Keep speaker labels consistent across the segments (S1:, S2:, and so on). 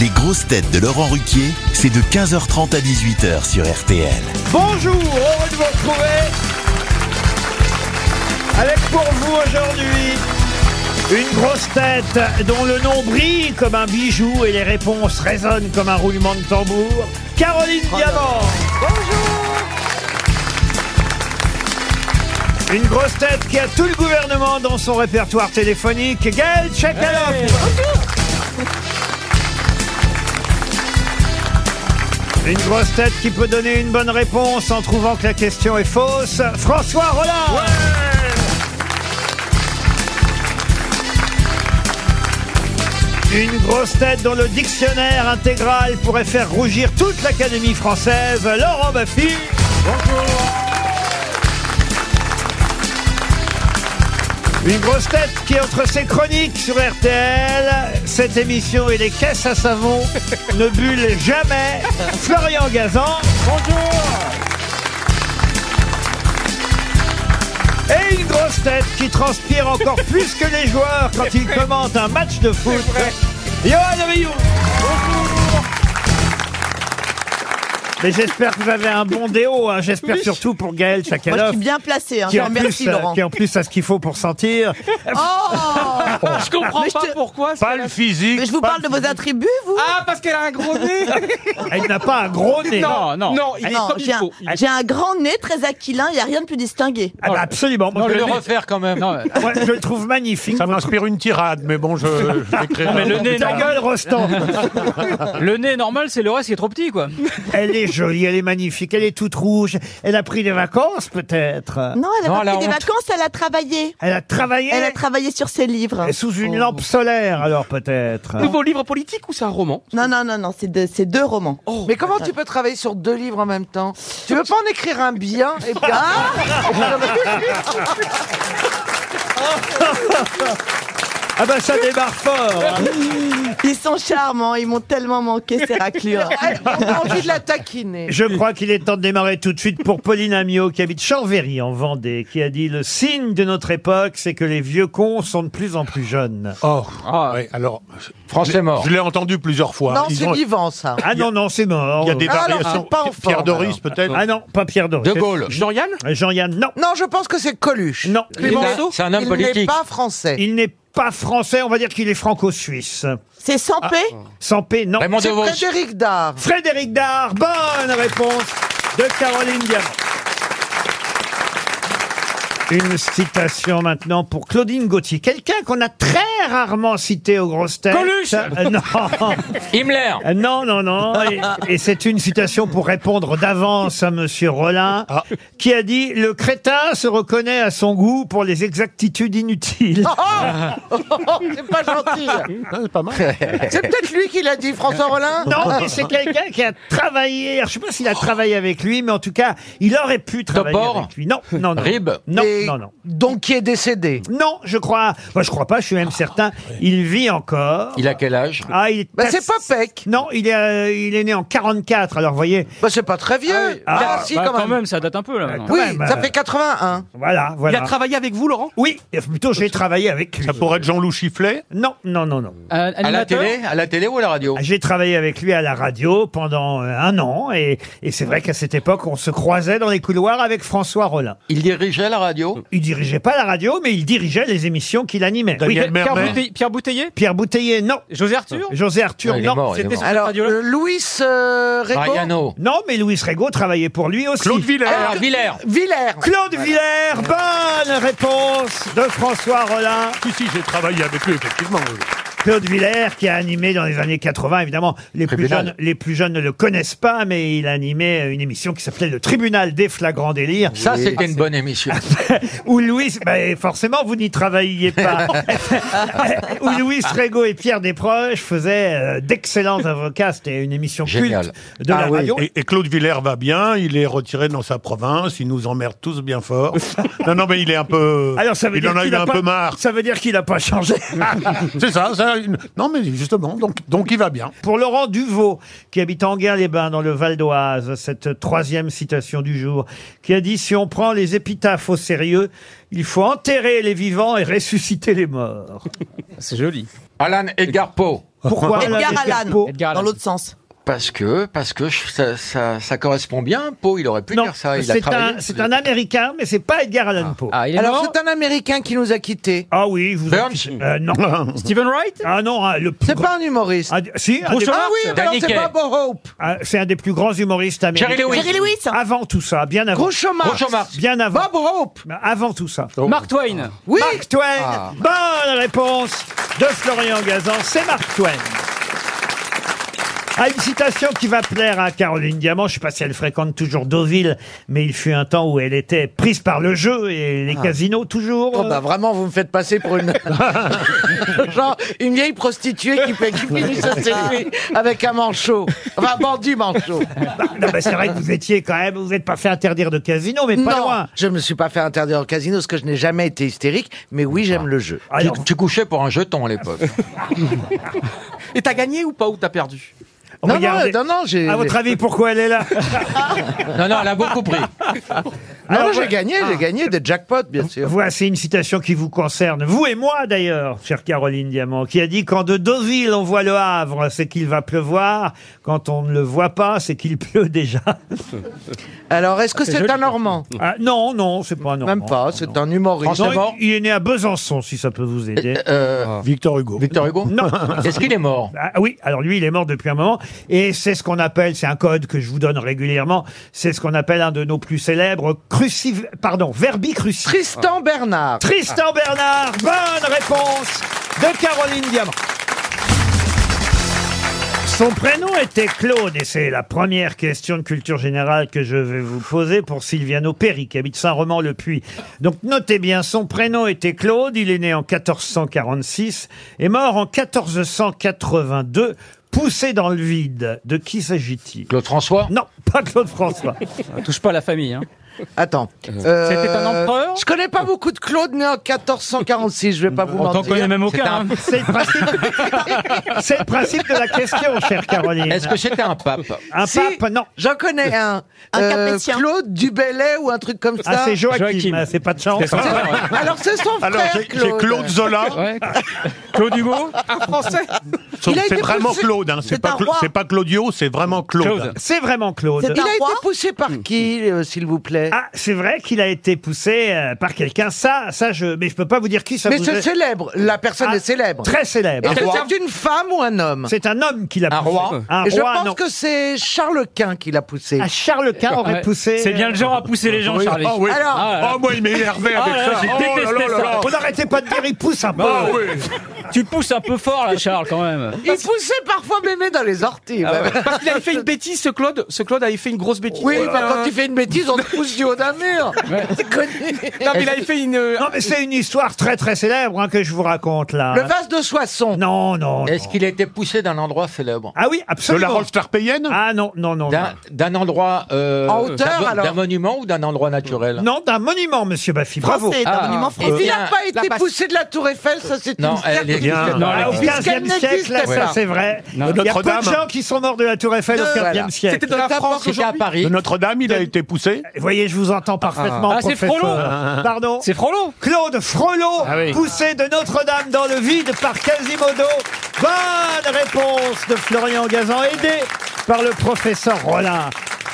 S1: Les grosses têtes de Laurent Ruquier, c'est de 15h30 à 18h sur RTL.
S2: Bonjour, heureux de vous retrouver avec pour vous aujourd'hui une grosse tête dont le nom brille comme un bijou et les réponses résonnent comme un roulement de tambour, Caroline Diamant. Bonjour. Une grosse tête qui a tout le gouvernement dans son répertoire téléphonique, Gaël Tchakaloff. Une grosse tête qui peut donner une bonne réponse en trouvant que la question est fausse. François Rollin Une grosse tête dont le dictionnaire intégral pourrait faire rougir toute l'Académie française, Laurent Baffy. Une grosse tête qui, entre ses chroniques sur RTL, cette émission et les caisses à savon, ne bulle jamais, Florian Gazan. Et une grosse tête qui transpire encore plus que les joueurs quand il commente un match de foot. Johan Rioux. Mais j'espère que vous avez un bon déo. hein. J'espère surtout pour Gaël
S3: Moi, je
S2: Chakaloff.
S3: suis bien placée. Hein.
S2: Qui
S3: Je
S2: en,
S3: remercie
S2: plus, euh,
S3: Laurent.
S2: qui en plus a ce qu'il faut pour sentir.
S3: Oh
S4: Je comprends
S3: Mais je
S4: pas
S3: te-
S4: pourquoi.
S5: Pas le physique.
S3: Mais je vous
S5: pas
S3: parle de vos attributs, vous
S4: Ah, parce qu'elle a un gros nez
S2: Elle n'a pas un gros nez.
S5: Non, non.
S4: Non, il est Oh
S3: Non,
S4: comme il
S3: j'ai un,
S4: faut. Il-
S3: j'ai un grand nez très aquilin, il n'y a rien de plus distingué.
S2: Ah bah absolument. Moi,
S5: Je
S2: je,
S5: vais
S2: le
S5: le refaire quand même.
S2: moi, je le trouve magnifique.
S5: Ça m'inspire une tirade, mais bon, je,
S2: Oh,
S6: mais le nez,
S2: Ta
S6: non.
S2: gueule, Rostand.
S6: Le nez normal, c'est le reste qui est trop petit, quoi.
S2: Elle est jolie, elle est magnifique, elle est toute rouge. Elle a pris des vacances, peut-être.
S3: Non, elle a
S5: Non,
S3: pas
S5: la
S3: pris des
S5: honte.
S3: vacances, elle a travaillé.
S2: Elle a travaillé
S3: Elle a travaillé sur ses livres.
S2: sous
S7: Oh.
S2: une lampe solaire, alors peut-être.
S4: Nouveau livre politique ou c'est un roman Oh.
S3: Non, non, non, non, c'est deux, c'est deux romans.
S7: Mais comment tu peux travailler sur deux livres en même temps Tu veux pas en écrire un bien et puis
S2: Ah bah ça démarre fort.
S3: Ils sont charmants, ils m'ont tellement manqué, ces raclures.
S7: Eh, on a envie de la taquiner
S2: Je crois qu'il est temps de démarrer tout de suite pour Pauline Amiot, qui habite Chanvéry en Vendée, qui a dit le signe de notre époque, c'est que les vieux cons sont de plus en plus jeunes.
S5: Oh,
S6: Ah.
S5: ouais, alors.
S4: Français mort.
S5: Je l'ai entendu plusieurs fois.
S7: Non,
S5: Ils
S7: c'est
S5: ont-
S7: vivant ça.
S2: Ah non non c'est mort.
S5: Il y a des
S7: Ah, alors,
S5: variations.
S7: c'est pas en
S5: Pierre
S7: forme,
S5: Doris, peut-être.
S2: Ah non pas Pierre Doris.
S5: De Gaulle.
S4: Jean-Yann
S2: Jean-Yann non
S7: Non, je pense que c'est Coluche.
S2: non
S4: Clémenceau
S5: C'est un homme
S7: Il n'est
S5: politique.
S7: pas français.
S2: il n'est pas français on va dire qu'il est franco-suisse.
S3: C'est sans paix
S2: Sans P non.
S5: Raymond
S7: C'est
S5: Devos.
S7: Frédéric Dard.
S2: Frédéric Dard, bonne réponse de Caroline Diamant. Une citation maintenant pour Claudine Gauthier, quelqu'un qu'on a très rarement cité aux grosses têtes.
S6: Coluche
S2: Euh, Non,
S5: Himmler.
S2: Euh, non, non, non. Et, et c'est une citation pour répondre d'avance à Monsieur Rollin, qui a dit « Le crétin se reconnaît à son goût pour les exactitudes inutiles
S7: Ah, Oh, c'est pas gentil.
S5: C'est pas mal.
S7: C'est peut-être lui qui l'a dit, François Rollin ».
S2: Non, mais c'est quelqu'un qui a travaillé. Alors, je sais pas s'il a travaillé avec lui, mais en tout cas, il aurait pu travailler
S5: Topor
S2: avec lui. Non, non, non.
S5: Rib.
S2: Non,
S7: Et
S2: non, non.
S7: Donc qui est décédé
S2: Non, je crois. Moi, je crois pas, je suis même certain.
S5: Ah,
S2: Il vit encore.
S5: Il a quel âge
S2: Ah, il est.
S7: Bah, c'est pas Peck.
S2: Non, il est, euh, il est né en 44. Alors, vous voyez,
S7: Bah, c'est pas très vieux. Ah, si,
S6: Bah,
S7: quand même.
S6: ça date un peu, là. maintenant.
S2: quand
S7: Oui,
S2: même,
S7: ça
S2: euh,
S7: fait 81.
S2: voilà,
S4: Il
S2: voilà.
S4: a travaillé avec vous, Laurent
S2: Oui, et plutôt, j'ai travaillé avec lui.
S5: Ça pourrait être Jean-Loup Chifflet
S2: Non, non, non, non.
S6: Euh,
S8: À la
S6: animateur
S8: télé, à la télé ou à la radio
S2: J'ai travaillé avec lui à la radio pendant euh, un an et, et c'est vrai qu'à cette époque, on se croisait dans les couloirs avec François Rollin.
S8: Il dirigeait la radio
S2: Il dirigeait pas la radio, mais il dirigeait les émissions qu'il animait.
S6: Oui,
S5: Daniel
S6: Pierre,
S5: Mermet.
S6: Bouteille- Pierre Bouteillier
S2: Pierre Bouteiller, non. Euh,
S6: José Arthur
S2: José Arthur,
S8: Ah, il est
S2: non.
S8: mort, il est
S6: C'était
S8: mort.
S6: sur
S7: Alors,
S6: Radio-là.
S7: euh, Louis euh, Régaud
S8: Mariano.
S2: Non, mais Louis Rego travaillait pour lui aussi.
S5: Claude Villers.
S8: Ah, Villers
S7: Villers.
S2: Claude Villers, bonne réponse de François Rollin.
S5: Si, si, j'ai travaillé avec lui, effectivement.
S2: Claude Villers qui a animé dans les années 80, évidemment, les plus,
S8: Tribunal.
S2: jeunes, les plus jeunes ne le connaissent pas, mais il animait une émission qui s'appelait Le Tribunal des flagrants délires,
S8: Ça, c'était une bonne émission.
S2: où Louis, ben, forcément, vous n'y travailliez pas, où Louis Rego et Pierre Desproges faisaient euh, d'excellents avocats. C'était une émission
S8: Génial. Ah
S2: culte de
S5: Ah
S2: la radio.
S5: Et, et Claude Villers va bien, il est retiré dans sa province, il nous emmerde tous bien fort. non, non, mais il est un peu.
S2: Alors ça veut
S5: euh, il
S2: dire
S5: en a
S2: qu'il
S5: eu
S2: a
S5: un
S2: pas-
S5: peu marre.
S2: Ça veut dire qu'il n'a pas changé.
S5: C'est ça, ça. une- Non, mais justement, donc, donc il va bien.
S2: Pour Laurent Duvaux, qui habite Anguin-les-Bains, dans le Val d'Oise, cette troisième citation du jour, qui a dit Si on prend les épitaphes au sérieux, il faut enterrer les vivants et ressusciter les morts.
S6: C'est joli.
S8: Alan Edgar Poe.
S2: Pourquoi
S3: Edgar
S2: Edgar
S3: Allan,
S2: Poe
S6: Edgar Allan.
S3: dans l'autre sens.
S8: Parce que, parce que je- ça, ça, ça correspond bien. Poe, il aurait pu
S2: Non,
S8: dire ça. Il a
S2: c'est
S8: travaillé.
S2: un, c'est un Américain, mais c'est pas Edgar Allan Poe. Ah,
S6: Ah, il est
S7: Alors
S6: mort
S7: c'est un Américain qui nous a quittés.
S2: oui, je vous
S8: Burns
S2: Euh, non.
S6: Stephen Wright
S2: Ah non, hein, le plus
S7: C'est
S2: grand-
S7: pas un humoriste.
S2: Ah, si, un des-
S6: Groucho
S7: Ah
S6: Marx
S7: oui, mais alors
S6: Danny
S7: c'est
S6: Kaye.
S7: pas Bob Hope.
S2: ah, c'est un des plus grands humoristes américains.
S8: Jerry Lewis.
S3: Jerry Lewis.
S2: Avant tout ça, bien avant.
S7: Groucho Marx.
S8: Groucho Marx.
S2: Bien avant.
S7: Bob Hope.
S2: Avant tout ça.
S6: Mark Twain
S7: Oui.
S2: Mark Twain. Bonne réponse de Florian Gazan. C'est Mark Twain. Ah, une citation qui va plaire à Caroline Diamant. Je sais pas si elle fréquente toujours Deauville, mais il fut un temps où elle était prise par le jeu et les casinos toujours.
S7: Ah. Oh bah vraiment, vous me faites passer pour une genre une vieille prostituée qui, fait- qui finit sa série avec un manchot, enfin un bandit manchot.
S2: Bah, non, mais c'est vrai que vous étiez quand même, vous n'êtes pas fait interdire de casino, mais pas
S7: non,
S2: loin.
S7: je me suis pas fait interdire au casino parce que je n'ai jamais été hystérique, mais oui j'aime le jeu.
S8: Tu,
S2: Ah, Alors,
S8: tu couchais pour un jeton à l'époque.
S4: Et t'as gagné ou pas ou t'as perdu
S7: Non, non,
S2: regardez.
S7: non, non, j'ai
S2: À votre avis, pourquoi elle est là
S8: non, non, elle a beaucoup pris.
S7: Ah non,
S2: Alors, ah.
S7: non, j'ai gagné, j'ai gagné des jackpots bien sûr.
S2: Voici une citation qui vous concerne, vous et moi d'ailleurs, chère Caroline Diamant, qui a dit Quand de Deauville on voit le Havre, c'est qu'il va pleuvoir. Quand on ne le voit pas, c'est qu'il pleut déjà.
S7: Alors est-ce que c'est un Normand
S2: Ah, non, non, c'est pas un Normand.
S7: Même pas, c'est un humoriste.
S2: Non, il-
S8: mort.
S2: il est né à Besançon, si ça peut vous aider.
S8: Euh,
S5: Victor Hugo.
S8: Victor Hugo
S2: Non.
S8: Est-ce qu'il est mort
S2: Ah oui, alors lui, il est mort depuis un moment, et c'est ce qu'on appelle, c'est un code que je vous donne régulièrement, c'est ce qu'on appelle un de nos plus célèbres crucif... Pardon, verbicrucis.
S7: Tristan Bernard.
S2: Tristan Bernard, bonne réponse de Caroline Diamant. Son prénom était Claude et c'est la première question de culture générale que je vais vous poser pour Sylviano Perry qui habite Saint-Romand-le-Puy. Donc notez bien, son prénom était Claude, il est né en 1446 et mort en 1482, poussé dans le vide. De qui s'agit-il
S8: Claude François
S2: Non, pas Claude François.
S6: Touche pas la famille, hein.
S7: Attends.
S2: Euh,
S7: Euh,
S6: C'était un empereur
S7: Je connais pas beaucoup de Claude né en 1446, je vais pas vous
S6: On t'en
S7: mentir.
S6: connaît même aucun. hein.
S2: C'est le principe- c'est le principe de la question, chère Caroline.
S8: Est-ce que c'était un pape
S2: Un
S7: Si.
S2: pape, non.
S7: J'en connais un. Euh,
S3: Un Capétien.
S7: Claude Dubellet ou un truc comme ça.
S2: Ah, c'est Joachim,
S6: Joachim.
S2: Ah, c'est pas de chance.
S6: C'est ça, ouais.
S7: Alors c'est son
S5: Alors,
S7: frère
S5: j'ai j'ai
S7: Claude.
S5: Claude Zola.
S6: Ouais. Claude Hugo
S4: Un Ah, français
S5: Sauf
S7: Il a
S5: que
S7: été
S5: C'est vraiment
S7: poussé-
S5: Claude. hein.
S3: c'est
S5: C'est pas,
S3: un
S5: Cla-
S3: roi.
S5: c'est pas Claudio, c'est vraiment Claude.
S6: Claude.
S2: C'est vraiment Claude. Hmm.
S3: C'est
S7: Il
S3: Un
S7: a été
S3: roi
S7: poussé par qui, euh, s'il vous plaît
S2: Ah, c'est vrai qu'il a été poussé euh, par quelqu'un. Ça, ça, je, mais je peux pas vous dire qui ça
S7: Mais
S2: vous
S7: c'est
S2: est-
S7: célèbre. La personne
S2: Ah,
S7: est célèbre.
S2: Très célèbre.
S7: Est-ce que c'est une femme ou un homme
S2: C'est un homme qui l'a poussé.
S8: Un roi
S2: Un
S7: Et je
S2: roi,
S7: pense
S2: non.
S7: que c'est Charles Quint qui l'a poussé.
S2: Ah, Charles Quint aurait
S6: Ouais.
S2: poussé.
S6: C'est bien le genre à pousser les gens, Charlie.
S5: Ah oui.
S7: Alors-
S6: Ah, là, là.
S5: Oh, moi, il m'énervait avec
S6: Ah, là,
S5: ça.
S6: j'ai
S5: Oh là
S6: détesté
S5: là
S6: ça.
S5: là.
S2: On n'arrêtait pas de dire, il pousse un peu.
S5: Ah oui.
S6: Tu pousses un peu fort, là, Charles, quand même.
S7: Il poussait parfois mémé dans les orties. ouais.
S4: Ah Parce qu'il avait fait une bêtise, ce Claude. Ce Claude avait fait une grosse bêtise.
S7: Oui,
S4: Euh,
S7: bah, quand tu fais une bêtise, on te pousse du haut d'un mur. C'est connu.
S4: non, mais il avait fait une. euh,
S2: Non, mais c'est une histoire très très célèbre hein, que je vous raconte là.
S7: Le vase de Soissons.
S2: Non, non. non.
S8: Est-ce qu'il a été poussé d'un endroit célèbre
S2: Ah oui,
S5: De la
S2: absolument.
S5: Rolf Tarpeyenne
S2: ah non, non, non.
S8: D'un-
S2: non.
S8: D'un endroit. euh,
S7: En hauteur,
S8: d'un mo-
S7: alors
S8: D'un monument ou d'un endroit naturel
S2: Non, d'un monument, monsieur Baffy. Bravo.
S3: Français, d'un
S6: Ah.
S3: monument
S8: Eh
S3: français.
S7: Il
S8: bien,
S7: n'a pas été
S4: passe-
S7: poussé de la Tour Eiffel, ça c'est une
S8: Non, elle est-
S7: certitude.
S5: Bien.
S6: Non,
S2: Ah, au
S6: elle-
S2: 15e
S7: n'existe
S2: siècle, là,
S7: pas.
S2: ça c'est vrai.
S6: Non.
S2: Euh, Il y a peu de
S5: Euh, Notre-Dame.
S2: gens qui sont morts de la Tour
S7: Euh,
S2: Eiffel au 15e siècle. Euh,
S4: C'était dans la France
S8: C'était à
S4: aujourd'hui.
S8: Paris.
S5: De Euh, Notre-Dame, il a été poussé
S2: Vous voyez, je vous entends parfaitement,
S6: Ah, c'est
S2: professeur.
S6: Frollo.
S2: Pardon
S6: C'est Frollo
S2: Claude Frollo,
S6: Ah oui.
S2: poussé de Notre-Dame dans le vide par Quasimodo. Bonne réponse de Florian Gazan, aidé par le professeur Rollin.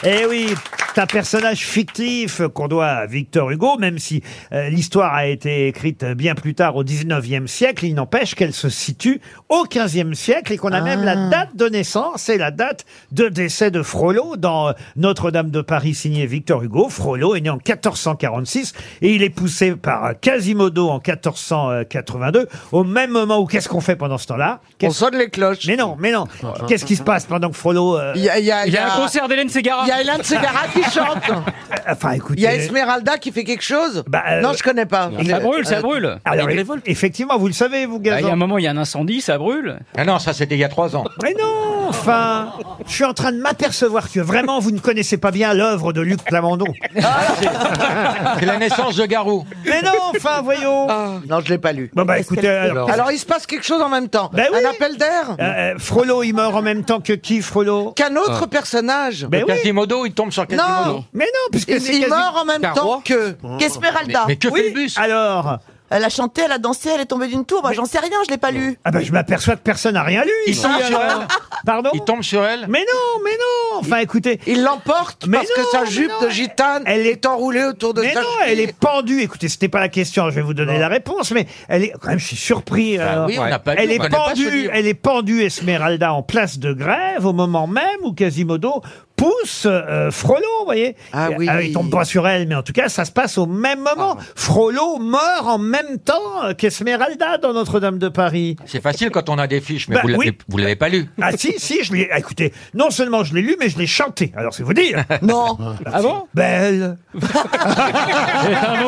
S2: Eh oui c'est un personnage fictif qu'on doit à Victor Hugo, même si euh, l'histoire a été écrite bien plus tard au 19e siècle, il n'empêche qu'elle se situe au 15e siècle et qu'on a même la date de naissance et la date de décès de Frollo dans euh, Notre-Dame de Paris signé Victor Hugo. Frollo est né en 1446 et il est poussé par euh, Quasimodo en 1482 au même moment où qu'est-ce qu'on fait pendant ce temps-là
S7: On
S2: Qu'est-ce-
S7: sonne les cloches.
S2: Mais non, mais non. Qu'est-ce qui se passe pendant que Frollo euh,
S7: Il y a, il y a-
S6: Il y a un
S7: il y a-
S6: concert d'Hélène Ségara.
S7: il y a Hélène Segara qui chante.
S2: Euh, Enfin, écoutez.
S7: Il y a Esmeralda qui fait quelque chose.
S2: Bah, euh,
S7: non, je connais pas. Euh,
S6: Ça brûle, ça
S4: Ah,
S6: brûle.
S2: Alors, effectivement, vous le savez, vous,
S6: Ah, Il y a
S2: Gazan.
S6: un moment, il y a un incendie, ça brûle.
S8: Ah non, ça c'était il y a trois ans.
S2: Mais non, enfin, je suis en train de m'apercevoir que vraiment vous ne connaissez pas bien l'œuvre de Luc Plamondon.
S8: C'est la naissance de Garou.
S2: Mais non, enfin, voyons.
S7: Non, je l'ai pas lu.
S2: Bon bah écoutez, alors,
S7: Ah. Alors, il se passe quelque chose en même temps.
S2: Ben oui.
S7: Un appel d'air.
S2: euh, euh, Frollo, il meurt en même temps que qui, Frollo
S7: Qu'un autre personnage.
S2: Ben oui.
S8: Ah. Quasimodo, il tombe sur Quasimodo.
S7: Non.
S2: Mais non, puisque
S7: Il,
S2: c'est
S7: il
S2: quasi-
S7: meurt en même
S4: Qu'un
S7: temps
S4: roi.
S7: que.
S3: Qu'Esmeralda.
S8: Oh. Mais que fait
S2: Oui,
S8: le bus
S2: alors,
S3: Elle a chanté, elle a dansé, elle est tombée d'une tour. Bah, j'en sais rien, je l'ai pas lu.
S2: Ah ben je m'aperçois que personne n'a rien lu.
S8: Il tombe sur elle.
S2: Pardon
S8: Il tombe sur elle.
S2: Mais non, mais non Enfin écoutez,
S7: Il l'emporte
S2: Mais
S7: parce que
S2: non,
S7: sa
S2: mais
S7: jupe
S2: non,
S7: de gitane
S2: elle
S7: elle
S2: est-
S7: est enroulée autour de
S2: mais
S7: sa
S2: non, elle est pendue. Écoutez, c'était pas la question, je vais vous donner la réponse, mais elle est quand même, je suis surpris. euh,
S8: Bah oui, on n'a pas lu,
S2: elle
S8: on
S2: est
S8: connaît pas ce
S2: pendue,
S8: livre.
S2: elle est pendue Esmeralda en place de grève au moment même où Quasimodo pousse euh, Frollo, vous voyez.
S7: Ah oui. Ah.
S2: Euh, il tombe pas sur elle, mais en tout cas, ça se passe au même moment. Frollo meurt en même temps euh, qu'Esmeralda dans Notre-Dame de Paris.
S8: C'est facile quand on a des fiches, mais
S2: Bah
S8: vous l'avez
S2: oui.
S8: vous l'avez pas lu.
S2: Ah si, si, je l'ai. ah, Écoutez, non seulement je l'ai lu, mais je l'ai chanté. Alors c'est vous dire.
S3: Non.
S6: Ah bon
S2: Belle.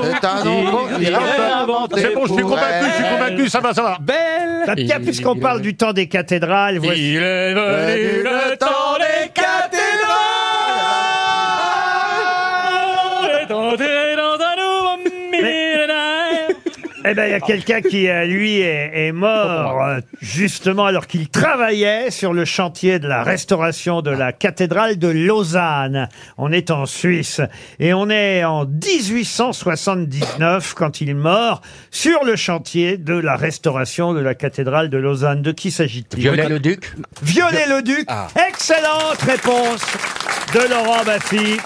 S7: C'est un nom
S6: Il est inventé
S5: C'est bon, je suis
S7: pour
S5: convaincu, je suis
S7: elle.
S5: convaincu, ça va, ça va.
S6: Belle
S2: Bah, tiens, puisqu'on parle du temps des cathédrales, voici-
S6: Il est venu le temps des cathédrales Tenté dans un nouveau millénaire
S2: Eh ben, il y a quelqu'un qui, euh, lui, est, est mort euh, justement alors qu'il travaillait sur le chantier de la restauration de la cathédrale de Lausanne. On est en Suisse et on est en 1879 quand il meurt sur le chantier de la restauration de la cathédrale de Lausanne. De qui s'agit-il
S8: Violet Ah. le Duc.
S2: Viollet-le-Duc. Excellente réponse de Laurent Baffy.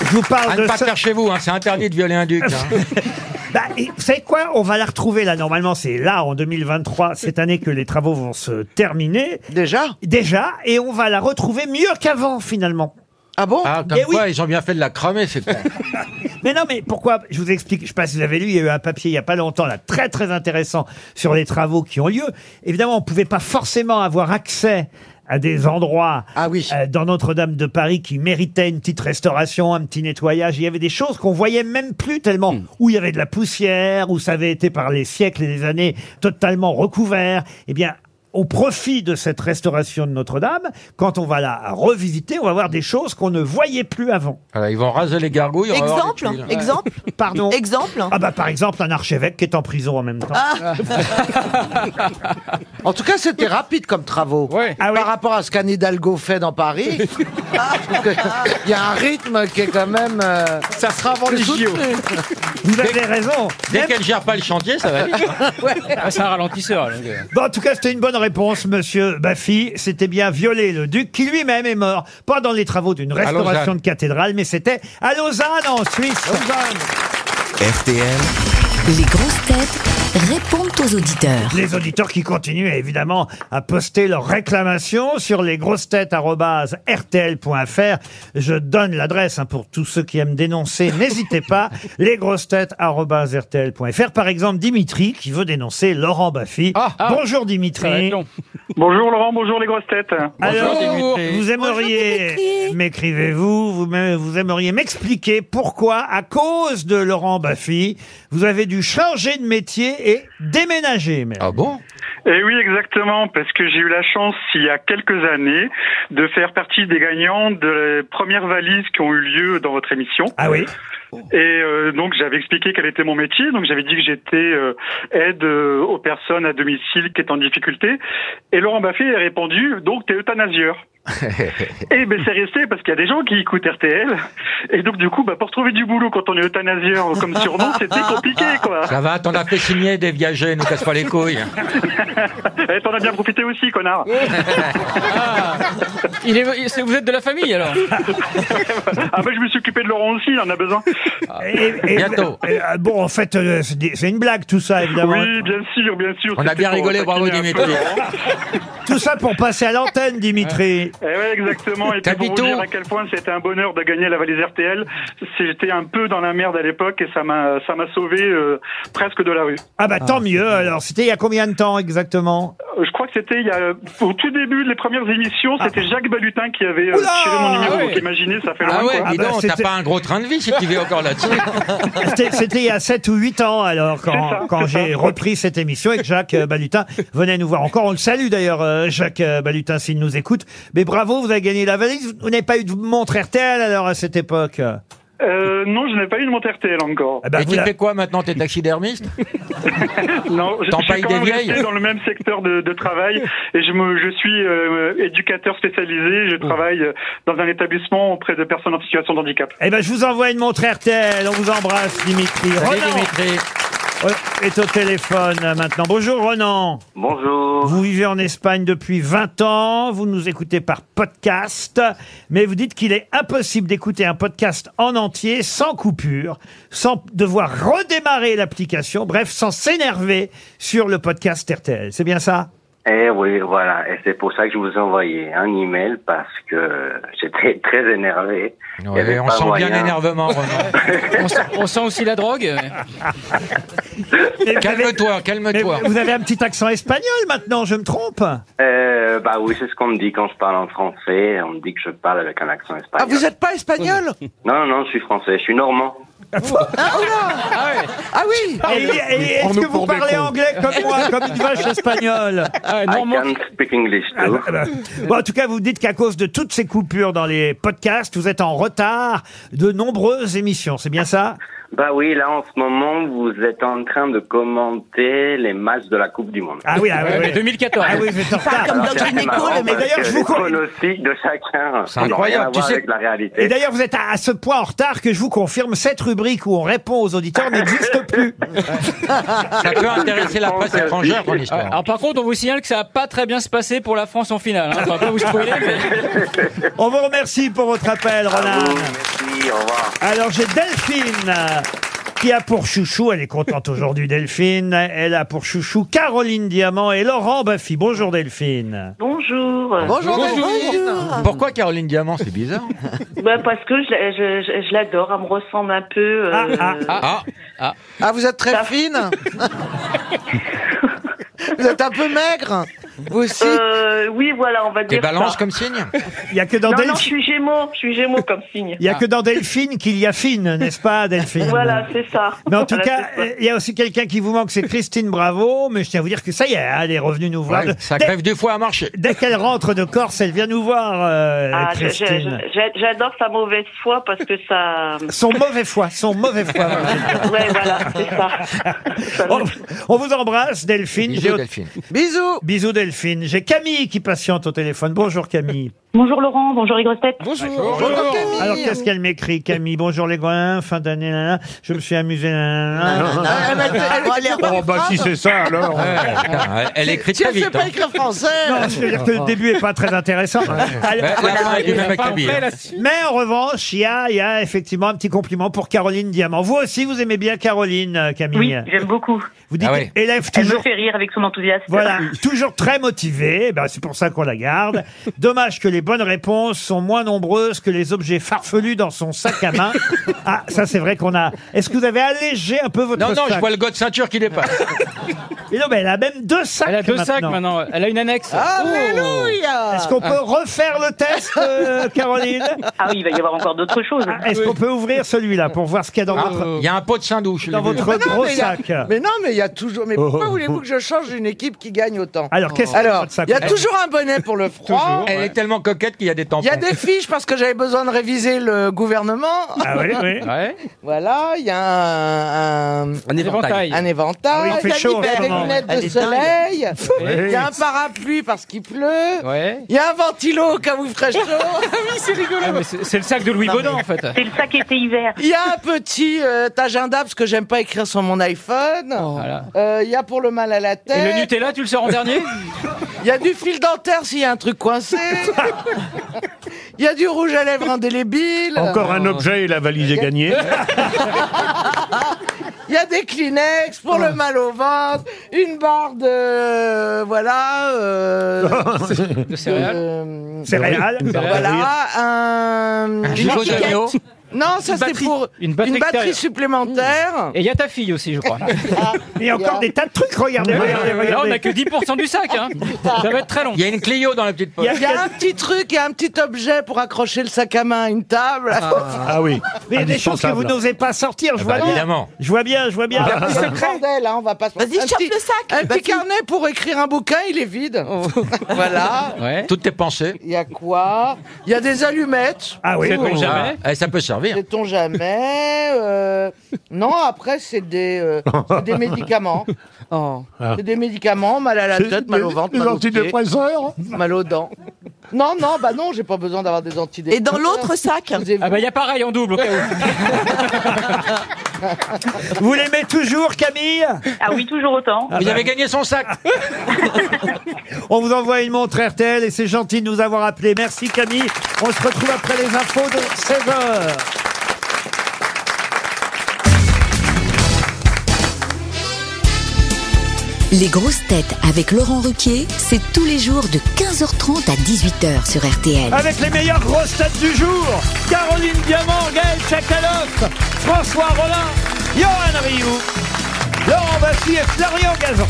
S2: Je vous parle
S8: À
S2: de
S8: ne pas
S2: ça-
S8: faire chez vous, hein, c'est interdit de violer un duc. hein.
S2: Bah, et vous savez quoi On va la retrouver là. Normalement, c'est là en 2023, cette année que les travaux vont se terminer
S7: Déjà
S2: déjà, et on va la retrouver mieux qu'avant finalement.
S7: Ah bon
S8: Ah, comme
S2: Mais oui.
S8: quoi, ils ont bien fait de la cramer, c'est con.
S2: Mais non, mais pourquoi Je vous explique. Je sais pas si vous avez lu. Il y a eu un papier il y a pas longtemps, là, très très intéressant sur les travaux qui ont lieu. Évidemment, on pouvait pas forcément avoir accès à des endroits
S7: Ah oui.
S2: euh, dans Notre-Dame de Paris qui méritaient une petite restauration, un petit nettoyage. Il y avait des choses qu'on voyait même plus tellement
S7: Hmm.
S2: où il y avait de la poussière, où ça avait été par les siècles et les années totalement recouvert. Eh bien. Au profit de cette restauration de Notre-Dame, quand on va la revisiter, on va voir des choses qu'on ne voyait plus avant.
S8: Voilà, ils vont raser les gargouilles. on va voir
S3: Exemple,
S8: les tuiles.
S3: exemple,
S2: Pardon.
S3: exemple.
S2: Ah bah par exemple un archevêque qui est en prison en même temps.
S7: En tout cas, c'était rapide comme travaux.
S6: Ouais.
S2: Ah oui.
S7: Par rapport à ce qu'Anne Hidalgo fait dans Paris, je trouve que il y a un rythme qui est quand même. euh,
S4: Ça sera avant les JO.
S7: soutenu.
S2: Vous avez raison.
S8: Dès qu'elle gère pas le chantier, ça va vite. hein.
S6: Ah, c'est un ralentisseur. le gars.
S2: Bon, en tout cas, c'était une bonne réponse, monsieur Baffy. C'était bien Violet le Duc, qui lui-même est mort, pas dans les travaux d'une restauration
S8: Lausanne.
S2: de cathédrale, mais c'était à Lausanne, en Suisse.
S1: RTL,
S9: Les grosses têtes répondent aux auditeurs.
S2: Les auditeurs qui continuent, évidemment, à poster leurs réclamations sur lesgrossetêtes.rtl.fr. Je donne l'adresse hein, pour tous ceux qui aiment dénoncer. N'hésitez pas. Lesgrossetêtes.rtl.fr. Par exemple, Dimitri, qui veut dénoncer Laurent Baffy.
S6: Ah, ah.
S2: Bonjour,
S6: Ça va être
S2: Dimitri.
S6: long.
S10: Bonjour Laurent, bonjour les grosses têtes.
S2: Alors,
S8: Dimitri.
S2: vous aimeriez, m'écrivez-vous, vous, m'aimez- vous aimeriez m'expliquer pourquoi, à cause de Laurent Baffy, vous avez dû changer de métier et déménager. même.
S8: Ah bon
S10: Et Eh oui, exactement, parce que j'ai eu la chance, il y a quelques années, de faire partie des gagnants de les premières valises qui ont eu lieu dans votre émission.
S2: Ah oui
S10: Et euh, donc, j'avais expliqué quel était mon métier. Donc, j'avais dit que j'étais euh, aide euh, aux personnes à domicile qui est en difficulté. Et Laurent Baffet a répondu, donc, t'es euthanasieur. et ben c'est resté parce qu'il y a des gens qui écoutent RTL et donc du coup bah pour trouver du boulot quand on est euthanasieur comme surnom c'était compliqué quoi.
S8: Ça va, t'en as fait signer des viagers, nous casse pas les couilles.
S10: Eh, T'en as bien profité aussi connard.
S6: Ah. Il est, il- c'est- vous êtes de la famille alors
S10: Ah bah je me suis occupé de Laurent aussi, il en a besoin.
S2: Et- et-
S8: Bientôt.
S2: et- euh, bon, en fait, euh, c'est des- c'est une blague tout ça, évidemment.
S10: Oui, bien sûr, bien sûr.
S8: On a bien
S10: C'était pour
S8: rigolé, bravo
S10: taquiner un
S8: Dimitri.
S10: peu Laurent.
S2: Tout ça pour passer à l'antenne, Dimitri.
S10: Eh ouais, exactement. Et
S8: T'as
S10: puis pour
S8: dit
S10: vous
S8: tout.
S10: dire à quel point c'était un bonheur de gagner la valise RTL, j'étais un peu dans la merde à l'époque et ça m'a ça m'a sauvé euh, presque de la rue.
S2: Ah bah tant mieux. Alors, c'était il y a combien de temps exactement
S10: Euh, Je crois que c'était il y a au tout début des premières émissions, c'était Jacques Balutin qui avait euh,
S2: Oula
S10: tiré mon numéro.
S6: Ah ouais.
S10: Donc imaginez, ça fait loin
S8: Ah ouais,
S10: quoi.
S8: dis
S2: Ah bah,
S8: donc, t'as
S2: c'était-
S8: pas un gros train de vie si tu vis encore là-dessus.
S2: C'était c'était il y a 7 ou 8 ans alors quand,
S10: C'est ça,
S2: quand
S10: c'est ça.
S2: j'ai repris cette émission et que Jacques euh, Balutin venait nous voir encore. On le salue d'ailleurs euh, Jacques euh, Balutin s'il nous écoute. Mais bravo, vous avez gagné la valise. Vous n'avez pas eu de montre RTL alors à cette époque.
S10: Euh, non, je n'ai pas eu de montre RTL encore.
S2: Eh ben,
S8: Et
S2: vous
S8: tu
S2: la-
S8: fais quoi maintenant T'es taxidermiste
S10: Non, je, je
S8: T'empailles
S10: suis quand
S8: des
S10: même resté
S8: vieilles
S10: dans le même secteur de, de travail et je, me, je suis euh, éducateur spécialisé. Je travaille euh, dans un établissement auprès de personnes en situation de handicap.
S2: Eh ben, je vous envoie une montre RTL. On vous embrasse, Dimitri.
S8: Salut,
S2: Ronan
S8: Dimitri.
S2: euh, est au téléphone euh, maintenant. Bonjour, Ronan.
S10: Bonjour.
S2: Vous vivez en Espagne depuis 20 ans. Vous nous écoutez par podcast. Mais vous dites qu'il est impossible d'écouter un podcast en entier, sans coupure, sans devoir redémarrer l'application. Bref, sans s'énerver sur le podcast RTL. C'est bien ça?
S11: Eh oui, voilà. Et c'est pour ça que je vous envoyais un email parce que j'étais très énervé. Il y
S8: Ouais,
S11: avait
S8: on
S11: pas
S8: sent
S11: moyen.
S8: bien l'énervement, Ronan.
S6: On sent, on sent aussi la drogue.
S2: Mais vous avez-
S8: calme-toi,
S2: mais
S8: calme-toi.
S2: vous avez un petit accent espagnol maintenant, je me trompe?
S11: Euh, bah oui, c'est ce qu'on me dit quand je parle en français. On me dit que je parle avec un accent
S7: Ah,
S11: espagnol.
S7: vous n'êtes pas espagnol
S11: Non, non, je suis français. Je suis normand.
S6: Ah ouais.
S7: Ah oui
S2: Et- et- Est-ce que vous parlez anglais comme moi, comme une vache espagnole
S6: Ah,
S11: I
S6: normand.
S11: can speak English too.
S2: Ah bah. Bon, en tout cas, vous dites qu'à cause de toutes ces coupures dans les podcasts, vous êtes en retard de nombreuses émissions. C'est bien ça
S11: Bah oui, là en ce moment, vous êtes en train de commenter les matchs de la Coupe du Monde.
S2: Ah oui, ah oui,
S6: Ouais,
S2: oui.
S6: mais 2014.
S2: Ah oui, vous êtes en retard.
S3: comme dans
S11: c'est
S3: une
S11: assez
S3: école,
S11: marrant
S3: mais
S11: parce
S2: d'ailleurs,
S11: que
S2: je vous
S11: les
S2: con-
S11: pronostics de chacun.
S8: C'est
S11: n'ont
S8: incroyable,
S11: Rien à
S8: tu
S11: voir
S8: sais.
S11: avec la réalité.
S2: Et d'ailleurs, vous êtes à, à ce point en retard que je vous confirme, cette rubrique où on répond aux auditeurs n'existe plus.
S8: Ça peut intéresser la presse étrangère, ton
S6: Ouais,
S8: histoire.
S6: Alors par contre, on vous signale que ça a pas très bien se passer pour la France en finale. Hein. Faut pas vous spoiler, mais-
S2: On vous remercie pour votre appel,
S11: À
S2: Ronan.
S11: vous, Ah merci, au revoir.
S2: Alors j'ai Delphine euh, qui a pour chouchou, elle est contente aujourd'hui Delphine, elle a pour chouchou Caroline Diamant et Laurent Baffy. Bonjour Delphine.
S12: Bonjour.
S7: Bonjour,
S8: Bonjour. Pourquoi Caroline Diamant C'est bizarre.
S12: Bah, parce que je, la- je- je- je l'adore, elle me ressemble un peu. euh,
S2: Ah, ah,
S8: Ah,
S7: Ah, vous êtes très fine Vous êtes un peu maigre Vous aussi
S12: euh, oui, voilà, on va
S8: t'es
S12: dire.
S8: balance
S12: ça.
S8: comme signe
S2: Il y a que dans
S12: Non, non, je
S2: Delphine.
S12: suis gémeaux, je suis gémeaux comme signe.
S2: Il n'y a que dans Delphine qu'il y a fine, n'est-ce pas, Delphine
S12: Voilà, c'est ça.
S2: Mais en tout
S12: Voilà,
S2: cas,
S12: c'est ça.
S2: euh, il y a aussi quelqu'un qui vous manque, c'est Christine Bravo. Mais je tiens à vous dire que ça y est, hein, elle est revenue nous voir.
S8: Ouais, Ça
S2: Dès-
S8: crève deux fois à marcher.
S2: Dès qu'elle rentre de Corse, elle vient nous voir, euh,
S12: Ah, je- je-
S2: Christine.
S12: je- j'a- j'adore sa mauvaise foi parce que ça.
S2: Son mauvais foi, son mauvais foi.
S12: Ouais, voilà, c'est ça. Ça
S2: on,
S12: me-
S2: on vous embrasse, Delphine. J'ai
S8: Bisous,
S2: au-
S8: Delphine.
S7: Bisous
S2: Bisous, Delphine. J'ai Camille qui patiente au téléphone. Bonjour, Camille.
S12: Bonjour Laurent, bonjour les grosses têtes.
S7: Bonjour, Camille
S2: Alors, qu'est-ce qu'elle m'écrit, Camille Bonjour, les gars, fin d'année, là, là. je me suis amusé, là, là, là.
S7: Ah, elle, elle- elle- elle-
S5: Oh, bah si c'est ça, alors.
S8: Ouais, putain, elle- elle écrit
S7: Si
S8: très
S7: elle sait
S8: vite.
S7: pas
S8: hein.
S7: écrire français
S2: Non, je veux dire que le début est pas très intéressant. Elle-
S8: Ouais, La fin est du même avec la bille.
S2: Mais en revanche, il y a, il y a effectivement un petit compliment pour Caroline Diamant. Vous aussi, vous aimez bien Caroline, euh,
S12: Oui,
S2: Camille.
S12: j'aime beaucoup.
S2: Vous dites
S8: Ah ouais.
S2: élève
S12: Elle me
S2: toujours.
S12: fait rire avec son enthousiasme.
S3: Ah
S2: Voilà, toujours très motivée, Eh ben, c'est pour ça qu'on la garde. Dommage que les bonnes réponses sont moins nombreuses que les objets farfelus dans son sac à main. Ah, ça c'est vrai qu'on a... Est-ce que vous avez allégé un peu votre
S8: Non, non,
S2: sac
S8: je vois le gars de ceinture qui dépasse.
S2: Mais non, mais elle a même deux sacs
S6: Elle a deux sacs
S2: maintenant. Ah,
S6: maintenant. Elle a une annexe.
S7: Alléluia
S2: Est-ce qu'on peut refaire le test, euh, Caroline
S12: Ah oui, il va y avoir encore d'autres choses.
S2: Ah, Est-ce qu'on peut ouvrir celui-là pour voir ce qu'il y a dans
S8: Ah,
S2: votre,
S8: Il y a un pot de Saint-Douche.
S2: dans votre
S7: Mais non,
S2: gros
S7: mais il y a-
S2: sac Oh.
S7: Mais non, mais il y a toujours. Mais pourquoi voulez-vous que je change une équipe qui gagne autant
S2: Alors, qu'est-ce qu'il y a dans
S7: Alors,
S2: votre sac
S7: il y a toujours un bonnet pour le froid.
S8: Elle est tellement coquette qu'il y a des tampons.
S7: Il y a des fiches parce que j'avais besoin de réviser le gouvernement.
S2: Ah oui, oui.
S6: Ouais.
S7: Voilà, il y a un, un,
S6: Un éventail.
S7: un
S2: Ah oui,
S7: éventail,
S2: il fait
S7: il y a
S2: chaud en
S7: des
S2: ce moment.
S7: lunettes
S3: Elle
S7: de
S3: est dingue.
S7: soleil,
S5: Ouais.
S7: il y a un parapluie parce qu'il pleut,
S6: Ouais.
S7: il y a un ventilo au cas où il ferait chaud,
S6: Ah, mais c'est c'est le sac de Louis Baudin en fait.
S12: C'est le sac été-hiver.
S7: il y a un petit euh, agenda parce que j'aime pas écrire sur mon iPhone,
S6: Oh. Voilà.
S7: Euh, il y a pour le mal à la
S6: Et le
S7: tête,
S6: Nutella, tu le sors en dernier
S7: Euh, il y a du fil dentaire s'il y a un truc coincé, il y a du rouge à lèvres indélébile,
S5: Encore
S6: Oh.
S5: un objet et la valise est
S7: Euh,
S5: gagnée.
S7: Il y a des Kleenex pour le mal au ventre, une barre de euh, voilà, euh,
S6: De céréales.
S7: euh,
S2: C'est réel.
S7: voilà, un,
S8: Un gigot d'agneau.
S7: non ça c'est
S6: batterie.
S7: pour
S6: Une batterie extérieure.
S7: supplémentaire.
S6: Et il y a ta fille aussi, je crois.
S2: Il y a encore des tas de trucs, regardez, regardez,
S6: Là, on n'a
S2: regardez.
S6: que 10% du sac. Hein. Ça va être très long.
S8: Il y a une Clio dans la petite poche.
S7: Il y a un petit truc, il y a un petit objet pour accrocher le sac à main à une table.
S5: Ah oui.
S2: Mais il y a des choses que vous n'osez pas sortir, je
S8: Ah bah,
S2: vois bien.
S8: évidemment.
S2: Je vois bien, je vois bien.
S7: C'est bordel, hein, on va pas se-
S3: Vas-y,
S7: un
S3: chope
S7: petit-
S3: le sac.
S7: Un petit
S3: Vas-y. Oh.
S7: carnet pour écrire un bouquin, il est vide. voilà.
S6: Ouais.
S8: Toutes tes pensées.
S7: Il y a quoi Il y a des allumettes.
S2: Ah oui,
S6: Sait-on
S2: oui. Oh.
S6: jamais
S8: Ah, eh, ça peut servir.
S7: Sait-on jamais euh, Non, après, c'est des, euh, c'est des médicaments. Oh.
S8: Ah.
S7: C'est des médicaments, mal à la
S8: C'est
S7: tête, mal au
S8: des-
S7: ventre,
S8: des
S7: mal aux pieds,
S5: antidépresseurs
S7: Mal aux dents. Non, non, bah non, j'ai pas besoin d'avoir des antidépresseurs.
S3: Et dans l'autre sac
S6: Ah bah il y a pareil en double au cas où.
S2: Vous l'aimez toujours, Camille
S12: Ah oui, toujours autant.
S2: Ah bah.
S8: gagné son sac.
S2: On vous envoie une montre RTL et c'est gentil de nous avoir appelés. Merci Camille. On se retrouve après les infos de 16h.
S9: Les grosses têtes avec Laurent Ruquier, c'est tous les jours de 15h30 à 18h sur RTL.
S2: Avec les meilleures grosses têtes du jour, Caroline Diamant, Gaël Chakaloff, François Rollin, Johan Rioux, Laurent Bassi et Florian Gazan.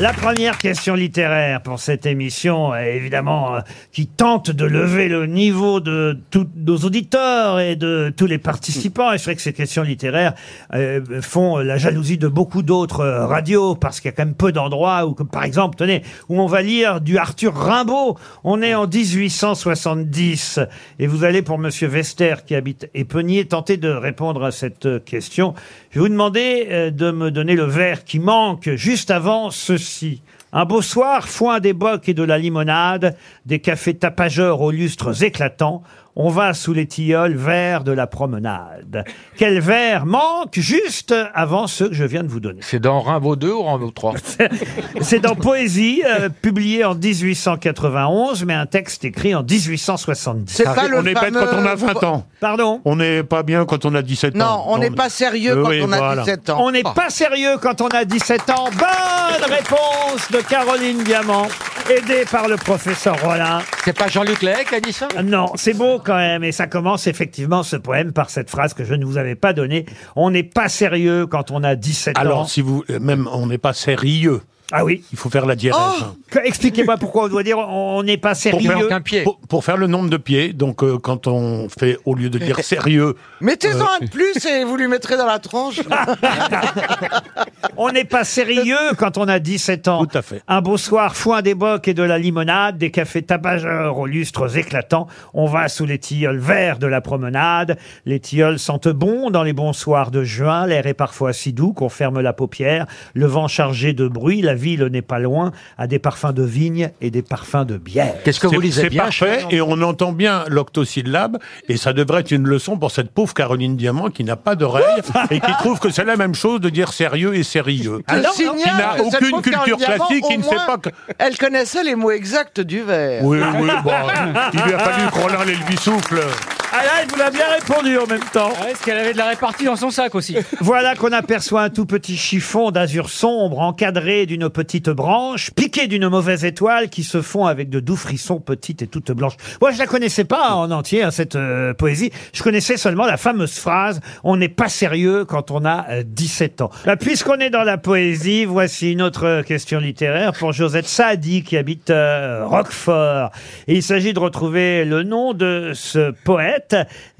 S2: La première question littéraire pour cette émission, euh, évidemment, euh, qui tente de lever le niveau de tous nos auditeurs et de tous les participants. Et c'est vrai que ces questions littéraires euh, font la jalousie de beaucoup d'autres euh, radios, parce qu'il y a quand même peu d'endroits où, comme par exemple, tenez, où on va lire du Arthur Rimbaud. On est en 1870 et vous allez pour Monsieur Vester qui habite Épenier tenter de répondre à cette euh, question. Je vais vous demander euh, de me donner le verre qui manque juste avant ceci. Un beau soir, foin des bocs et de la limonade, des cafés tapageurs aux lustres éclatants, on va sous les tilleuls verts de la promenade. Quel verre manque juste avant ceux que je viens de vous donner
S8: C'est dans Rimbaud 2 ou Rimbaud 3
S2: C'est dans Poésie, euh, publié en 1891, mais un texte écrit en 1870.
S7: C'est pas le
S5: Ah, on n'est pas
S7: fameux-
S5: quand on a 20 ans.
S2: Pardon
S5: On n'est pas bien quand on a 17 ans.
S7: Non, on n'est pas sérieux
S5: Euh,
S7: quand
S5: oui,
S7: on a
S5: voilà.
S7: 17 ans. Oh.
S2: On n'est pas sérieux quand on a 17 ans. Bonne réponse de Caroline Diamant, aidée par le professeur Rollin. Euh,
S8: C'est pas Jean-Luc Lahaye qui a dit ça
S2: Non, c'est beau quand même, et ça commence effectivement ce poème par cette phrase que je ne vous avais pas donnée. On n'est pas sérieux quand on a 17 ans.
S5: Alors, si vous. euh, Même, on n'est pas sérieux.
S2: Ah oui.
S5: Il faut faire la diérèse.
S7: Oh
S5: hein.
S2: Que- Expliquez-moi pourquoi on doit dire on n'est pas
S5: Pour
S2: sérieux.
S5: faire,
S8: qu'un pied.
S5: pour- pour faire le nombre de pieds, donc euh, quand on fait, au lieu de dire sérieux, euh,
S7: Mettez-en un de plus et vous lui mettrez dans la tronche.
S2: On n'est pas sérieux quand on a 17 ans.
S5: Tout à fait.
S2: Un beau soir, foin des bocs et de la limonade, des cafés tabageurs aux lustres éclatants. On va sous les tilleuls verts de la promenade. Les tilleuls sentent bon dans les bons soirs de juin. L'air est parfois si doux qu'on ferme la paupière. Le vent chargé de bruit, la ville n'est pas loin, a des parfums de vigne et des parfums de bière.
S8: Qu'est-ce que
S5: c'est
S8: vous lisez
S5: c'est
S8: bien
S5: parfait
S8: Chanel
S5: et on entend bien l'octosyllabe et ça devrait être une leçon pour cette pauvre Caroline Diamant qui n'a pas d'oreille et qui trouve que c'est la même chose de dire sérieux et sérieux.
S7: Un
S5: qui
S7: signal
S5: Ah, n'a
S7: que cette
S5: aucune
S7: pauvre
S5: culture
S7: Caroline Diamant,
S5: classique,
S7: au
S5: qui ne sait
S7: moins,
S5: pas que...
S7: Elle connaissait les mots exacts du verre.
S5: Oui, oui, bon, il lui a fallu que Roland lui souffle.
S2: Ah là, elle vous l'a bien répondu en même temps.
S6: Ah ouais, Est-ce qu'elle avait de la répartie dans son sac aussi
S2: Voilà qu'on aperçoit un tout petit chiffon d'azur sombre encadré d'une petite branche, piqué d'une mauvaise étoile qui se fond avec de doux frissons petites et toutes blanches. Moi, je la connaissais pas en entier, hein, cette euh, poésie. Je connaissais seulement la fameuse phrase « On n'est pas sérieux quand on a euh, 17 ans ». Bah, Puisqu'on est dans la poésie, voici une autre euh, question littéraire pour Josette Saadi qui habite euh, Roquefort. Et il s'agit de retrouver le nom de ce poète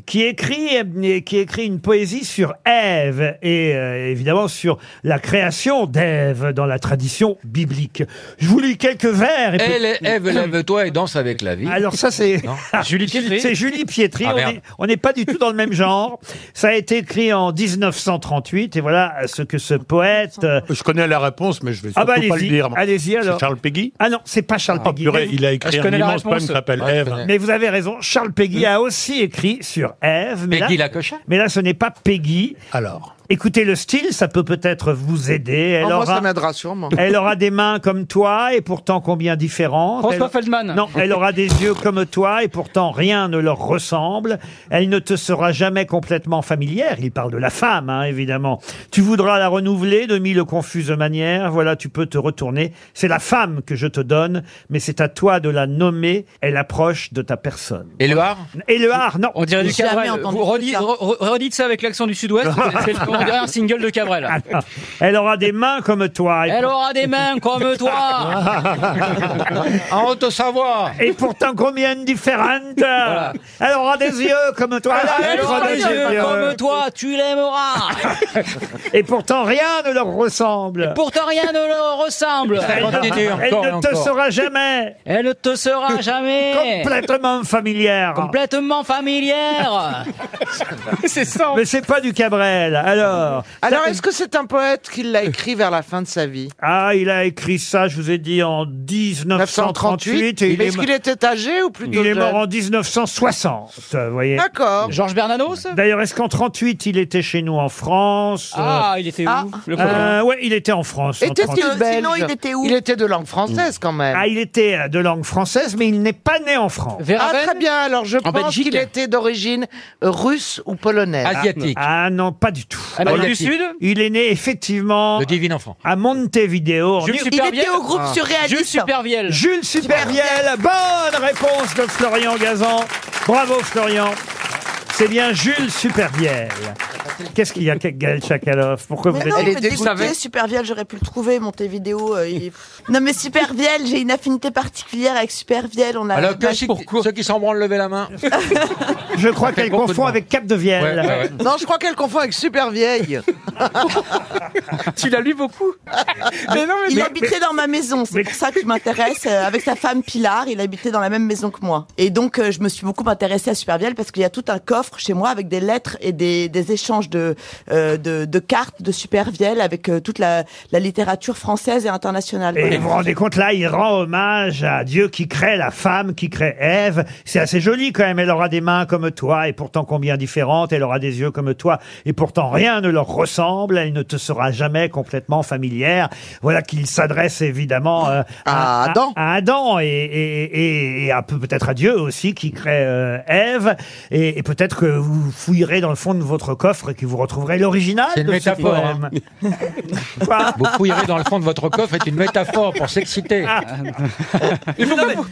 S2: qui écrit, euh, qui écrit une poésie sur Ève et euh, évidemment sur la création d'Ève dans la tradition biblique. Je vous lis quelques vers. et puis-
S8: Elle, Ève, lève-toi et danse avec la vie.
S2: alors ça, c'est
S8: Non.
S6: Julie Pietri.
S2: C'est Julie Pietri.
S8: Ah,
S2: On
S8: merde.
S2: est- on n'est pas du tout dans le même genre. Ça a été écrit en 1938 et voilà ce que ce poète. euh,
S5: Je connais la réponse, mais je vais surtout
S2: Ah bah
S5: pas le
S2: allez-y,
S5: dire. moi.
S2: allez-y
S5: C'est
S2: alors.
S5: Charles Peggy Oh,
S2: Ah non, c'est pas Charles Peggy.
S5: Purée, Il a écrit
S6: Ah, je
S5: un
S6: connais la
S5: immense poème
S6: réponse.
S5: qui s'appelle
S8: Ouais, je
S5: Ève.
S8: connais.
S2: Mais vous avez raison, Charles Peggy a aussi écrit sur Ève. Mais
S8: Peggy
S2: là,
S8: la cochère
S2: mais là, ce n'est pas Peggy.
S5: Alors,
S2: Écoutez le style, ça peut peut-être vous aider.
S7: Oh,
S2: Elle
S7: moi, ça
S2: aura,
S7: m'aidera sûrement.
S2: elle aura des mains comme toi et pourtant combien différentes.
S6: François
S2: Elle-
S6: Feldman.
S2: Non, elle aura des yeux comme toi et pourtant rien ne leur ressemble. Elle ne te sera jamais complètement familière. Il parle de la femme, hein, évidemment. Tu voudras la renouveler de mille confuses manières. Voilà, tu peux te retourner. C'est la femme que je te donne, mais c'est à toi de la nommer. Elle approche de ta personne.
S8: Et le Havre
S2: Et le hard, non.
S6: On dirait du
S3: J'ai jamais
S6: Cabrel.
S3: entendu
S6: Vous redites,
S3: ça.
S6: re- re- redites ça avec l'accent du sud-ouest. c'est- c'est le- deviendrait un single de Cabrel.
S2: Ah, Elle aura des mains comme toi. Et
S6: Elle
S2: pour-
S6: aura des mains comme Ah, toi.
S2: En Haute-Savoie. Et pourtant, combien de différentes Elle aura des yeux comme toi.
S8: Ah,
S6: Elle aura des yeux Ah, comme toi, tu l'aimeras.
S2: Et pourtant, rien ne leur ressemble.
S6: Pourtant, rien ne leur ressemble.
S2: Elle ne, elle ne te sera jamais.
S6: Elle ne te sera jamais.
S2: Complètement familière.
S6: Complètement familière.
S2: C'est ça. Mais c'est pas du Cabrel. Alors.
S7: Alors, est-ce que c'est un poète qui l'a écrit vers la fin de sa vie
S2: Ah, il a écrit ça, je vous ai dit, en 1938. et
S7: Il- Est-ce
S2: est-
S7: qu'il était âgé ou plutôt
S2: il est mort
S7: jeune
S2: en 1960, vous voyez.
S7: D'accord.
S6: Georges Bernanos
S2: D'ailleurs, est-ce qu'en 38, il était chez nous en France
S6: Ah, il était où, Ah. le premier
S2: Euh, Ouais, il était en France. en
S7: Était-ce que-
S2: 38.
S7: sinon, il était où Il était de langue française quand même.
S2: Ah, il était euh, de langue française, mais il n'est pas né en France.
S7: Ah, très bien, alors je pense
S2: Belgique
S7: qu'il était d'origine euh, russe ou polonaise.
S2: Ah non, pas du tout.
S7: Amérique du Asiatique. Sud
S2: Il est né effectivement. Le divin enfant. À Montevideo. en
S6: Jules
S2: Ur-
S6: Supervielle. Ah. Jules Supervielle.
S2: Jules Supervielle. Bonne réponse de Florian Gazan. Bravo Florian. C'est bien Jules Supervielle. Qu'est-ce qu'il y a, Gaël Chakalov Pourquoi
S3: Mais
S2: vous
S3: non,
S2: êtes
S3: mais dégoûté, Supervielle, j'aurais pu le trouver, mon tes vidéos. euh, il- Non, mais Supervielle, j'ai une affinité particulière avec Supervielle.
S2: Bah,
S3: On a
S8: Alors que si- ceux qui s'en branlent, levez la main.
S2: Je crois qu'elle
S8: beaucoup de
S2: confond
S8: monde.
S2: avec Cap de Vielle.
S8: Ouais, ouais, ouais.
S7: Non, je crois qu'elle confond avec super vieille.
S4: tu l'as lu beaucoup
S7: Mais non, mais-
S3: il
S7: mais-
S3: habitait dans ma maison, c'est pour ça que je m'intéresse. euh, avec sa femme Pilar, il habitait dans la même maison que moi. Et donc, euh, je me suis beaucoup intéressée à Supervielle parce qu'il y a tout un coffre chez moi avec des lettres et des, des échanges de, euh, de, de cartes de Supervielle avec euh, toute la, la littérature française et internationale.
S2: Et
S3: Voilà.
S2: vous vous rendez compte, là, il rend hommage à Dieu qui crée la femme, qui crée Ève. C'est assez joli quand même. Elle aura des mains comme toi, et pourtant combien différentes. Elle aura des yeux comme toi, et pourtant rien ne leur ressemble. Elle ne te sera jamais complètement familière. Voilà qu'il s'adresse évidemment euh, à, Adam. À, Adam, et, et- et- et un peu peut-être à Dieu aussi, qui crée euh, Ève. Et, et peut-être que vous fouillerez dans le fond de votre coffre et que vous retrouverez l'original
S8: C'est une
S2: de ce
S8: métaphore, hein.
S2: poème.
S8: Vous fouillerez dans le fond de votre coffre est une métaphore pour s'exciter.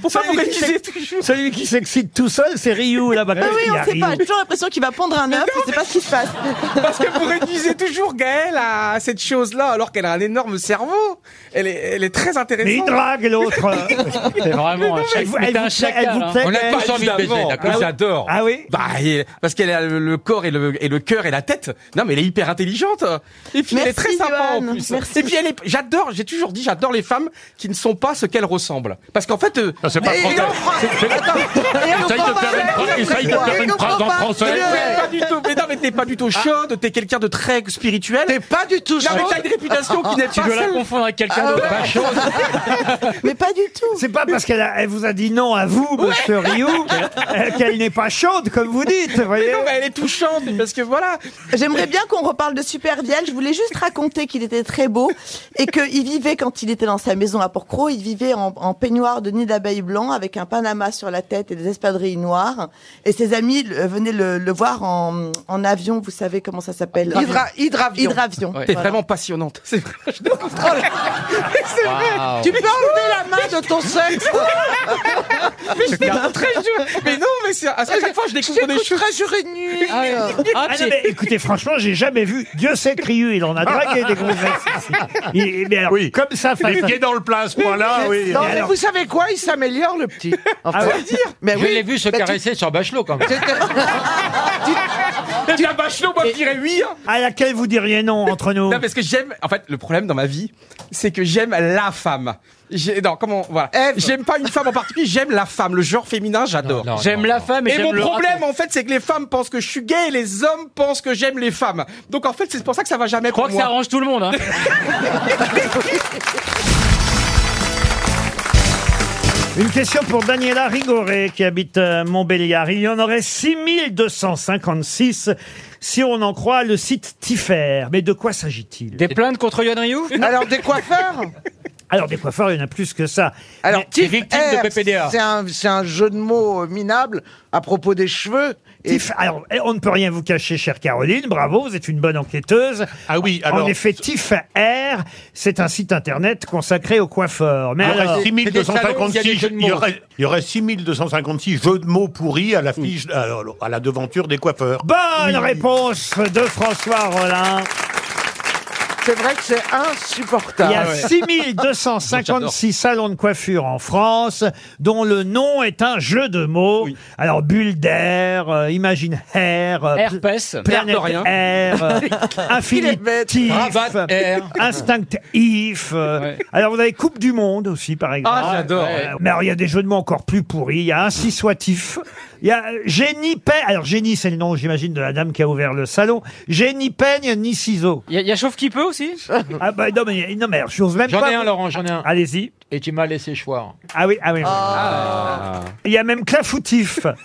S2: Pourquoi Ah. celui, qui s'ex- celui qui s'excite tout seul, c'est Ryu là-bas.
S3: Ah oui,
S2: Il y a
S3: on sait
S2: Ryu.
S3: pas. J'ai toujours l'impression qu'il va pondre un œuf. Je sais pas ce qui se passe.
S4: Parce que vous réduisez toujours Gaëlle à cette chose-là, alors qu'elle a un énorme cerveau. Elle est, elle est très intéressante.
S2: Mais il drague l'autre.
S4: C'est vraiment un
S2: Elle vous- elle vous plaît- elle vous plaît,
S4: On a
S2: Gaël
S4: tous envie de baiser, d'accord J'adore.
S2: Ah oui
S4: Bah, et- parce qu'elle a le le corps et le, et le cœur et la tête. Non, mais elle est hyper intelligente. Et puis elle est
S3: Merci,
S4: très sympa
S3: Johan.
S4: en plus.
S3: Merci.
S4: Et puis elle est, j'adore, j'ai toujours dit, j'adore les femmes qui ne sont pas ce qu'elles ressemblent. Parce qu'en fait, euh,
S5: c'est pas
S4: et- et
S5: français.
S4: en Fran-
S5: C'est- c'est-
S4: Attends, et en
S5: Essaye de
S4: Fran-
S5: faire une phrase- essaye de faire une phrase en français.
S4: Mais pas du tout. Mais non, mais t'es pas du tout chaude. T'es quelqu'un de très spirituel. T'es
S7: Ah. pas du tout Ah.
S4: chaude. Non, mais t'as une réputation qui n'est pas
S6: Tu dois la
S4: celle-
S6: confondre avec quelqu'un d'autre.
S4: Ah ouais.
S3: Mais pas du tout.
S2: C'est pas parce qu'elle a- elle vous a dit non à vous, monsieur Ryu, euh, qu'elle n'est pas chaude, comme vous dites. vous voyez.
S4: Non, mais elle est touchante parce que voilà.
S3: J'aimerais bien qu'on reparle de Supervielle. Je voulais juste raconter qu'il était très beau et qu'il vivait quand il était dans sa maison à Porcro. Il vivait en, en peignoir de nid d'abeille blanc avec un panama sur la tête et des espadrilles noires. Et ses amis euh, venaient le, le voir en, en avion. Vous savez comment ça s'appelle
S7: Hydra- hydravion.
S3: Hydravion.
S4: T'es
S3: Voilà.
S4: vraiment passionnante. C'est vrai.
S7: C'est vrai. Tu peux enlever la main de ton sexe
S4: Mais je t'ai montré, je- Mais non, mais c'est... à chaque fois, je découvre des choses.
S7: Très sur une nuit.
S2: Ah non, mais écoutez, franchement, j'ai jamais vu. Dieu sait que Ryu, il en a dragué des grosses ex- Il- mais alors,
S5: Oui.
S2: Comme ça, face
S5: Les
S2: à-
S5: pieds dans le plat, à ce point-là, oui.
S7: Non,
S2: Et
S7: mais
S2: alors Ah
S7: vous savez quoi Il s'améliore, le petit. Enfin,
S2: ouais
S7: dire. Mais
S8: Je l'ai vu se caresser sur Bachelot quand même.
S4: Et bien, Bachelot, moi, je dirais oui. hein.
S2: à Ah, laquelle vous diriez non entre nous.
S4: Non, parce que j'aime. En fait, le problème dans ma vie, c'est que j'aime la femme. J'ai- Non, comment. Voilà. J'aime pas une femme en particulier, j'aime la femme. Le genre féminin, j'adore.
S8: Non,
S6: J'aime la femme et
S4: Et mon
S6: j'aime le
S4: problème,
S6: raton.
S4: en fait, c'est que les femmes pensent que je suis gay et les hommes pensent que j'aime les femmes. Donc, en fait, c'est pour ça que ça va jamais
S6: Je crois que
S4: pour
S6: ça
S4: moi.
S6: arrange tout le monde. hein.
S2: Une question pour Daniela Rigoré qui habite euh, Montbéliard. Il y en aurait 6256 si on en croit le site Tiffer. Mais de quoi s'agit-il
S6: Des plaintes contre Yann Ryu
S7: Alors, des coiffeurs
S2: Alors, des coiffeurs, il y en a plus que ça.
S7: Alors,
S2: Mais-
S7: Tiff Air, C'est un, c'est un jeu de mots euh, minable à propos des cheveux. Et
S2: Tiff- alors, eh, on ne peut rien vous cacher, chère Caroline. Bravo, vous êtes une bonne enquêteuse. Ah oui, En
S5: alors-
S2: effet, Tiff Air, c'est un site internet consacré aux coiffeurs. Mais
S5: il, y aurait
S2: alors-
S5: 6256 il y aurait- il y aurait 6256 jeux de mots pourris à la, fiche, à, la- à la devanture des coiffeurs.
S2: Bonne réponse de François Rollin.
S7: C'est vrai que c'est
S2: Il
S5: Ah,
S7: insupportable.
S2: y
S8: Ah
S2: a 6256 salons de coiffure en France, dont le nom est un jeu de mots. Alors, bulle d'air, euh, imagine hair, euh, pl-
S6: Herpès.
S2: planète
S6: Air de rien.
S2: air, euh, infinitif,
S6: Bravade air.
S2: instinct if. euh. Alors, vous avez Coupe du Monde aussi, par exemple.
S4: Ah, j'adore. Ouais.
S2: Mais alors, il y a des jeux de mots encore plus pourris. Il y a ainsi soit-if. Il y a euh, génie peigne. Alors, génie, c'est le nom, j'imagine, de la dame qui a ouvert le salon. Génie peigne, ni ciseaux.
S6: Il y, a- il y a Chauve qui peut aussi
S2: Ah bah non mais non mais j'ose même
S8: J'en
S2: pas.
S8: ai un, Laurent, j'en ai un.
S2: Allez-y.
S8: Et tu m'as laissé choir.
S2: Ah oui, ah oui. oui.
S8: Ah.
S2: Il y a même clafoutif.
S7: Ah.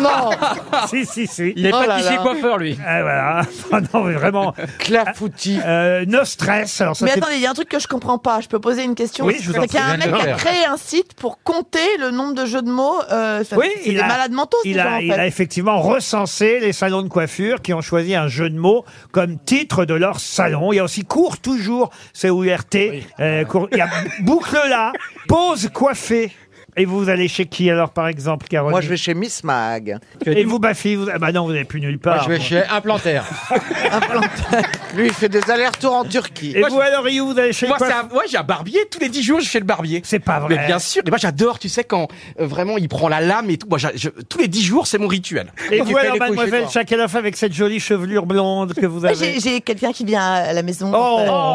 S7: non.
S2: si si si.
S6: Il est Oh là pâtissier là. coiffeur, lui.
S2: Ah voilà. Ah non mais vraiment.
S7: clafoutif.
S2: no stress. Alors ça
S3: Mais
S2: c'est-
S3: attendez, il y a un truc que je comprends pas. Je peux poser une question.
S2: Oui, je vous en
S3: C'est qu'il y a
S2: prie.
S3: un mec qui a
S2: Bien sûr.
S3: créé un site pour compter le nombre de jeux de mots. euh, ça-
S2: Oui,
S3: c'est des malades mentaux, ces
S2: il,
S3: gens,
S2: a,
S3: en
S2: il a
S3: fait.
S2: effectivement recensé les salons de coiffure qui ont choisi un jeu de mots comme titre de leur salon. Il y a aussi cours toujours, c'est URT. euh, cours- il y a boucle là, pause coiffée. Et vous allez chez qui alors par exemple, Caroline
S7: Moi, je vais chez Miss Mag.
S2: Et vous, ma fille, vous... ah bah non, vous n'avez plus nulle part.
S7: Moi, je vais chez Ah,
S2: Implantaire.
S7: Lui, il fait des allers-retours en Turquie.
S2: Et vous, alors, Rio, vous allez chez
S4: Moi,
S7: quoi
S4: c'est un- ouais, j'ai un barbier. Tous les 10 jours, je fais le barbier.
S2: C'est pas vrai.
S4: Mais bien sûr. Et moi, j'adore, tu sais, quand euh, vraiment il prend la lame et tout. Moi, j'a- je- tous les 10 jours, c'est mon rituel.
S2: Et vous, alors, mademoiselle Chakaloff, avec cette jolie chevelure blonde que vous
S3: Moi,
S2: avez.
S3: J'ai j'ai quelqu'un qui vient à la maison. en fait.
S2: Oh,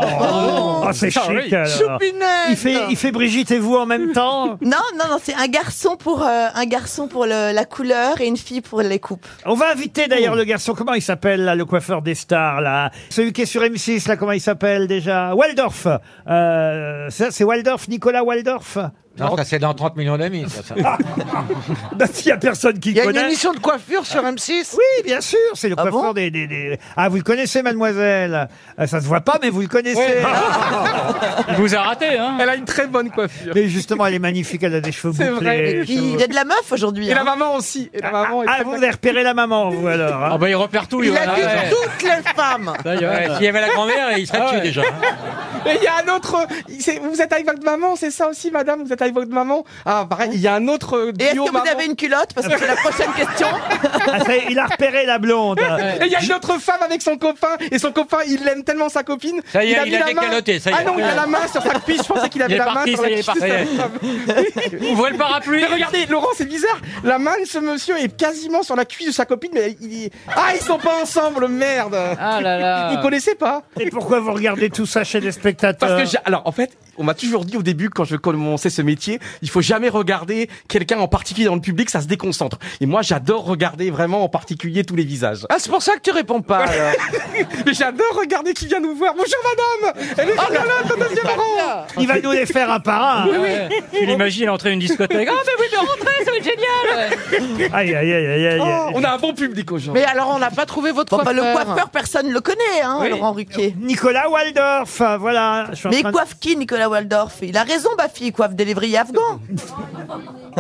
S2: Oh, c'est
S4: Ah,
S7: Ah
S3: Sorry.
S2: chic. alors.
S3: Choupinette.
S2: Il fait, il fait Brigitte et vous en même temps.
S3: Non, non, non, c'est un garçon pour euh, un garçon pour le- la couleur et une fille pour les coupes.
S2: On va inviter
S7: Oh.
S2: d'ailleurs le garçon. Comment il s'appelle là, le coiffeur des stars là Celui qui est sur M6 là, comment il s'appelle déjà Waldorf. Euh, ça, c'est Waldorf, Nicolas Waldorf.
S7: Ah.
S8: Non, ça, c'est dans 30 millions d'amis. ça, ça.
S2: Bah, S'il y a personne qui
S7: Il y a une
S2: connaît.
S7: émission de coiffure sur Ah M6
S2: Oui, bien sûr, c'est le coiffeur des, des- des- Ah, vous le connaissez, mademoiselle Euh, Ça se voit pas, mais vous le connaissez.
S6: Il vous a raté, hein
S4: Elle a une très bonne coiffure.
S2: Mais justement, elle est magnifique, elle a des cheveux
S4: C'est
S2: bouclés.
S4: vrai. Et puis,
S3: Il y a de la meuf aujourd'hui.
S4: Et la
S3: hein.
S4: maman aussi. Et la maman est
S2: Ah,
S4: très
S2: vous
S4: bonne.
S2: avez repéré la maman, vous alors Ah,
S8: bah, il repère tout,
S7: Il
S8: Johan,
S7: a
S8: hein,
S7: vu
S8: ouais.
S7: toutes les femmes.
S8: Ça, il y a- S'il y avait la grand-mère, il serait
S4: Ah
S8: tué
S4: ouais.
S8: déjà. hein.
S4: Et il y a un autre. il- c'est- Vous êtes avec votre maman, c'est ça aussi, madame Vous êtes avec votre maman Ah, pareil, il y a un autre. euh,
S3: Et est-ce
S4: duo
S3: que vous
S4: maman.
S3: avez une culotte Parce que c'est la prochaine question.
S2: Ah, ça y est, il a repéré la blonde.
S4: Et il y a une autre femme avec son copain, et son copain, il aime tellement sa copine.
S8: Ça y est,
S4: a
S8: il
S4: mis
S8: a
S4: la main-
S8: décaloté, ça y est.
S4: Ah non, il a la main sur sa cuisse, je pensais qu'il avait
S8: Il est
S4: la
S8: parti,
S4: main
S8: ça
S4: sur la
S8: y est, il est
S4: cuisse de sa femme.
S6: On voit le parapluie.
S4: Mais regardez, Laurent, c'est bizarre. La main de ce monsieur est quasiment sur la cuisse de sa copine, mais il. Ah, ils sont pas ensemble, merde
S6: Ah là là.
S4: Vous connaissez pas
S2: Et pourquoi vous regardez tout ça chez les spectateurs
S4: Parce que j'ai- alors en fait, on m'a toujours dit au début quand je commençais ce métier, il faut jamais regarder quelqu'un en particulier dans le public, ça se déconcentre. Et moi, j'adore regarder vraiment en particulier tous les visages.
S7: Ah, c'est pour ça que tu réponds pas, alors.
S4: Mais j'adore regarder qui vient nous voir. Bonjour madame. Elle
S7: Ah,
S4: est
S7: bah,
S4: là, là, au deuxième rang.
S2: Il va nous les faire un par
S8: Ah
S2: un.
S4: Oui, oui.
S6: Tu l'imagines entrer une discothèque. Ah, mais oui, mais rentrez, ça va être génial
S2: Aïe, aïe, aïe, aïe, aïe.
S4: Oh, on a un bon public aujourd'hui.
S7: Mais alors, on n'a pas trouvé votre
S3: Bon, bah, le
S7: coiffeur.
S3: coiffeur, personne ne le connaît, hein,
S4: Oui.
S3: Laurent Ruquier.
S2: Nicolas Waldorf, euh, voilà. je suis en
S3: Mais il
S2: train de-
S3: coiffe qui, Nicolas Waldorf Il a raison, ma fille, il coiffe des lévriers afghans.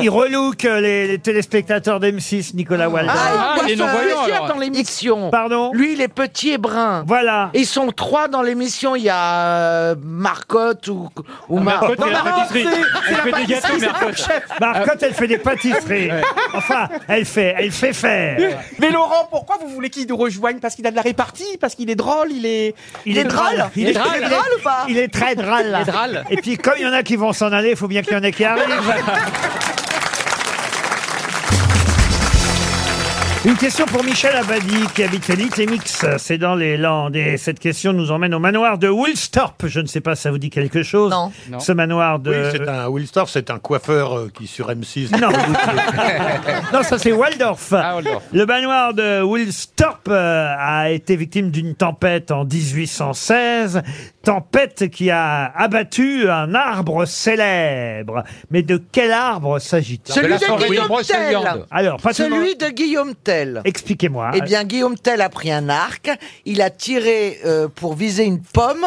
S2: Il relook euh, les, les téléspectateurs d'M6, Nicolas Waldorf.
S7: Ah,
S6: il est
S7: il coiffe
S6: non-voyant,
S7: un
S6: alors.
S7: dans l'émission.
S2: Pardon
S7: Lui, il est petit et brun.
S2: Voilà.
S7: Et Ils sont trois dans l'émission. Il y a euh, Marcotte ou, ou Mar-
S8: Ah, Marcotte,
S7: Non,
S8: elle a
S7: Marcotte,
S8: pâtisserie.
S7: c'est- c'est
S8: Elle
S7: la
S8: fait des
S7: pâtisserie,
S8: gâteaux,
S7: c'est
S8: Marcotte.
S7: le chef.
S2: Marcotte, elle fait des pâtisseries. Enfin, elle fait, elle fait faire.
S4: Mais Laurent, pourquoi vous voulez qu'il nous rejoigne Parce qu'il a de la répartie, parce qu'il est drôle, il est.
S2: Il est drôle.
S3: Il est drôle, ou pas
S2: Il est très drôle. là.
S6: Il est drôle.
S2: Et puis, comme il y en a qui vont s'en aller, il faut bien qu'il y en ait qui arrivent. Une question pour Michel Abadi, qui habite Litemix, c'est dans les Landes. Et cette question nous emmène au manoir de Woolstorp. Je ne sais pas si ça vous dit quelque chose.
S3: Non.
S4: Non.
S2: Ce manoir de...
S5: Oui, c'est un Willstorff, c'est un coiffeur euh, qui sur M6.
S2: Non. non, ça c'est Waldorf.
S4: Ah, Waldorf.
S2: Le manoir de Willstorp euh, a été victime d'une tempête en 1816 tempête qui a abattu un arbre célèbre. Mais de quel arbre s'agit-il
S7: Celui de Guillaume Tell.
S2: Alors, pas tout le monde-
S7: Celui de Guillaume Tell.
S2: Expliquez-moi.
S7: Eh bien, Guillaume Tell a pris un arc, il a tiré euh, pour viser une pomme,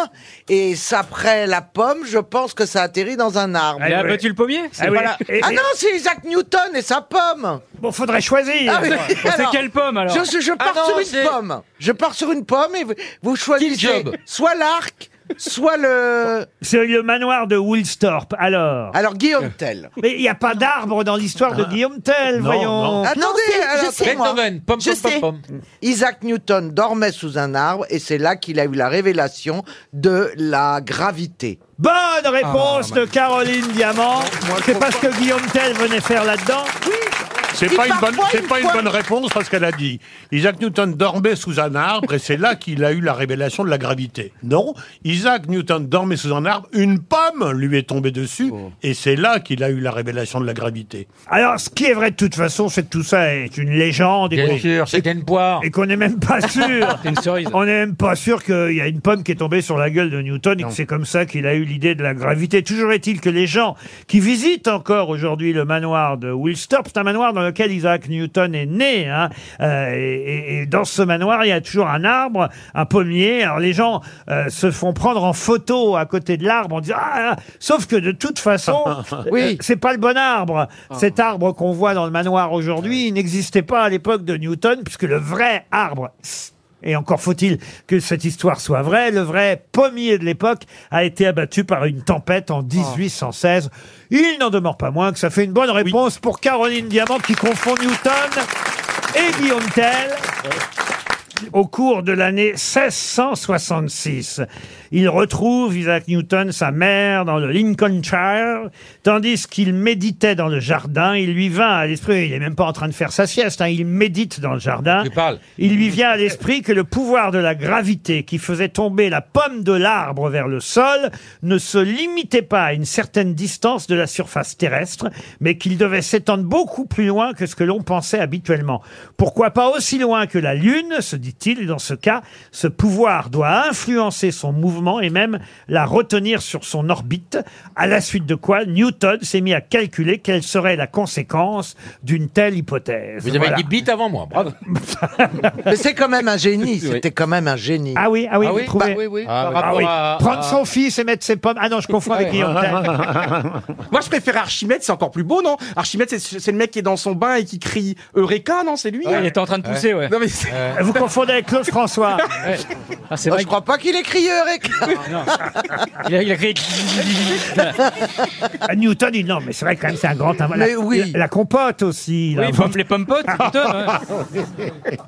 S7: et ça, après la pomme, je pense que ça atterrit dans un arbre.
S6: Il a abattu le pommier
S7: Ah,
S6: C'est pas la-
S7: ah non, c'est Isaac Newton et sa pomme. Ah,
S2: Bon, faudrait choisir.
S7: oui,
S6: C'est
S7: alors,
S6: quelle pomme, alors
S7: je, je pars
S6: Ah non,
S7: sur une pomme. Je pars sur une pomme et vous, vous choisissez
S2: Job.
S7: soit l'arc, soit le.
S2: C'est le manoir de Woolsthorpe, alors.
S7: Alors, Guillaume Tell.
S2: Mais il n'y a pas d'arbre dans l'histoire
S4: Ah.
S2: de Guillaume Tell,
S7: Non,
S2: voyons.
S7: non. Attendez, alors,
S8: Beethoven, pom,
S7: Je
S8: pom, pom,
S7: sais.
S8: pom.
S7: Isaac Newton dormait sous un arbre et c'est là qu'il a eu la révélation de la gravité.
S2: Bonne réponse de Caroline Diamant. C'est pas ce que Guillaume Tell venait faire là-dedans.
S5: C'est
S2: Puis
S5: pas, une bonne,
S2: parfois,
S5: c'est
S2: une
S5: pas une
S2: fois-
S5: bonne réponse parce qu'elle a dit Isaac Newton dormait sous un arbre et c'est là qu'il a eu la révélation de la gravité. Non, Isaac Newton dormait sous un arbre, une pomme lui est tombée dessus et c'est là qu'il a eu la révélation de la gravité.
S2: Alors, ce qui est vrai de toute façon, c'est que tout ça est une légende. et
S5: Bien
S2: qu'on-
S5: sûr,
S2: et- Et qu'on n'est même pas sûr.
S6: C'est une cerise.
S2: On n'est même pas sûr qu'il y a une pomme qui est tombée sur la gueule de Newton et que c'est comme ça qu'il a eu l'idée de la gravité. Toujours est-il que les gens qui visitent encore aujourd'hui le manoir de Woolsthorpe, c'est un manoir dans lequel Isaac Newton est né. hein. Euh, et, et- et dans ce manoir, il y a toujours un arbre, un pommier. Alors les gens euh, se font prendre en photo à côté de l'arbre en disant ah, ah. sauf que de toute façon,
S7: Oui.
S2: euh, c'est pas le bon arbre. Cet arbre qu'on voit dans le manoir aujourd'hui, il n'existait pas à l'époque de Newton, puisque le vrai arbre, et encore faut-il que cette histoire soit vraie, le vrai pommier de l'époque a été abattu par une tempête en 1816. Il n'en demeure pas moins que ça fait une bonne réponse pour Caroline Diamant qui confond Newton et Guillaume Tell. Au cours de l'année 1666, il retrouve Isaac Newton, sa mère, dans le Lincolnshire, tandis qu'il méditait dans le jardin. Il lui vint à l'esprit, il n'est même pas en train de faire sa sieste, hein, il médite dans le jardin. Il lui vient à l'esprit que le pouvoir de la gravité qui faisait tomber la pomme de l'arbre vers le sol ne se limitait pas à une certaine distance de la surface terrestre, mais qu'il devait s'étendre beaucoup plus loin que ce que l'on pensait habituellement. Pourquoi pas aussi loin que la Lune, se dit-il, et dans ce cas, ce pouvoir doit influencer son mouvement et même la retenir sur son orbite, à la suite de quoi Newton s'est mis à calculer quelle serait la conséquence d'une telle hypothèse.
S8: Vous avez
S2: Voilà.
S8: dit bite avant moi, bravo.
S7: Mais c'est quand même un génie, c'était quand même un génie.
S2: Ah oui, ah oui, vous trouvez
S7: Bah oui, oui,
S8: Ah
S7: par
S8: oui.
S7: rapport
S2: Ah oui.
S7: à-
S2: Prendre
S7: à-
S2: son fils et mettre ses pommes. Ah non, je confonds avec Guillaume Tell.
S4: Moi, je préfère Archimède, c'est encore plus beau, non Archimède, c'est- c'est le mec qui est dans son bain et qui crie Eureka, non C'est lui
S6: Ouais,
S4: hein
S6: il était en train de pousser, ouais. Ah,
S4: Non, mais c'est-
S2: Vous confondez avec Claude François.
S6: c'est
S7: Oh, je crois pas qu'il ait crié Eureka.
S6: Il a, il a crié.
S2: Ah, Newton, il non, mais c'est vrai quand même, c'est un grand invent.
S7: Mais
S2: la,
S7: oui.
S2: la, la compote aussi. il a
S6: Oui,
S2: inventé-
S6: pomme- les pommes potes,
S5: hein.
S6: putain, ouais.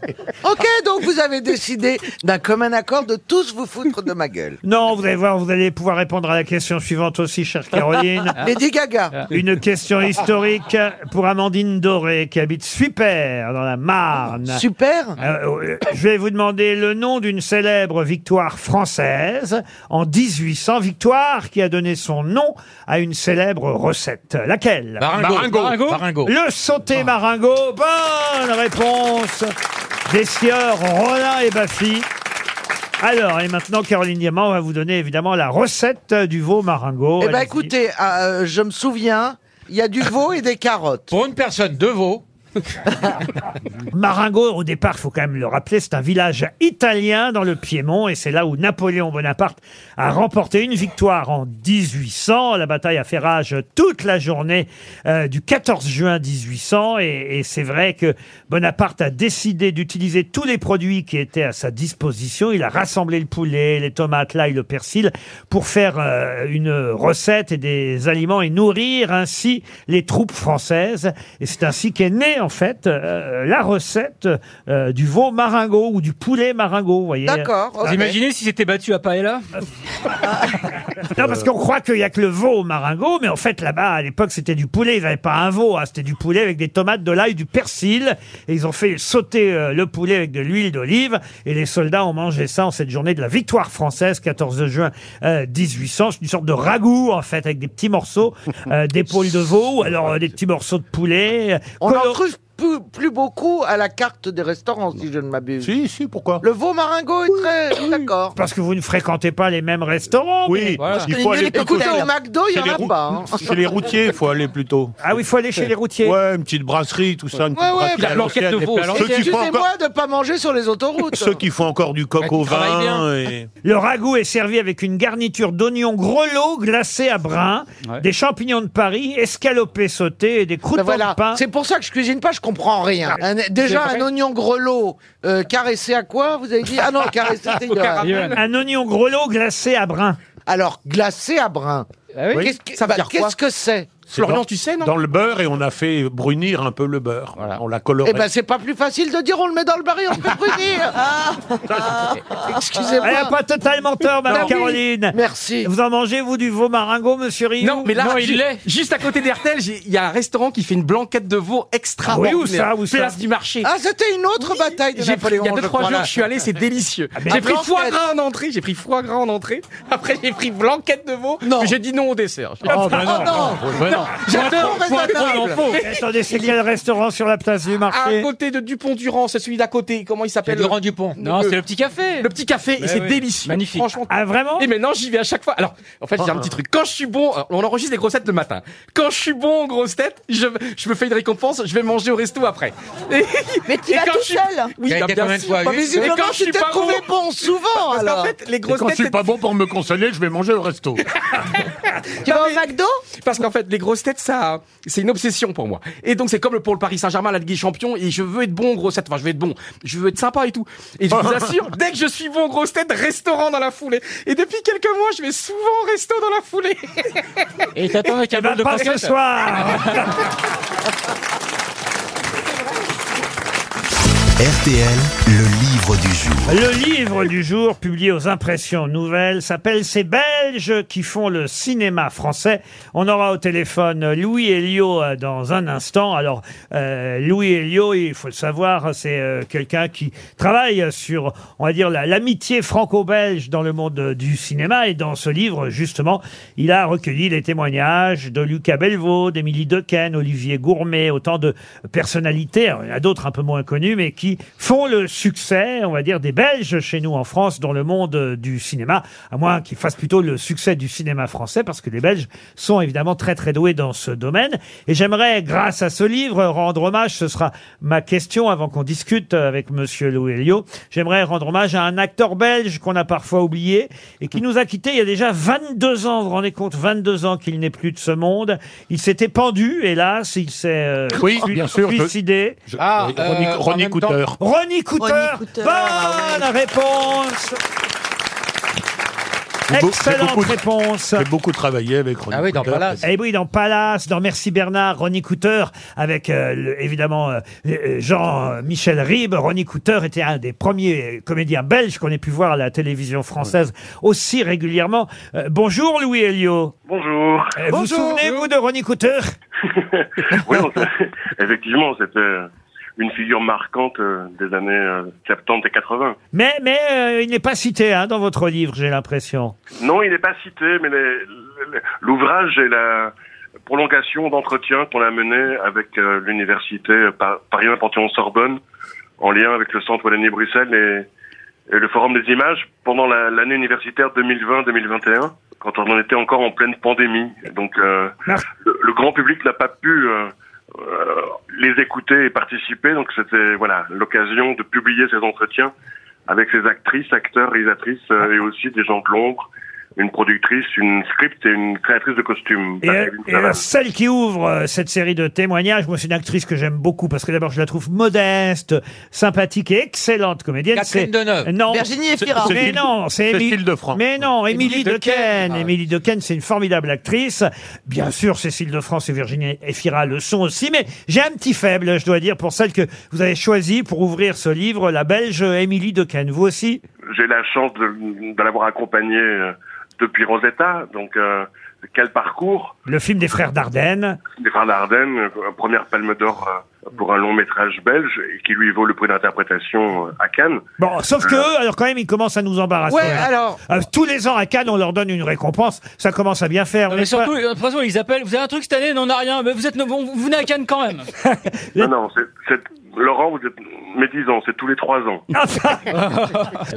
S7: Ok, donc vous avez décidé d'un commun accord de tous vous foutre de ma gueule.
S2: Non, vous allez voir, vous allez pouvoir répondre à la question suivante aussi, chère Caroline.
S7: Lady Gaga.
S2: Une question historique pour Amandine Doré qui habite Super dans la Marne.
S7: Super.
S2: Euh, euh, je vais vous demander le nom d'une célèbre victoire française en 1800, victoire qui a donné son nom à une célèbre recette. Laquelle
S8: Maringo. Maringo.
S2: Le sauté maringot. Bonne réponse des sieurs Rollin et Baffy. Alors, et maintenant, Caroline Diamant va vous donner évidemment la recette du veau maringot.
S7: Eh ben
S2: Oh, Allez-y.
S7: écoutez, euh, je me souviens, il y a du veau et des carottes.
S8: Pour une personne, deux veaux.
S2: Maringo, au départ, faut quand même le rappeler, c'est un village italien dans le Piémont et c'est là où Napoléon Bonaparte a remporté une victoire en 1800. La bataille a fait rage toute la journée euh, du 14 juin 1800 et, et c'est vrai que Bonaparte a décidé d'utiliser tous les produits qui étaient à sa disposition. Il a rassemblé le poulet, les tomates, l'ail, le persil pour faire euh, une recette et des aliments et nourrir ainsi les troupes françaises. Et c'est ainsi qu'est née en fait euh, la recette euh, du veau maringot ou du poulet maringot. Vous voyez.
S7: D'accord. ok.
S6: euh, Vous imaginez si c'était battu à Paella
S2: Euh, Non, parce qu'on croit qu'il y a que le veau au maringot, mais en fait, là-bas, à l'époque, c'était du poulet. Ils n'avaient pas un veau, hein, c'était du poulet avec des tomates, de l'ail, du persil. Et ils ont fait sauter euh, le poulet avec de l'huile d'olive. Et les soldats ont mangé ça en cette journée de la victoire française, 14 juin euh, 1800. C'est une sorte de ragoût, en fait, avec des petits morceaux euh, d'épaule de veau, ou alors euh, des petits morceaux de poulet.
S7: On en
S2: Colo-
S7: trouve plus, plus beaucoup à la carte des restaurants, si je ne m'abuse.
S5: Si, si, pourquoi
S7: Le veau maringot est très... D'accord.
S2: Parce que vous ne fréquentez pas les mêmes restaurants. mais-
S5: Oui, il faut aller plutôt
S7: Écoutez,
S5: chez-
S7: au McDo, il y
S5: chez
S7: en
S5: les
S7: a
S5: rou-
S7: pas, hein.
S5: Chez les routiers, il faut aller plutôt.
S2: Oh. Ah oui, il faut aller chez les routiers.
S5: Ouais, une petite brasserie, tout ça. Une petite
S7: Ouais, ouais,
S5: brasserie à l'ancienne. Ceux qui font encore-
S7: Excusez-moi de ne pas manger sur les autoroutes.
S5: Ceux qui font encore du coq au vin. et-
S2: Le ragoût est servi avec une garniture d'oignons grelots glacés à brun,
S5: Ouais.
S2: des champignons de Paris, escalopés sautés et des croûtons
S7: Ben voilà,
S2: de pain.
S7: c'est pour ça que je cuisine pas, je comprends rien.
S2: Ah,
S7: Un- déjà,
S2: C'est vrai.
S7: un oignon grelot euh, caressé à quoi Vous avez dit Ah non, caressé, c'est dégueulasse.
S2: Un oignon grelot glacé à brun.
S7: Alors, glacé à brun.
S5: Ah oui.
S7: Qu'est-ce que
S5: Ça veut
S7: bah,
S5: dire quoi
S7: qu'est-ce que c'est
S5: C'est dans- Dans le beurre, et on a fait brunir un peu le beurre. On l'a coloré.
S7: Eh ben, c'est pas plus facile de dire on le met dans le baril, on peut brunir. Excusez-moi.
S2: Elle n'a pas totalement tort,
S7: Non,
S2: madame
S7: oui.
S2: Caroline.
S7: Merci.
S2: Vous en mangez, vous, du veau maringot, monsieur Rioux
S4: Non, mais là, ju- juste à côté d'Hertel, j'ai- il y a un restaurant qui fait une blanquette de veau extra.
S2: Ah oui, où ça, où ça
S4: Place du marché.
S7: Ah, c'était une autre bataille de
S4: J'ai pris-
S7: Napoléon.
S4: il y a deux,
S7: je
S4: trois
S7: crois,
S4: jours
S7: là.
S4: que je suis allé, c'est délicieux.
S7: Ah, mais
S4: j'ai pris
S7: blanquette.
S4: foie gras en entrée, j'ai pris foie gras en entrée. Après, j'ai pris blanquette de veau. mais J'ai dit non au dessert.
S2: Oh, ben non,
S4: non,
S2: ben non.
S4: J'adore.
S2: Point, point, point,
S4: raisonnable.
S2: point. Mais Attendez, c'est quel restaurant sur la place du
S4: À
S2: marché
S4: côté de Dupont-Durand, c'est celui d'à côté. Comment il s'appelle
S2: C'est Laurent Dupont.
S6: Non, c'est le petit café.
S4: Le petit café, et
S6: Mais
S4: c'est
S6: oui.
S4: délicieux.
S6: Magnifique.
S4: Franchement.
S2: Ah, vraiment
S4: Et maintenant, j'y vais à chaque fois. Alors, en fait, j'ai un petit truc. Quand je suis bon, alors, on enregistre les grosses têtes le matin. Quand je suis bon en grosses têtes, je, je me fais une récompense, je vais manger au resto après. Et, Mais
S3: tu vas tout seul
S4: Oui,
S5: T'as
S4: bah,
S5: été
S4: bien
S5: combien de
S4: sûr.
S5: fois,
S4: Bah,
S5: huit
S4: visiblement,
S5: Et quand
S4: tu
S5: je suis
S4: t'es
S5: pas
S4: trouvé
S5: bon.
S7: bon souvent,
S4: Parce qu'en
S7: alors.
S4: fait, les
S5: Et
S4: grosses
S5: quand je
S4: têtes.
S5: suis pas bon pour me consoler, je vais manger au resto.
S4: Tu vas au McDo Parce qu'en fait, les grosses têtes, ça, c'est une obsession pour moi. Et donc, c'est comme le- pour le Paris Saint-Germain, la Ligue des Champions, et je veux être bon aux grosses têtes. Enfin, je veux être bon. Je veux être sympa et tout. Et je vous assure, dès que je suis bon aux grosses têtes, restaurant dans la foulée. Et depuis quelques mois, je vais souvent au resto dans la foulée.
S6: Et t'attends avec un
S2: Eh ben,
S6: bol de
S2: pas ce
S6: croquettes.
S2: soir
S1: RTL, le livre du jour.
S2: Le livre du jour, publié aux Impressions Nouvelles, s'appelle Ces Belges qui font le cinéma français. On aura au téléphone Louis Elio euh, dans un instant. Alors, euh, Louis Elio, il faut le savoir, c'est euh, quelqu'un qui travaille sur, on va dire, la- l'amitié franco-belge dans le monde euh, du cinéma. Et dans ce livre, justement, il a recueilli les témoignages de Lucas Belvaux, d'Émilie Dequesne, Olivier Gourmet, autant de personnalités, alors, il y en a d'autres un peu moins connues, mais qui font le succès, on va dire, des Belges chez nous en France dans le monde euh, du cinéma, à moins qu'ils fassent plutôt le succès du cinéma français, parce que les Belges sont évidemment très très doués dans ce domaine. Et j'aimerais, grâce à ce livre, rendre hommage, ce sera ma question avant qu'on discute avec Monsieur Louelio, j'aimerais rendre hommage à un acteur belge qu'on a parfois oublié et qui nous a quittés il y a déjà 22 ans, vous vous rendez compte, 22 ans qu'il n'est plus de ce monde. Il s'était pendu, hélas, il s'est euh,
S5: Oui,
S2: sui-
S5: bien sûr, je-
S2: suicidé.
S5: Ah, euh, Ronnie- Ronnie en même temps- Cooter.
S2: Ronnie Cooter.
S5: Ronnie Cooter,
S2: Bonne
S5: ah
S2: réponse.
S5: J'ai beau- j'ai
S2: Excellente
S5: beaucoup de-
S2: réponse.
S5: J'ai beaucoup travaillé avec Ronnie Cooper.
S2: Eh oui, dans Palace, dans Merci Bernard, Ronnie Cooter, avec euh, le- évidemment euh, euh, Jean-Michel Ribes. Ronnie Cooter était un des premiers euh, comédiens belges qu'on ait pu voir à la télévision française aussi régulièrement. Euh, bonjour Louis Elio.
S13: Bonjour.
S2: Euh, Vous vous souvenez-vous de Ronnie Cooter
S13: Oui, on s'est- effectivement, c'était une figure marquante euh, des années euh, 70 et 80.
S2: Mais, mais euh, il n'est pas cité hein, dans votre livre, j'ai l'impression.
S13: Non, il n'est pas cité, mais les- les- l'ouvrage est la prolongation d'entretien qu'on a mené avec euh, l'université Par- Paris-Panthéon-Sorbonne, en lien avec le Centre Wallonie-Bruxelles et, et le Forum des images, pendant la- l'année universitaire 2020-2021, quand on en était encore en pleine pandémie. Et Donc, euh, le, le grand public n'a pas pu... euh, euh, les écouter et participer, donc c'était voilà l'occasion de publier ces entretiens avec ses actrices, acteurs, réalisatrices euh, et aussi des gens de l'ombre, une productrice, une script et une créatrice de costumes. Bah,
S2: Et, euh, et euh, celle qui ouvre euh, cette série de témoignages, moi c'est une actrice que j'aime beaucoup parce que d'abord je la trouve modeste, sympathique et excellente comédienne.
S8: Catherine
S2: C'est-
S8: Deneuve.
S2: Non.
S8: Virginie Efira.
S2: C'est- Mais
S8: Cécile-
S2: non, c'est
S8: Cécile
S2: Émi-
S8: de France.
S2: Mais non, Émilie
S8: Émilie
S2: de
S8: de
S2: Caen.
S8: Caen. Ah.
S2: Émilie de Caen, c'est une formidable actrice. Bien sûr, Cécile de France et Virginie Efira le sont aussi, mais j'ai un petit faible, je dois dire, pour celle que vous avez choisie pour ouvrir ce livre, la Belge Émilie de Caen. Vous aussi
S13: J'ai la chance de, de l'avoir accompagnée euh, depuis Rosetta. Donc, euh, quel parcours
S2: Le film des frères Dardenne.
S13: Des frères Dardenne, euh, première palme d'or euh, pour un long métrage belge et qui lui vaut le prix d'interprétation euh, à Cannes.
S2: Bon, sauf que, eux, alors quand même, ils commencent à nous embarrasser.
S13: Ouais, alors-
S2: Euh, tous les ans à Cannes, on leur donne une récompense. Ça commence à bien faire.
S6: Mais surtout, j'ai euh, l'impression ils appellent. Vous avez un truc cette année Non, on n'a rien. Mais vous êtes, bon, vous venez à Cannes quand même.
S13: Non, non, c'est, c'est- Laurent, vous êtes médisant, c'est tous les trois ans.
S2: Ah.
S6: Eh,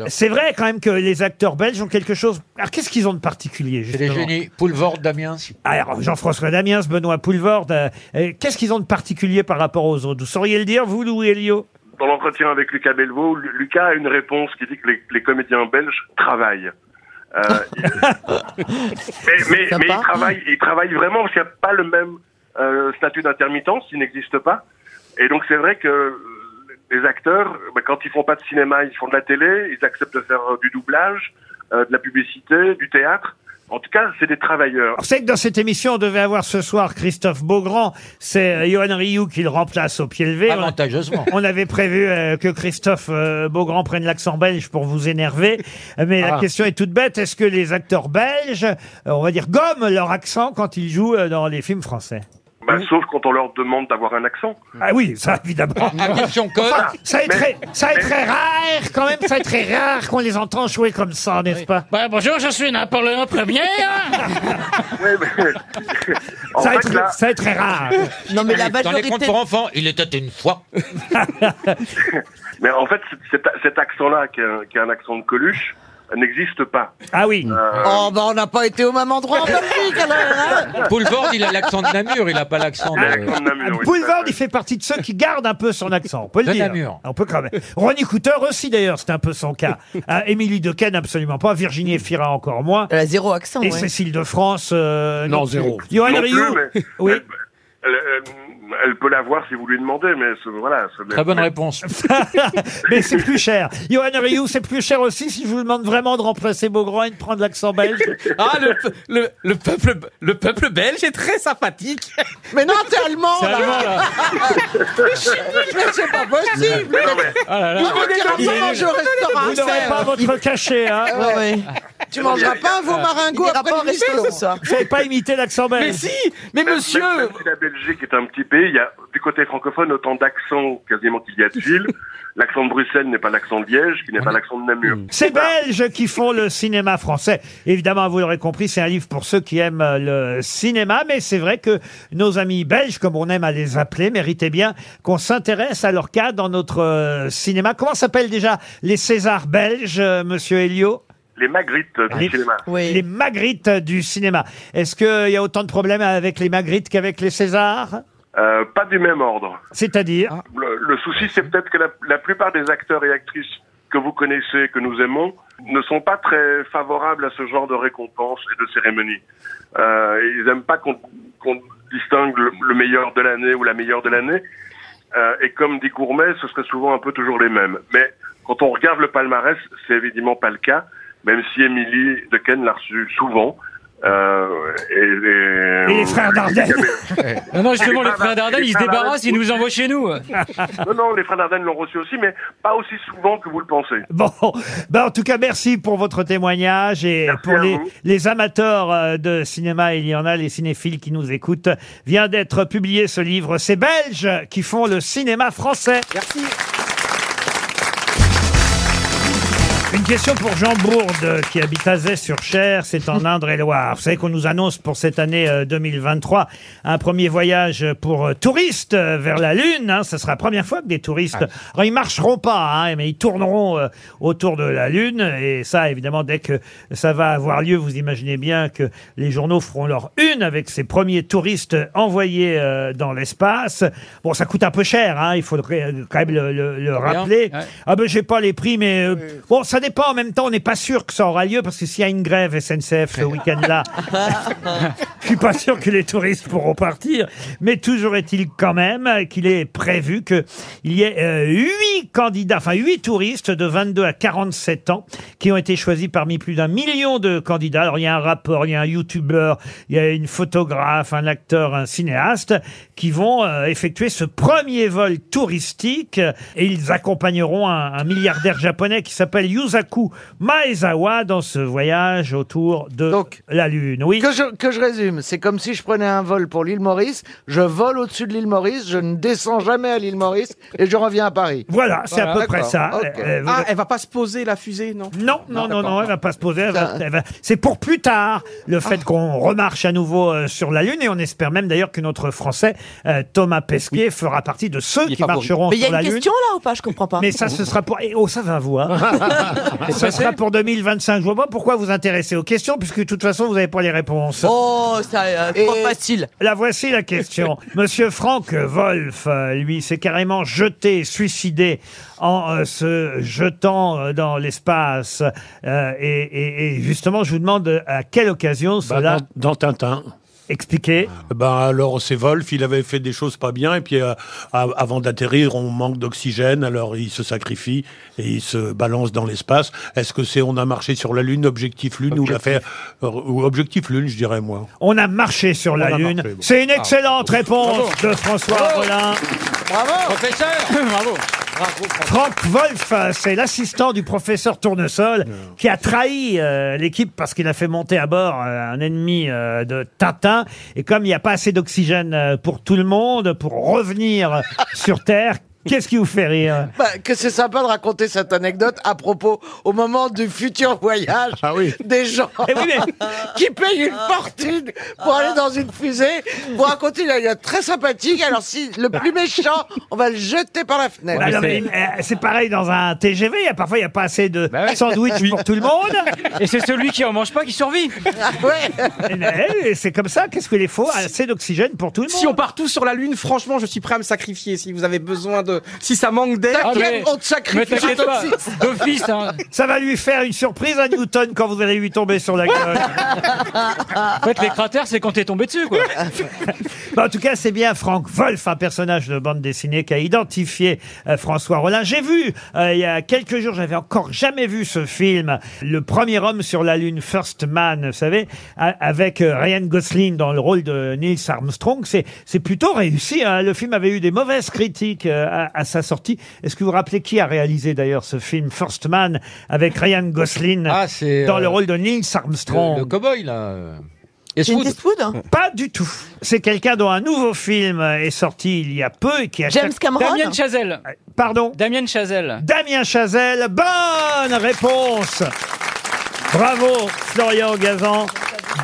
S2: C'est vrai quand même que les acteurs belges ont quelque chose. Alors qu'est-ce qu'ils ont de particulier C'est
S8: des génies.
S2: Poulvord, Damiens. Alors Jean-François Damiens, Benoît Poulvord. euh, euh, qu'est-ce qu'ils ont de particulier par rapport aux autres Vous sauriez le dire, vous, Lou Elio
S13: Dans l'entretien avec Lucas Belvaux, Lu- Lucas a une réponse qui dit que les, les comédiens belges travaillent. Euh, ils- mais mais,
S14: Sympa.
S13: mais ils, travaillent, ils travaillent vraiment parce qu'il n'y a pas le même euh, statut d'intermittence, il n'existe pas. Et donc c'est vrai que les acteurs, bah, quand ils font pas de cinéma, ils font de la télé, ils acceptent de faire euh, du doublage, euh, de la publicité, du théâtre. En tout cas, c'est des travailleurs.
S2: Vous savez que dans cette émission, on devait avoir ce soir Christophe Beaugrand. C'est euh, Johan Rioux qui le remplace au pied levé.
S8: Avantageusement.
S2: On avait prévu euh, que Christophe euh, Beaugrand prenne l'accent belge pour vous énerver. Mais la
S8: Ah.
S2: question est toute bête. Est-ce que les acteurs belges, euh, on va dire, gomment leur accent quand ils jouent euh, dans les films français
S13: Bah, Sauf quand on leur demande d'avoir un accent.
S2: Ah oui, ça évidemment. Enfin, ça, est très, ça est très rare, quand même, ça est très rare qu'on les entend jouer comme ça, n'est-ce pas
S14: Bah, bonjour, je suis Napoléon Ier.
S6: oh,
S2: Ça va être- ça va être très rare.
S3: Non, mais la
S8: Dans les contes
S3: majorité.
S8: pour enfants, il était une fois.
S13: Mais en fait, c- cet, cet accent-là, qui est, un- qui est un accent de Coluche, n'existe pas.
S2: Ah oui.
S7: Oh, bah on n'a pas été au même endroit en Belgique alors hein
S8: Poulvord, il a l'accent de Namur, il n'a pas l'accent de.
S13: Ah
S2: Boulevard, il fait partie de ceux qui gardent un peu son accent, on peut le
S8: De
S2: dire.
S8: Namur.
S2: On peut quand même. Ronnie Cooter aussi, d'ailleurs, c'est un peu son cas. Ah, Émilie Dequesne, absolument pas. Virginie Efira, encore moins.
S3: Elle a zéro accent.
S2: Et
S3: ouais.
S2: Cécile de France. euh,
S5: Non,
S2: plus.
S5: zéro.
S2: Johan
S13: Non plus,
S2: Rioux.
S13: mais
S2: Oui.
S13: elle, elle- elle- elle peut l'avoir si vous lui demandez, mais ce- voilà. ce- mais- mais-
S8: réponse.
S2: Ah, mais c'est plus cher. Johan Rioux, c'est plus cher aussi si je vous demande vraiment de remplacer Beaugrand et de prendre l'accent belge.
S4: Ah, le, pe- le, le peuple, le peuple belge est très sympathique.
S7: Mais non, t'es allemand
S4: C'est
S7: là.
S4: allemand, là.
S7: Mais je suis nul, mais c'est pas possible
S4: Non, mais-
S7: Ah là là.
S4: Il venait
S7: Tu vas
S4: de-
S7: pas
S4: il-
S7: manger au restaurant,
S2: Vous n'aurez
S7: c'est-
S2: pas votre cachet, hein. Ah.
S7: Ouais, ouais. Tu mangeras pas un veau maringot après le resto ce soir.
S2: Vous savez pas imiter l'accent belge.
S13: Mais si, mais monsieur même,
S7: eh
S13: si la Belgique est un petit pays, il y a du côté francophone autant d'accents quasiment qu'il y a de villes. L'accent de Bruxelles n'est pas l'accent de Liège, qui n'est pas l'accent de Namur.
S2: C'est
S7: ben
S2: Belges qui font le cinéma français. Évidemment, vous l'aurez compris, c'est un livre pour ceux qui aiment euh, le cinéma, mais c'est vrai que nos amis belges, comme on aime à les appeler, méritaient bien qu'on s'intéresse à leur cas dans notre euh, cinéma. Comment s'appellent déjà les Césars belges, euh, monsieur Elio
S13: Les euh, Magrites du
S2: les,
S13: cinéma.
S2: les Magrites du cinéma. Est-ce qu'il y a autant de problèmes avec les Magrites qu'avec les Césars
S13: Euh, pas du même ordre.
S2: C'est-à-dire
S13: Le, le souci, c'est peut-être que la, la plupart des acteurs et actrices que vous connaissez, que nous aimons, ne sont pas très favorables à ce genre de récompense et de cérémonie. Euh, ils n'aiment pas qu'on qu'on distingue le, le meilleur de l'année ou la meilleure de l'année. Euh, et comme dit Gourmet, ce serait souvent un peu toujours les mêmes. Mais quand on regarde le palmarès, c'est évidemment pas le cas, même si Émilie de Ken l'a reçu souvent. Euh, et,
S2: Et les frères Dardenne
S6: Non, non, justement, les frères Dardenne,
S13: les
S6: ils se
S13: frères
S6: débarrassent, ils nous envoient chez nous.
S13: non, non, les frères Dardenne l'ont reçu aussi, mais pas aussi souvent que vous le pensez.
S2: Bon, bah en tout cas, merci pour votre témoignage et pour
S13: à
S2: les,
S13: vous.
S2: les amateurs euh, de cinéma, il y en a, les cinéphiles qui nous écoutent. Vient d'être publié ce livre. Ces Belges qui font le cinéma français. Merci. Une question pour Jean Bourde, qui habite Azay sur Cher, c'est en Indre-et-Loire. Vous savez qu'on nous annonce pour cette année euh, 2023 un premier voyage pour euh, touristes euh, vers la Lune. hein. Ce sera la première fois que des touristes... Alors, ils marcheront pas, hein, mais ils tourneront euh, autour de la Lune. Et ça, évidemment, dès que ça va avoir lieu, vous imaginez bien que les journaux feront leur une avec ces premiers touristes envoyés euh, dans l'espace. Bon, ça coûte un peu cher, hein, il faudrait euh, quand même le, le- le
S8: Combien
S2: rappeler.
S8: Ouais.
S2: Ah ben j'ai pas les prix, mais euh, bon, ça dépend. En même temps, on n'est pas sûr que ça aura lieu parce que s'il y a une grève SNCF ce week-end-là, suis pas sûr que les touristes pourront partir, mais toujours est-il quand même qu'il est prévu qu'il y ait euh, huit candidats, enfin huit touristes de 22 à 47 ans qui ont été choisis parmi plus d'un million de candidats. Alors il y a un rapport, il y a un youtubeur, il y a une photographe, un acteur, un cinéaste qui vont euh, effectuer ce premier vol touristique et ils accompagneront un, un milliardaire japonais qui s'appelle Yusaku Maezawa dans ce voyage autour de la Lune. Oui.
S7: Que je, que je résume, c'est comme si je prenais un vol pour l'île Maurice, je vole au-dessus de l'île Maurice, je ne descends jamais à l'île Maurice et je reviens à Paris.
S2: Voilà, c'est à peu près
S7: d'accord,
S2: ça.
S7: ok.
S2: Euh, vous-
S4: Ah, elle va pas se poser la fusée, non
S2: Non, non, non, non, elle va pas se poser. elle va- elle va- C'est pour plus tard
S3: Ah.
S2: le fait qu'on remarche à nouveau euh, sur la Lune et on espère même d'ailleurs que notre Français euh, Thomas Pesquet fera partie de ceux qui
S3: favori.
S2: marcheront
S3: Mais il y a
S2: sur la
S3: une
S2: Lune.
S3: question, là, ou pas Je comprends pas.
S2: Mais ça, ce sera pour. eh, Oh, ça va voir. ça sera pour 2025. Je vois pas pourquoi vous intéressez aux questions, puisque de toute façon, vous n'avez pas les réponses.
S3: Oh, ça, euh, trop facile.
S2: La voici la question. Monsieur Franck Wolf, euh, lui, s'est carrément jeté, suicidé en euh, se jetant euh, dans l'espace. Euh, et, et- et justement, je vous demande euh, à quelle occasion
S5: Bah,
S2: cela.
S5: dans, dans Tintin.
S2: Expliquez.
S5: Ben alors c'est Wolf, il avait fait des choses pas bien et puis euh, a- avant d'atterrir, on manque d'oxygène, alors il se sacrifie et il se balance dans l'espace. Est-ce que c'est on a marché sur la Lune, objectif Lune ou l'affaire ou objectif Lune, je dirais moi.
S2: On a marché sur la
S5: a
S2: Lune.
S5: marché, bon.
S2: C'est une excellente
S5: Ah.
S2: réponse
S5: Bravo. Oh.
S2: de François
S5: Bravo.
S2: Rollin.
S7: Bravo
S6: Professeur Oh. Bravo
S2: Franck Wolf, euh, c'est l'assistant du professeur Tournesol qui a trahi euh, l'équipe parce qu'il a fait monter à bord euh, un ennemi euh, de Tintin. Et comme il n'y a pas assez d'oxygène euh, pour tout le monde, pour revenir sur Terre, qu'est-ce qui vous fait rire
S7: Bah, que c'est sympa de raconter cette anecdote à propos au moment du futur voyage des gens
S2: Ah Eh oui,
S7: qui payent une fortune pour aller dans une fusée pour raconter une anecdote très sympathique. Alors si le plus méchant, on va le jeter par la fenêtre.
S2: Bah non, mais,
S6: Ah,
S2: euh, c'est pareil dans un TGV, il y a parfois il n'y a pas assez de sandwich pour tout le monde.
S6: Bah Et c'est celui qui en mange pas qui survit. Ah
S2: Eh, eh, C'est comme ça, qu'est-ce qu'il est faux Assez d'oxygène pour tout le monde.
S4: Si on part tous sur la Lune, franchement, je suis prêt à me sacrifier. Si vous avez besoin de. Si ça manque d'air,
S6: Ah, mais-
S4: on te
S6: mais
S4: sacrifie.
S6: t'inquiète pas, d'office, hein.
S2: Ça va lui faire une surprise à Newton quand vous allez lui tomber sur la gueule.
S6: En fait, les cratères, euh, c'est quand t'es tombé dessus, quoi.
S2: Bah, en tout cas, c'est bien Franck Wolf, un personnage de bande dessinée qui a identifié euh, François Rollin. J'ai vu, euh, il y a quelques jours, j'avais encore jamais vu ce film, Le premier homme sur la Lune, First Man, vous savez, a- avec euh, Ryan Gosling dans le rôle de Neil Armstrong. C'est c'est plutôt réussi. hein. Le film avait eu des mauvaises critiques euh, à, à sa sortie. Est-ce que vous vous rappelez qui a réalisé d'ailleurs ce film, First Man, avec Ryan Gosling dans le
S8: euh,
S2: rôle de Neil Armstrong
S8: Le, le cowboy, là. euh, Eastwood.
S2: pas du tout. C'est quelqu'un dont un nouveau film est sorti il y a peu et qui a
S6: James Cameron Damien
S2: Damien
S6: Chazelle.
S2: Pardon
S6: Damien Chazelle.
S2: Damien Chazelle, bonne réponse. Bravo Florian Gazan.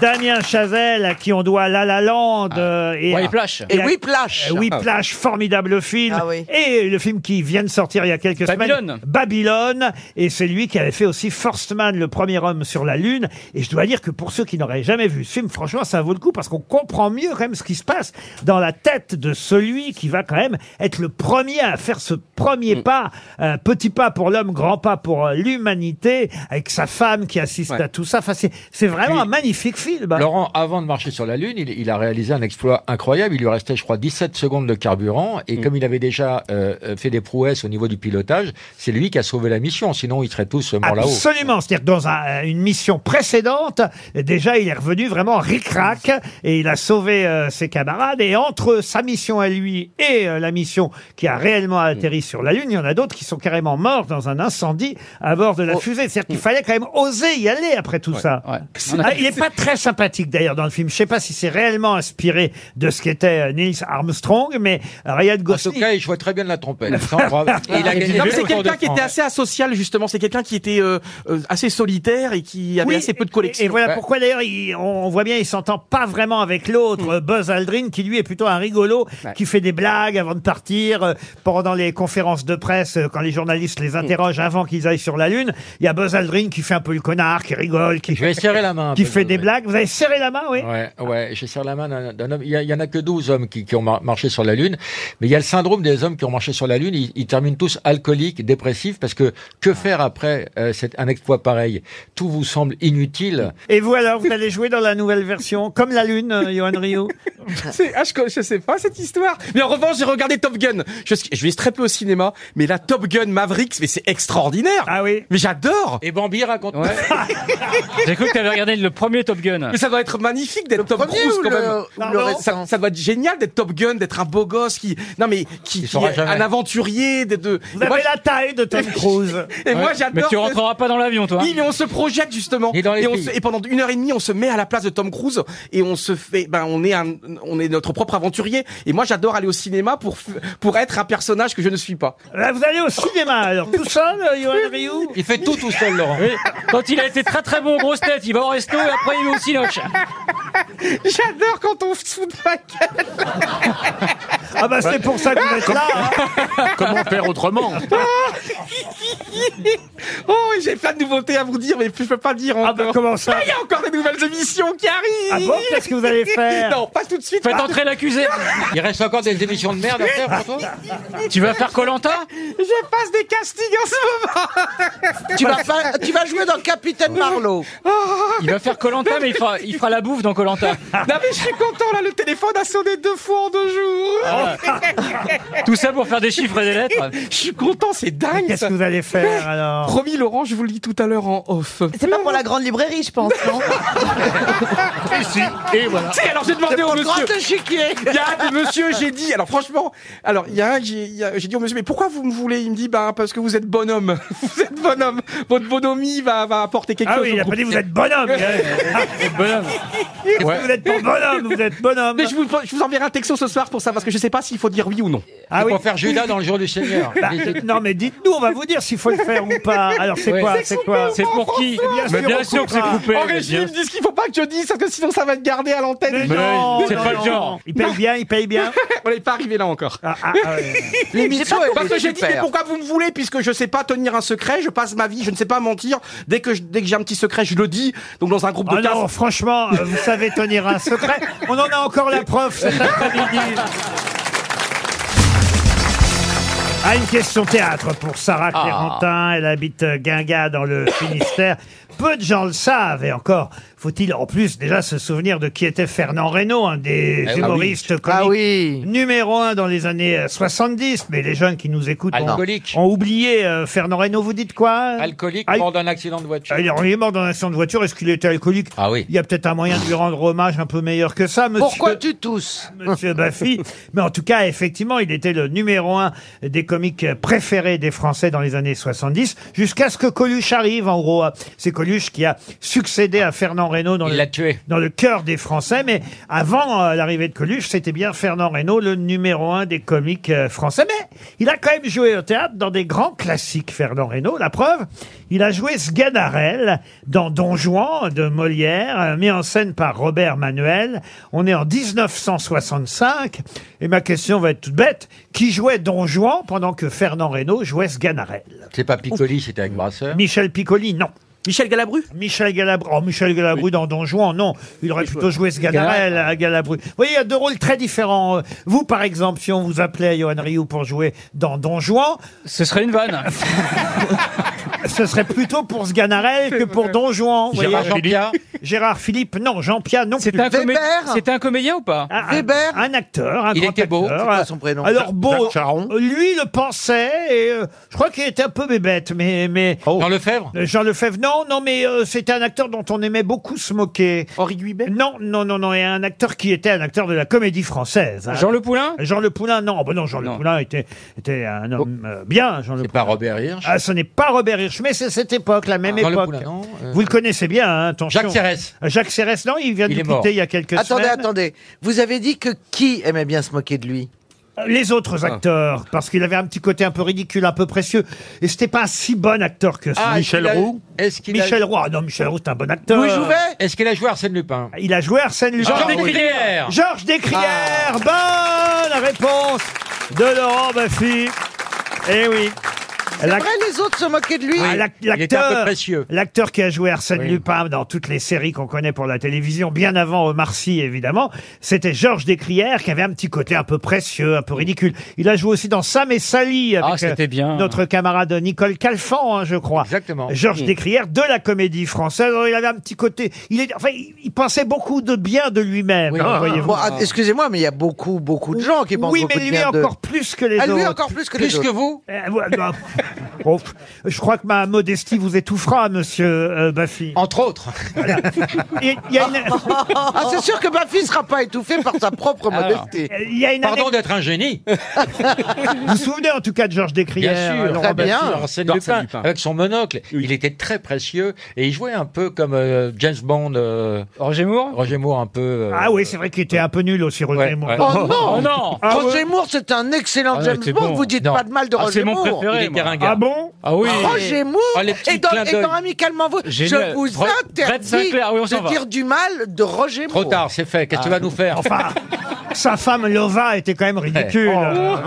S2: Damien Chazelle, à qui on doit La La Land euh, et
S6: Whiplash.
S7: Et Whiplash.
S2: Oui, Whiplash, formidable film. Et le film qui vient de sortir il y a quelques
S6: Babylone.
S2: semaines. Babylone. Et c'est lui qui avait fait aussi First Man, le premier homme sur la Lune. Et je dois dire que pour ceux qui n'auraient jamais vu ce film, franchement, ça vaut le coup parce qu'on comprend mieux quand même ce qui se passe dans la tête de celui qui va quand même être le premier à faire ce premier
S8: Mm.
S2: pas. Euh, petit pas pour l'homme, grand pas pour euh, l'humanité, avec sa femme qui assiste
S8: Ouais.
S2: à tout ça. Enfin, c'est c'est vraiment un magnifique film.
S8: Laurent, avant de marcher sur la Lune, il, il a réalisé un exploit incroyable. Il lui restait, je crois, 17 secondes de carburant. Et comme il avait déjà euh, euh, fait des prouesses au niveau du pilotage, c'est lui qui a sauvé la mission. Sinon, ils seraient tous euh, morts là-haut.
S2: Absolument. C'est-à-dire que dans un- euh, une mission précédente, déjà, il est revenu vraiment ric-rac et il a sauvé euh, ses camarades. Et entre sa mission à lui et euh, la mission qui a réellement atterri sur la Lune, il y en a d'autres qui sont carrément morts dans un incendie à bord de la fusée. C'est-à-dire qu'il fallait quand même oser y aller après tout ça.
S6: On a-
S2: Ah, il n'est pas très sympathique d'ailleurs dans le film. Je ne sais pas si c'est réellement inspiré de ce qu'était euh, Neils Armstrong, mais Ryan Gosling. En tout
S8: cas, il jouait très bien de la trompette. bravo.
S4: Et il a gagné. Non, mais c'est quelqu'un qui était
S2: assez
S4: assez asocial, justement. C'est quelqu'un qui était euh, euh, assez solitaire et qui avait
S2: Oui,
S4: assez peu de collections.
S2: Et, et voilà pourquoi d'ailleurs il- on, on voit bien il s'entend pas vraiment avec l'autre
S4: Hmm.
S2: euh, Buzz Aldrin qui lui est plutôt un rigolo qui fait des blagues avant de partir euh, pendant les conférences de presse euh, quand les journalistes
S4: Hmm.
S2: les interrogent avant qu'ils aillent sur la lune il y a Buzz Aldrin qui fait un peu le connard qui rigole qui
S8: Je vais serrer la main un
S2: qui
S8: peu,
S2: fait des blagues Chirac. Vous avez serré la main, oui
S8: Ouais, ouais, j'ai serré la main d'un d'un homme. Il y, a- il y en a que 12 hommes qui, qui ont mar- marché sur la Lune, mais il y a le syndrome des hommes qui ont marché sur la Lune. Ils, ils terminent tous alcooliques, dépressifs, parce que
S2: Ah.
S8: que faire après euh, cet- un exploit pareil Tout vous semble inutile.
S2: Et vous alors, vous allez jouer dans la nouvelle version, comme la Lune, euh, Johan Rio
S4: C'est- ah, je, co- je sais pas cette histoire. Mais en revanche, j'ai regardé Top Gun. Je, suis- je vais très peu au cinéma, mais la Top Gun Mavericks, mais c'est extraordinaire.
S2: Ah oui.
S4: Mais j'adore.
S8: Et Bambi raconte.
S6: J'ai cru que t'avais regardé le premier Top Gun.
S4: Mais ça doit être magnifique d'être Top
S6: premier
S4: Cruise
S6: ou
S4: quand
S6: le-
S4: même.
S6: ou le récent
S4: ça, ça doit être génial d'être Top Gun, d'être un beau gosse qui, non mais qui, qui
S6: saura
S4: est
S6: jamais.
S4: un aventurier. De, de...
S2: Vous avez la taille de Tom Cruise.
S4: Et moi
S6: Ouais,
S4: j'adore.
S6: mais tu rentreras pas dans l'avion, toi.
S4: Oui, mais on se projette justement.
S6: Et dans les
S4: on
S6: pays.
S4: se- et pendant une heure et demie, on se met à la place de Tom Cruise et on se fait, ben on est un, on est notre propre aventurier. Et moi j'adore aller au cinéma pour f- pour être un personnage que je ne suis pas.
S2: Là, vous allez au cinéma alors, tout seul, euh, Johan Rioux
S8: Il fait tout tout seul, Laurent.
S6: Quand il a été très très bon aux grosses têtes, il va au resto et après il va au cinoche.
S4: J'adore quand on se fout de la gueule.
S2: Ah bah c'est pour ça que vous êtes là.
S5: Comment faire autrement
S6: Ah,
S4: oh, et j'ai plein de nouveautés à vous dire, mais je peux pas le dire encore.
S6: bah,
S2: comment ça
S4: Ah, Il y a encore des nouvelles émissions qui arrivent.
S2: Ah bon Qu'est-ce que vous allez faire
S4: Non, pas tout de suite. Ah.
S6: Faites entrer l'accusé.
S8: Il reste encore des émissions de merde à faire pour toi
S6: Tu vas faire Colanta
S4: Je passe des castings en ce moment. Oh.
S7: Tu vas, pas- tu vas jouer dans Capitaine Marlowe.
S6: Il va faire Colanta, mais il fera, il fera la bouffe dans Colanta.
S4: Non mais je suis content là, le téléphone a sonné deux fois en deux Ah. jours.
S6: Tout ça pour faire des chiffres et des lettres.
S4: Je suis content, c'est dingue.
S2: Qu'est-ce
S4: ça.
S2: que vous allez faire alors
S4: Promis Laurent, je vous le dis tout à l'heure en off.
S3: C'est pas pour la grande librairie, je pense, non
S5: Et si, et voilà.
S4: Si, alors j'ai demandé au
S7: Pour le
S4: monsieur.
S7: grand échiquier.
S4: Il y a un des monsieur, j'ai dit. Alors franchement, alors il y a un, j'ai il y a- j'ai dit au monsieur, mais pourquoi vous me voulez Il me dit, bah parce que vous êtes bonhomme. Vous êtes bonhomme. Votre bonhomie va, va apporter quelque
S2: Ah
S4: chose.
S2: oui,
S4: au
S2: il a
S4: groupe.
S2: pas dit Ah, vous êtes bonhomme. il a-
S6: Bonhomme.
S2: Vous êtes pas bonhomme, vous êtes bonhomme.
S4: Mais je vous, je vous enverrai un texto ce soir pour ça, parce que je sais pas s'il faut dire oui ou non.
S2: Ah oui.
S8: Pour faire Judas dans le jour du Seigneur.
S2: Bah, euh, non mais dites-nous, on va vous dire s'il faut le faire ou pas. Alors c'est
S6: Ouais.
S2: quoi C'est quoi
S6: C'est pour qui Mais bien sûr que c'est coupé.
S4: en
S6: mais
S4: régie,
S6: bien
S4: ils me disent qu'il faut pas que je dise, parce que sinon ça va être gardé à l'antenne.
S2: Mais non,
S6: c'est
S2: non,
S6: pas le
S2: non.
S6: genre.
S2: Il paye bien, il paye bien.
S4: On n'est pas arrivé là encore.
S2: Ah, ah, ah, ouais.
S7: L'émission, elle
S4: Parce
S7: est
S4: que j'ai dit, mais
S7: super.
S4: pourquoi vous me voulez Puisque je sais pas tenir un secret, je passe ma vie, je ne sais pas mentir. Dès que je- dès que j'ai un petit secret, je le dis. Donc dans un groupe de
S2: Ah non,
S4: quinze-
S2: franchement, euh, vous savez tenir un secret. On en a encore la preuve cet après-midi. Ah, une question théâtre pour Sarah Clérentin. Elle habite euh, Guinga dans le Finistère. Peu de gens le savent et encore faut-il en plus déjà se souvenir de qui était Fernand Reynaud, un des
S8: Eh oui.
S2: humoristes comiques
S7: Ah oui.
S2: numéro un dans les années euh, 70. Mais les jeunes qui nous écoutent ont,
S8: Alcoolique.
S2: ont oublié euh, Fernand Reynaud. Vous dites quoi
S8: Alcoolique,
S2: Al-
S8: mort d'un accident de voiture.
S2: alors, il est mort dans un accident de voiture. Est-ce qu'il était alcoolique
S8: Ah oui.
S2: Il y a peut-être un moyen de lui rendre hommage un peu meilleur que ça, monsieur.
S7: Pourquoi tu tousses
S2: Monsieur Baffy. Mais en tout cas, effectivement, il était le numéro un des comiques préférés des Français dans les années 70, jusqu'à ce que Coluche arrive, en gros. C'est Coluche qui a succédé à Fernand Reynaud dans
S8: Il
S2: le-
S8: l'a tué.
S2: dans le cœur des Français. Mais avant euh, l'arrivée de Coluche, c'était bien Fernand Reynaud, le numéro un des comiques euh, français. Mais il a quand même joué au théâtre dans des grands classiques, Fernand Reynaud. La preuve, il a joué Sganarelle dans Don Juan de Molière, euh, mis en scène par Robert Manuel. On est en 1965. Et ma question va être toute bête. Qui jouait Don Juan pendant que Fernand Reynaud jouait Sganarelle
S8: C'est pas Piccoli, c'était avec Brasseur.
S2: Michel Piccoli, non.
S4: Michel Galabru
S2: Michel Galabru. Oh, Michel Galabru dans Don Juan, non. Il aurait plutôt joué ce Ganarelle à Galabru. Vous voyez, il y a deux rôles très différents. Vous, par exemple, si on vous appelait Johan Rioux pour jouer dans Don Juan,
S6: Ce serait une vanne.
S2: ce serait plutôt pour ce Ganarelle que pour Don Juan. vous
S8: Gérard
S2: voyez.
S8: Jean-Pierre.
S2: Gérard Philippe, non. Jean-Pierre, non
S6: C'était
S2: plus.
S6: un, comé-
S7: Weber
S6: c'était un comédien ou pas
S2: Un- un-
S7: Weber.
S2: Ah, Un acteur, un
S8: Il
S2: grand
S8: était beau,
S2: acteur.
S8: c'est
S7: quoi son prénom
S2: Alors beau,
S5: Jacques Charon.
S2: lui le pensait, et euh, je crois qu'il était un peu bébête, mais... mais...
S8: Dans Lefebvre
S2: Euh, Jean Lefebvre, non, non, mais euh, c'était un acteur dont on aimait beaucoup se moquer.
S4: Henri Guibert
S2: Non, non, non, non, et un acteur qui était un acteur de la comédie française. hein.
S6: Jean Le Poulain
S2: Jean Le Poulain, non, bah non, Jean Le
S6: Non.
S2: Poulain était, était un homme euh, bien, Jean Le
S8: Oh. C'est
S2: Poulain.
S8: pas Robert Hirsch.
S2: Ah, ce n'est pas Robert Hirsch, mais c'est cette époque, la même
S8: Jean Le
S2: époque.
S8: Poulain, non, euh,
S2: Vous le connaissez bien, hein, attention.
S8: Jacques Serres.
S2: Jacques Serres, non, il vient de
S8: Il
S2: nous
S8: est mort.
S2: quitter il y a quelques
S7: Attendez,
S2: semaines.
S7: attendez. Vous avez dit que qui aimait bien se moquer de lui
S2: Euh, Les autres
S8: Ah.
S2: acteurs, parce qu'il avait un petit côté un peu ridicule, un peu précieux, et c'était pas un si bon acteur que ça.
S8: Ah, est-ce
S5: Michel
S8: qu'il a-
S5: Roux
S8: Est-ce qu'il a-
S2: Michel Roy, ah non, Michel Roux, c'est un bon acteur.
S7: Louis Jouvet
S8: Est-ce qu'il a joué Arsène Lupin
S2: Il a joué Arsène Lupin.
S8: Jean
S2: Ah, oui.
S8: Descrières Ah.
S2: Georges Descrières, bonne réponse de Laurent Baffy. Eh oui.
S7: C'est
S2: L'ac-
S7: vrai, les autres se moquaient de lui.
S2: Ah, l'ac- l'acteur- L'acteur qui a joué Arsène Lupin dans toutes les séries qu'on connaît pour la télévision, bien avant Omar Sy, évidemment, c'était Georges Descrières qui avait un petit côté un peu précieux, un peu ridicule. Il a joué aussi dans Sam et Sally avec
S6: Ah, c'était
S2: euh,
S6: bien.
S2: notre camarade Nicole Calfan, hein, je crois. Exactement. Georges
S6: Mm.
S2: Descrières de la comédie française. Alors, il avait un petit côté. Il, est, enfin, il il pensait beaucoup de bien de lui-même. hein, voyez-vous.
S7: Bon, ah, Excusez-moi, mais il y a beaucoup, beaucoup de gens qui pensent
S2: Oui,
S7: beaucoup
S2: mais
S7: de
S2: lui
S7: bien de-
S2: encore plus que les
S7: Ah,
S2: autres.
S7: Lui encore plus que les autres.
S2: Euh, ouais, bah, oh, pff, je crois que ma modestie vous étouffera, monsieur euh, Baffy. Entre autres.
S7: Ah, c'est sûr que ma fille ne sera pas étouffée par sa propre
S2: Alors,
S7: modestie.
S2: il y a une Pardon anecdote-
S8: d'être un génie.
S2: vous vous souvenez en tout cas de Georges Descrières euh, Laurent Baffy
S8: Arsène Lupin, avec son monocle. Il était très précieux et il jouait un peu comme euh, James Bond. euh,
S6: Roger Moore
S8: Roger Moore, un peu. euh,
S2: Ah oui, c'est vrai qu'il était un peu nul aussi, Roger Moore.
S8: ouais.
S7: Oh non,
S2: Ah ouais.
S7: Roger Moore, c'est un excellent
S8: Ah,
S7: James
S8: c'est
S7: Bond.
S8: bon.
S7: Vous dites
S8: Non.
S7: pas de mal de
S8: Ah,
S7: Roger
S8: c'est mon
S7: Moore.
S8: préféré, Il était moi. ringard.
S2: Ah bon
S8: Ah oui.
S7: Roger Moore.
S8: Ah, les
S7: et
S8: petits
S7: dans,
S8: clins
S7: et
S8: d'œil.
S7: dans Amicalement Vôtre,
S8: J'ai
S7: je
S8: lu-
S7: vous
S8: Brett
S7: interdis
S8: Sinclair, oui, on s'en
S7: de
S8: va.
S7: dire du mal de Roger Moore.
S8: Trop tard, c'est fait. Qu'est-ce que tu vas nous faire
S2: Ah. Enfin, sa femme Lova était quand même ridicule. Euh,
S7: Oh.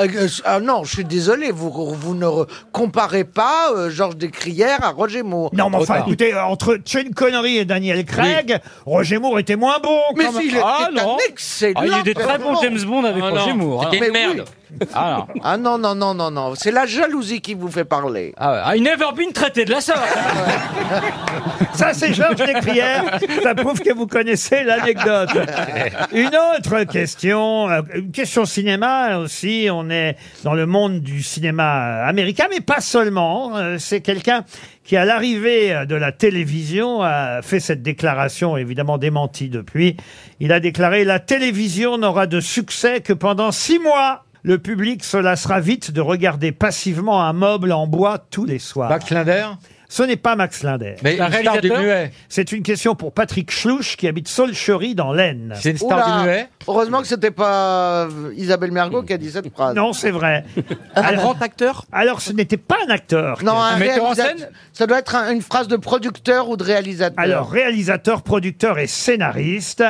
S7: Euh, euh, ah non, je suis désolé, vous, vous ne re- comparez pas euh, Georges Descrières à Roger Moore.
S2: Non, mais enfin, écoutez, euh, entre Sean Connery et Daniel Craig, Roger Moore était moins bon.
S7: Mais
S2: quand même.
S7: s'il était
S6: Ah, non.
S7: un excellent
S6: Ah, il était très bon,
S7: performant.
S6: James Bond, avec Ah, non. Roger Moore, C'était alors. une
S7: Mais oui.
S6: merde. Ah, non.
S7: Ah non, non, non, non, non. C'est la jalousie qui vous fait parler.
S6: Ah, il never been traité de la sorte.
S2: Ça, c'est Georges Descrières. Ça prouve que vous connaissez l'anecdote. Une autre question, euh, une question cinéma aussi. On est dans le monde du cinéma euh, américain, mais pas seulement. Euh, C'est quelqu'un qui, à l'arrivée euh, de la télévision, a fait cette déclaration, évidemment démentie depuis. Il a déclaré La télévision n'aura de succès que pendant six mois. Le public se lassera vite de regarder passivement un meuble en bois tous les soirs.
S8: Max Linder
S2: Ce n'est pas Max Linder.
S8: Mais Un une star réalisateur du muet.
S2: C'est une question pour Patrick Schlouch qui habite Solchery dans l'Aisne.
S7: Oula, Heureusement que c'était pas euh, Isabelle Mergot qui a dit cette phrase.
S2: Non, c'est vrai. Un grand acteur Alors, ce n'était pas un acteur.
S7: Non, un réalisateur- Ça doit être un- une phrase de producteur ou de réalisateur.
S2: Alors, réalisateur, producteur et scénariste.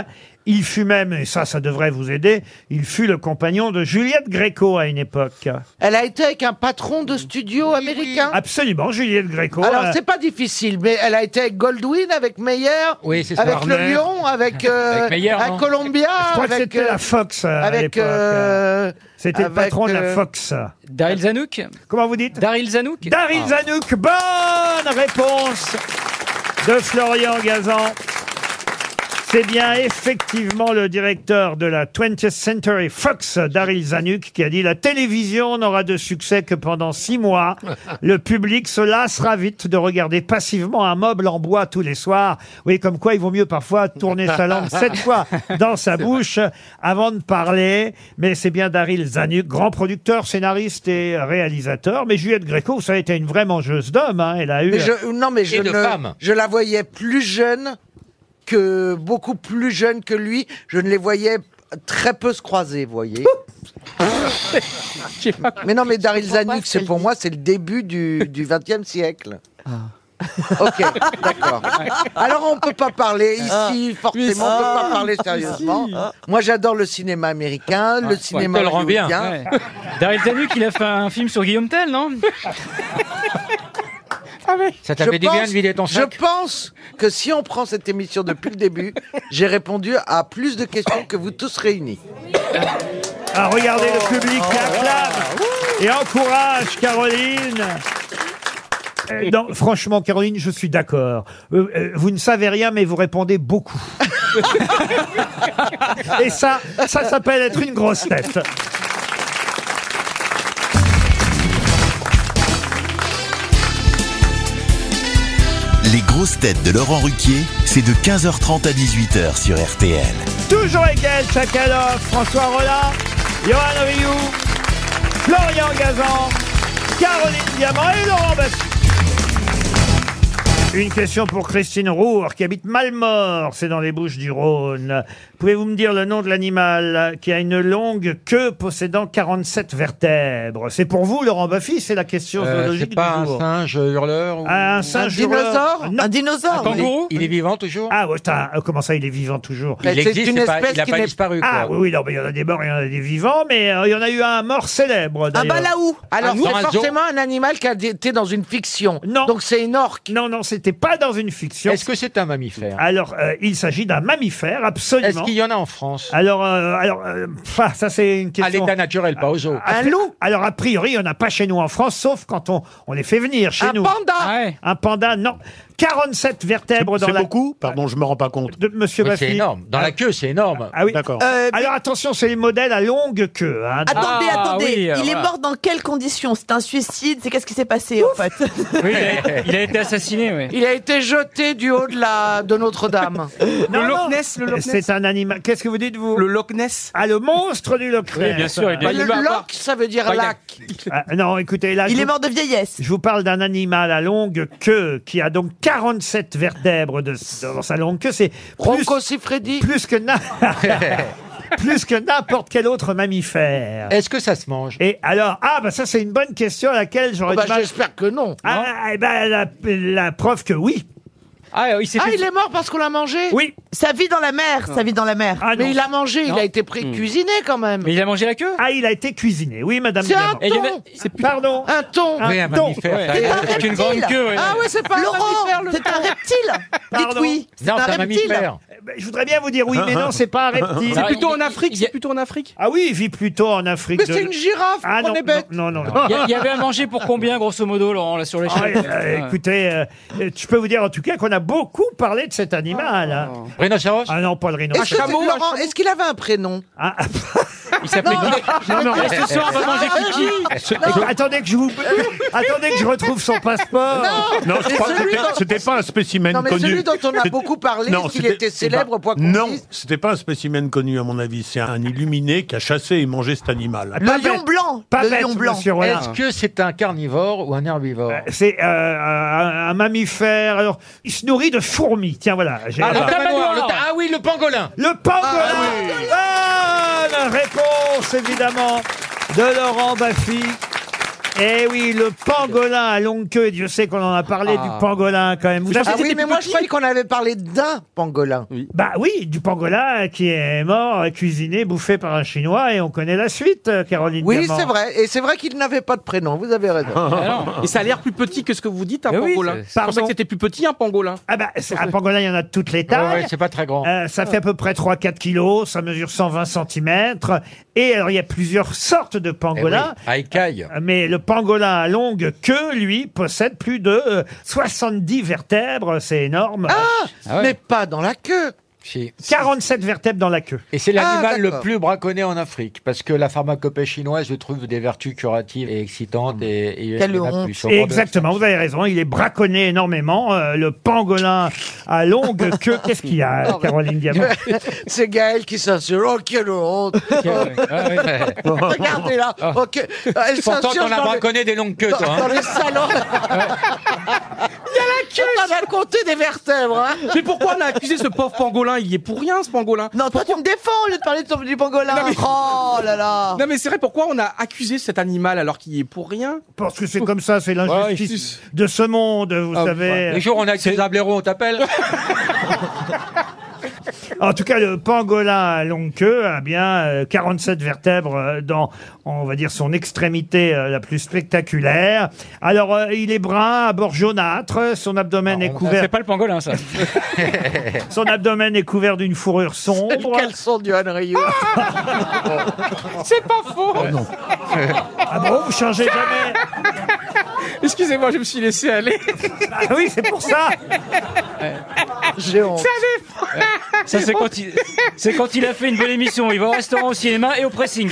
S2: Il fut même, et ça, ça devrait vous aider, il fut le compagnon de Juliette Gréco à une époque.
S7: Elle a été avec un patron de studio américain.
S2: Absolument, Juliette Gréco.
S7: Alors,
S2: euh,
S7: c'est pas difficile, mais elle a été avec Goldwyn, avec Meyer,
S2: Oui, c'est ça,
S7: avec
S2: Warner.
S7: Le Lion, avec, euh,
S2: Avec Meyer,
S7: à
S2: non
S7: Columbia.
S2: Je crois que
S7: avec,
S2: c'était
S7: euh,
S2: la Fox euh, à
S7: avec,
S2: l'époque.
S7: euh,
S2: C'était le
S7: avec,
S2: patron de la
S7: euh,
S2: Fox.
S6: Daryl Zanuck
S2: Comment vous dites
S6: Daryl Ah. Zanuck
S2: Daryl Zanuck, bonne réponse de Florian Gazan. C'est bien effectivement le directeur de la 20th Century Fox, Daryl Zanuck, qui a dit « La télévision n'aura de succès que pendant six mois. Le public se lassera vite de regarder passivement un meuble en bois tous les soirs. » Oui, comme quoi il vaut mieux parfois tourner sa langue sept fois dans sa bouche avant de parler. Mais c'est bien Daryl Zanuck, grand producteur, scénariste et réalisateur. Mais Juliette Gréco, ça a été une vraie mangeuse d'hommes. hein. Elle a eu...
S7: Mais je, non, mais je,
S2: Et de
S7: ne-
S2: femmes.
S7: je la voyais plus jeune que beaucoup plus jeune que lui. Je ne les voyais très peu se croiser, vous voyez. mais non, mais Daryl Zanuck, c'est pour moi, c'est le début du du XXe siècle.
S6: Ah.
S7: Ok, d'accord. Alors on peut pas parler
S8: Ah.
S7: ici, forcément, on peut pas
S12: si,
S7: parler
S12: mais
S7: sérieusement.
S12: si.
S7: Moi, j'adore le cinéma
S8: Ah,
S7: américain,
S3: Ah,
S7: le cinéma
S6: il te le rend bien.
S7: hollywoodien.
S6: Ouais. Daryl Zanuck, il a fait un film sur Guillaume Tell, non
S8: Ah, Ça t'avait dit
S7: Je
S8: bien
S7: pense-
S8: de vider ton sac
S7: Je pense que si on prend cette émission depuis le début, j'ai répondu à plus de questions que vous tous réunis. Ah,
S2: Ah, regardez le public qui acclame et encourage Caroline. Euh, Non, franchement, Caroline, je suis d'accord. Euh, euh, vous ne savez rien, mais vous répondez beaucoup. Et ça, ça s'appelle être une grosse tête.
S1: Les grosses têtes de Laurent Ruquier, c'est de 15h30 à 18h sur RTL.
S2: Toujours Hegel, Chakalov, François Rollin, Johan Rioux, Florian Gazan, Caroline Diamant et Laurent Bassi. Une question pour Christine Roure, qui habite Malmort, c'est dans les Bouches du Rhône. Pouvez-vous me dire le nom de l'animal qui a une longue queue possédant 47 vertèbres C'est pour vous, Laurent Buffy, c'est la question
S8: Euh,
S2: zoologique
S8: c'est pas
S2: du
S8: un
S2: jour.
S8: singe hurleur ou...
S2: Ah, un singe
S8: Un
S2: hurleur.
S8: dinosaure
S2: Non.
S8: Un dinosaure Un kangourou Il est- il est vivant
S2: toujours Ah ouais, putain, euh, comment ça il est vivant toujours
S8: Il existe, c'est pas- il a pas disparu, quoi.
S2: Ah oui, oui, non, mais il y en a des morts, il y en a des vivants, mais euh, il y en a eu un mort célèbre
S7: Un
S2: d'ailleurs.
S7: balaou
S8: Ah,
S7: Alors
S2: Dans
S7: c'est
S2: un zoo.
S7: forcément un animal qui a été dans une fiction.
S2: Non.
S7: Donc c'est une orque.
S2: Non, non, c'était pas dans une fiction.
S7: Est-ce que c'est un mammifère
S2: Alors, euh, il s'agit d'un mammifère, absolument.
S8: Est-ce qu'il y en a en France
S2: Alors, euh, alors euh, pff, ça c'est une question.
S8: À l'état naturel, pas aux eaux.
S2: Un loup Alors, a priori, il n'y en a pas chez nous en France, sauf quand on, on les fait venir chez
S5: Un
S2: nous.
S5: panda
S6: Ah
S2: Un panda, non. 47 vertèbres dans
S5: C'est
S2: la...
S5: beaucoup Pardon, je me rends pas compte.
S2: De Monsieur
S8: Oui,
S2: Baffy.
S8: c'est énorme. Dans la queue, c'est énorme.
S2: Ah oui.
S5: D'accord.
S2: Euh, alors, attention, c'est les modèles à longue queue. hein.
S3: Attendez,
S8: Ah,
S3: attendez.
S8: oui,
S3: il
S8: alors
S3: est
S8: voilà.
S3: mort dans quelles conditions C'est un suicide C'est qu'est-ce qui s'est passé en fait
S6: Oui, il a, il a été assassiné, oui.
S7: Il a été jeté du haut de la de Notre-Dame.
S2: Non, non,
S7: Ness, le Loch Ness.
S2: C'est un animal. Qu'est-ce que vous dites, vous Le
S4: Loch Ness.
S2: Ah, le monstre du Loch Ness.
S6: Oui, bien sûr, il est-
S2: Ah,
S7: Bah, le loch, ça veut dire
S2: Bah, il a-
S7: lac.
S2: Ah, non, écoutez, là.
S7: Il
S2: je
S7: est
S2: vous-
S7: mort de vieillesse.
S2: Je vous parle d'un animal à longue queue qui a donc 47 vertèbres de, dans sa longue queue. C'est plus, plus que na- plus que n'importe quel autre mammifère.
S8: Est-ce que ça se mange
S2: Et alors, ah bah ça c'est une bonne question à laquelle j'aurais
S7: Oh, bah,
S2: du mal.
S7: J'espère que non.
S2: Ah, eh ben, la, la preuve que oui.
S6: Ah, il s'est
S7: Ah, il est mort parce qu'on l'a mangé
S2: Oui.
S7: Ça vit dans la mer, ça vit dans la mer.
S2: Ah, non.
S7: mais il a mangé,
S2: Non. Hmm.
S7: il a été pré- cuisiné quand même.
S6: Mais il a mangé la queue
S2: Ah, il a été cuisiné, oui, madame.
S7: C'est un
S2: Diamant.
S7: thon
S2: Pardon.
S7: Un thon
S2: Un Oui, un thon. mammifère,
S6: ça, C'est un avec reptile. une grande queue, ouais.
S7: Ah ouais, c'est pas
S3: Laurent,
S7: un mammifère, le
S3: c'est un
S7: thon.
S3: reptile Dites
S2: Pardon.
S3: oui, c'est
S8: Non,
S3: un,
S8: c'est un
S3: reptile
S8: mammifère.
S2: Eh ben, Je voudrais bien vous dire oui, mais non, c'est pas un reptile.
S4: C'est plutôt en Afrique, c'est plutôt en Afrique.
S2: Ah oui, il vit plutôt en Afrique.
S7: Mais
S2: de-
S7: c'est une girafe,
S2: Ah non,
S7: on est bête.
S2: non, non, non.
S6: Il y, a- il y avait à manger pour combien, grosso modo, Laurent, là, sur les
S2: Ah, euh, écoutez, euh, euh, je peux vous dire en tout cas qu'on a beaucoup parlé de cet animal. hein.
S8: Rhinocéros
S2: Ah non, pas le
S7: Est-ce
S2: rhinocéros.
S7: que c'est- Laurent, est-ce qu'il avait un prénom
S2: Ah, ah,
S6: Il s'appelait
S2: non, non.
S6: Ce soir, on va manger
S3: Ah,
S6: Kiki.
S2: Je- Ah, Attendez que je vous, attendez que je retrouve son passeport.
S5: Non, je
S7: Mais
S5: crois que
S7: celui
S5: c'était-
S7: dont-
S5: c'était pas un spécimen
S7: Non, mais
S5: connu.
S7: celui dont on a
S5: C'est-
S7: beaucoup parlé, qu'il
S5: c'était-
S7: était
S5: c'est
S7: célèbre,
S5: pas-
S7: point qu'on
S5: Non,
S7: dise.
S5: c'était pas un spécimen connu, à mon avis. C'est un illuminé qui a chassé et mangé cet animal.
S2: Pas
S3: Le lion
S2: bête.
S3: blanc
S2: Pas
S3: Le
S2: bête,
S3: lion blanc
S2: monsieur Rollin.
S8: Est-ce que c'est un carnivore ou un herbivore
S2: C'est euh, un, un mammifère. Alors, il se nourrit de fourmis. Tiens, voilà. j'ai-
S8: Ah, le
S2: Ah.
S8: tamanoir, le ta- ah oui, le pangolin.
S2: Le pangolin
S7: Ah,
S2: Bonne réponse, évidemment, de Laurent Baffy. Eh oui, le pangolin à longue queue. Et Dieu sait qu'on en a parlé du pangolin quand même. Vous avez
S7: Ah oui, mais moi je croyais qu'on avait parlé d'un pangolin.
S2: Bah oui, du pangolin qui est mort, cuisiné, bouffé par un Chinois, et on connaît la suite, euh, Caroline.
S7: Oui,
S2: Diamant.
S7: c'est vrai. Et c'est vrai qu'il n'avait pas de prénom, vous avez raison.
S4: Et ça a l'air plus petit que ce que vous dites, un
S6: Mais oui,
S4: pangolin.
S6: c'est-
S4: Je pensais
S2: Pardon
S4: que c'était plus petit, un pangolin.
S2: Ah bah, c'est- un pangolin, il y en a de toutes les
S8: Ouais,
S2: tailles.
S8: ouais, c'est pas très grand.
S2: Euh, ça fait à peu près 3-4 kilos, ça mesure 120 cm. Et alors, il y a plusieurs sortes de
S8: Eh
S2: pangolins.
S8: oui, à écailles.
S2: Mais le pangolin à longue queue, lui, possède plus de euh, 70 vertèbres, c'est énorme.
S8: Ah ouais.
S7: Mais pas dans la queue.
S8: Si.
S2: 47 vertèbres dans la queue.
S8: Et c'est
S7: Ah,
S8: l'animal le
S7: d'accord.
S8: plus braconné en Afrique, parce que la pharmacopée chinoise lui trouve des vertus curatives et excitantes et, et
S7: Quelle
S8: il y en a
S7: honte.
S8: plus. Au
S2: Et
S8: bord de-
S2: exactement, vous avez raison, il est braconné énormément, euh, le pangolin à longue queue. Qu'est-ce qu'il y a, Caroline Diamant
S7: C'est Gaël qui s'assure. Oh, quelle honte Regardez là. Ok. Euh, Ah, Elle
S8: Pourtant,
S7: s'assure
S8: on a
S7: dans, le-
S8: braconné des longues queues,
S7: dans,
S8: toi. hein.
S7: dans les salons. Il y a la queue. On a compté des vertèbres. hein.
S4: Mais pourquoi on a accusé ce pauvre pangolin Il y est pour rien, ce pangolin.
S3: Non, toi tu me défends au lieu de parler de ton- du pangolin
S4: Non, mais-
S3: Oh là là
S4: Non mais c'est vrai, pourquoi on a accusé cet animal alors qu'il y est pour rien
S2: Parce que c'est comme ça, c'est l'injustice de ce monde, vous
S8: Ah,
S2: savez. euh,
S8: Les jours, on a accusé un blaireau, on t'appelle
S2: En tout cas, le pangolin à longue queue a bien euh, 47 vertèbres euh, dans, on va dire, son extrémité euh, la plus spectaculaire. Alors, euh, il est brun, à bord jaunâtre, son abdomen est couvert,
S6: C'est pas le pangolin, ça.
S2: son abdomen est couvert d'une fourrure sombre.
S7: Quels sont du Han Ryu
S4: C'est pas faux
S2: Ah bon, vous changez jamais
S4: Excusez-moi, je me suis laissé aller.
S6: Bah
S2: Ah oui, c'est pour ça.
S7: J'ai honte.
S6: Ça, c'est quand, il...
S4: Oh,
S6: c'est quand il a fait une belle émission. Il va au restaurant, au cinéma et au pressing.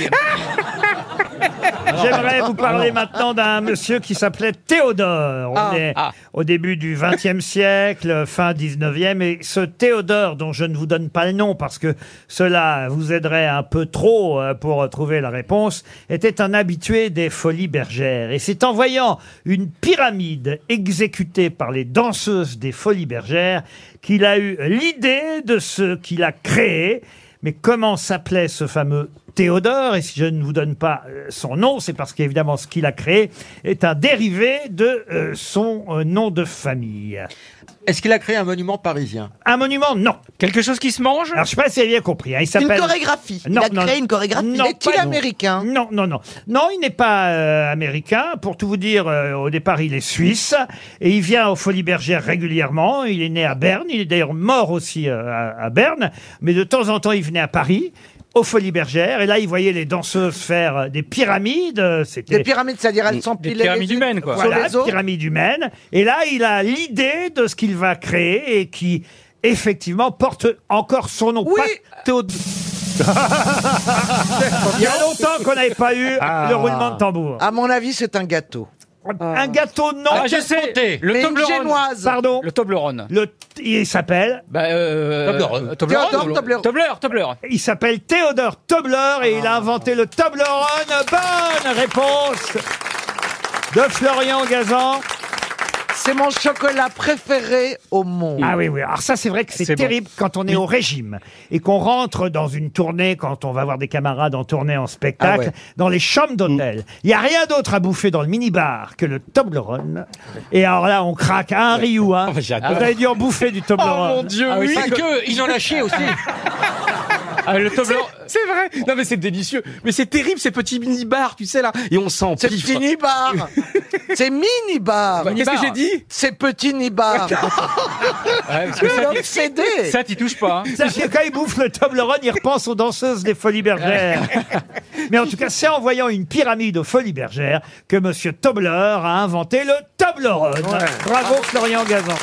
S2: J'aimerais vous parler maintenant d'un monsieur qui s'appelait Théodore. On
S15: Ah,
S2: est
S15: ah.
S2: au début du XXe siècle, fin XIXe, et ce Théodore, dont je ne vous donne pas le nom parce que cela vous aiderait un peu trop euh, pour trouver la réponse, était un habitué des folies bergères. Et c'est en voyant une pyramide exécutée par les danseuses des folies bergères qu'il a eu l'idée de ce qu'il a créé. Mais comment s'appelait ce fameux Théodore Et si je ne vous donne pas euh, son nom, c'est parce qu'évidemment ce qu'il a créé est un dérivé de euh, son euh, nom de famille.
S8: Est-ce qu'il a créé un monument parisien
S2: Un monument, non.
S6: Quelque chose qui se mange
S2: Alors je sais pas si vous avez bien compris. hein, il
S6: Une
S2: s'appelle-
S6: chorégraphie. Il a créé une chorégraphie. Est-il
S2: pas-
S6: américain
S2: Non, non, non. Non, il n'est pas euh, américain. Pour tout vous dire, euh, au départ, il est suisse et il vient aux Folies Bergères régulièrement. Il est né à Berne. Il est d'ailleurs mort aussi euh, à, à Berne. Mais de temps en temps, il venait à Paris aux Folies Bergères et là, il voyait les danseuses faire euh, des pyramides. euh, C'était
S7: Des pyramides, c'est-à-dire elles s'empilaient les unes sur
S2: Voilà,
S7: les autres.
S2: pyramide humaine. Et là, il a l'idée de ce qu'il va créer et qui, effectivement, porte encore son nom. Oui. Il y a longtemps qu'on n'avait pas eu le roulement de tambour.
S7: À mon avis, c'est un gâteau.
S2: Un gâteau, non.
S6: Ah, je sais. Le
S7: Mais une
S6: Toblerone.
S7: génoise.
S2: Pardon.
S6: Le Toblerone.
S2: Le il s'appelle
S6: bah, euh,
S2: Toblerone.
S6: Toblerone.
S2: Théodore Toblerone.
S6: Tobler, Tobler.
S2: Il s'appelle Théodore Tobler et il a inventé le Toblerone. Bonne réponse de Florian Gazan.
S7: C'est mon chocolat préféré au monde.
S2: Ah oui, oui. Alors ça, c'est vrai que c'est
S7: C'est bon.
S2: terrible quand on est au
S7: Oui.
S2: régime et qu'on rentre dans une tournée, quand on va voir des camarades en tournée, en spectacle,
S7: Ah ouais.
S2: dans les chambres
S6: Mm.
S2: d'hôtel. Il n'y a rien d'autre à bouffer dans le minibar que le Toblerone. Et alors là, on craque un Riou. Hein.
S6: j'adore.
S2: Vous avez dû en bouffer du
S4: Oh,
S2: Toblerone.
S6: Ah oui,
S2: c'est
S6: c'est
S2: que-
S6: que il en a chié aussi. Ah, le Toblerone.
S4: C'est c'est vrai. Non mais c'est délicieux. Mais c'est terrible ces petits mini bars, tu sais là. Et on s'en
S7: C'est
S4: piffe.
S7: petit nibar. C'est mini bar.
S4: Bah, qu'est-ce que j'ai dit Ah.
S7: C'est petit nibar.
S6: ça, t'y-
S7: Obsédé.
S6: ça, t'y touches pas. hein.
S2: Sachez que quand il bouffe le Toblerone, il repense aux danseuses des Folies Bergères. Mais en tout cas, c'est en voyant une pyramide aux Folies Bergères que Monsieur Tobler a inventé le Toblerone. Bravo Florian Gazan.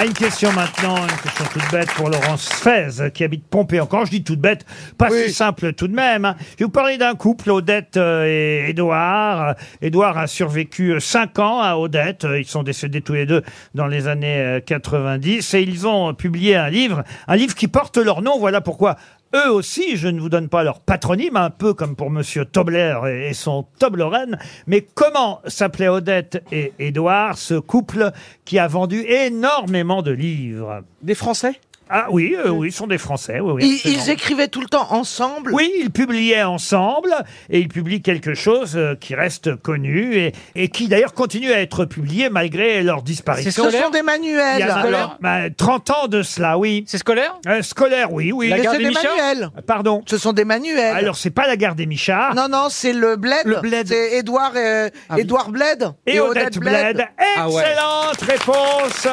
S2: Ah, une question maintenant, une question toute bête pour Laurence Fez, qui habite Pompée. Encore, je dis toute bête, pas si simple tout de même. hein. Je vais vous parler d'un couple, Odette euh, et Édouard. Euh, Édouard a survécu euh, cinq ans à Odette. Euh, Ils sont décédés tous les deux dans les années euh, 90. Et ils ont euh, publié un livre, un livre qui porte leur nom. Voilà pourquoi eux aussi, je ne vous donne pas leur patronyme, un peu comme pour Monsieur Tobler et et son Toblerone, mais comment s'appelaient Odette et Édouard, ce couple qui a vendu énormément de livres Des Français Ah oui, euh, oui, ils sont des Français. Oui, oui,
S7: Ils-
S2: absolument.
S7: ils écrivaient tout le temps ensemble
S2: Oui, ils publiaient ensemble et ils publient quelque chose euh, qui reste connu et, et qui d'ailleurs continue à être publié malgré leur
S7: Ce
S2: disparition.
S7: sont des
S2: Il y
S7: manuels.
S2: a bah, 30 ans de cela, oui. Euh,
S6: C'est scolaire
S2: Scolaire, oui, oui.
S7: Mais c'est des manuels.
S2: Pardon.
S7: Ce sont des manuels.
S2: Alors, c'est pas la gare des Michards.
S7: Non, non, c'est le Bled.
S2: Le Bled. Ah
S7: C'est Édouard, euh,
S2: oui.
S7: Édouard Bled.
S2: Et, Odette, Bled.
S7: Ah
S2: Excellente
S7: ouais.
S2: réponse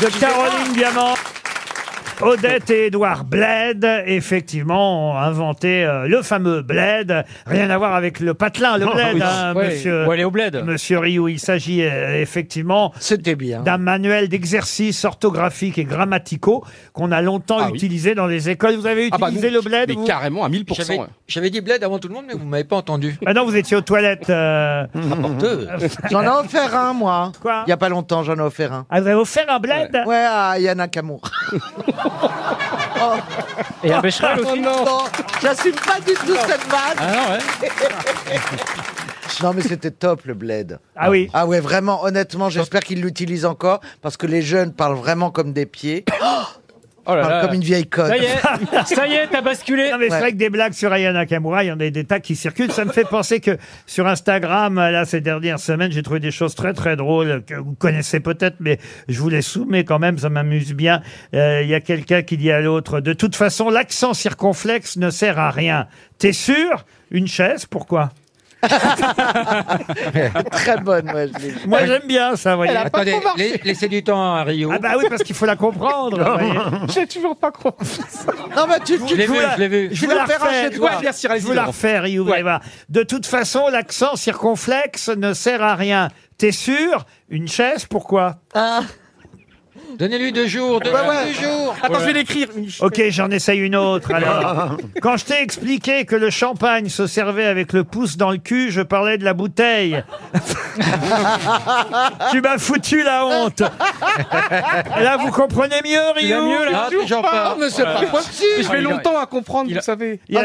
S2: de Caroline Diamant. Odette et Édouard Bled, effectivement, ont inventé euh, le fameux Bled. Rien à voir avec le patelin, le
S4: Ah,
S6: Non,
S2: Bled,
S6: oui.
S2: hein,
S6: Ouais.
S2: monsieur.
S6: Faut aller au Bled.
S2: Monsieur Rioux, il s'agit euh, effectivement d'un manuel d'exercices orthographiques et grammaticaux qu'on a longtemps
S4: Ah oui.
S2: utilisé dans les écoles. Vous avez
S4: Ah bah,
S2: utilisé
S4: nous,
S2: le Bled
S4: mais
S2: vous
S4: carrément à 1000%.
S8: J'avais-
S4: ouais.
S8: J'avais dit Bled avant tout le monde, mais vous m'avez pas entendu.
S2: Ah non, vous étiez aux toilettes. euh.
S8: Deux.
S7: J'en ai offert un, moi.
S2: Quoi
S7: Il n'y a pas longtemps, j'en ai offert un.
S2: Ah, vous avez offert un bled
S7: Ouais, à Yana Kamour.
S6: Et un
S2: Ah,
S6: Becherel aussi
S7: non, non, j'assume pas du tout cette vanne.
S6: Ah non,
S7: Non, mais c'était top le bled.
S2: Ah oui.
S7: Ah ouais, vraiment, honnêtement, j'espère qu'ils l'utilisent encore parce que les jeunes parlent vraiment comme des pieds.
S6: Oh là
S7: Parle
S6: là.
S7: comme une vieille conne.
S6: Ça y est, ça y est, t'as basculé.
S2: Non, mais c'est vrai que des blagues sur Aya Nakamura, il y en a des tas qui circulent. Ça me fait penser que sur Instagram, là, ces dernières semaines, j'ai trouvé des choses très, très drôles que vous connaissez peut-être, mais je vous les soumets quand même, ça m'amuse bien. Euh, Il y a quelqu'un qui dit à l'autre, de toute façon, l'accent circonflexe ne sert à rien. T'es sûr Une chaise, pourquoi
S7: Très bonne, ouais, je l'ai.
S4: Bah,
S2: Moi, j'aime bien ça, vous voyez.
S8: Attendez, la- laissez du temps à Rio.
S2: Ah bah oui, parce qu'il faut la comprendre. vous voyez.
S4: J'ai toujours pas compris.
S7: Non, mais tu,
S8: Je
S7: tu
S8: l'ai
S2: vous
S8: vu,
S2: la-
S8: je l'ai vu.
S2: Je
S7: Tu
S2: vous la
S7: la feras
S2: refais.
S7: chez toi.
S2: Ouais,
S4: bien sûr,
S2: Je
S4: allez-y,
S2: vous la
S4: Laurent.
S2: refais, Ryu, vous allez voir. De toute façon, l'accent circonflexe ne sert à rien. T'es sûr Une chaise, pourquoi
S3: Ah.
S8: Donnez-lui deux jours, donnez-lui
S2: ouais.
S8: deux jours.
S2: Attends, je vais l'écrire. Ok, j'en essaye une autre. Alors. Quand je t'ai expliqué que le champagne se servait avec le pouce dans le cul, je parlais de la bouteille. tu m'as foutu la honte. Et là, vous comprenez mieux, Rio.
S4: Il a mieux, là. Ah, toujours pas.
S2: mais c'est
S4: Ouais.
S2: pas possible.
S4: Je vais longtemps à comprendre, vous savez.
S2: Il y a-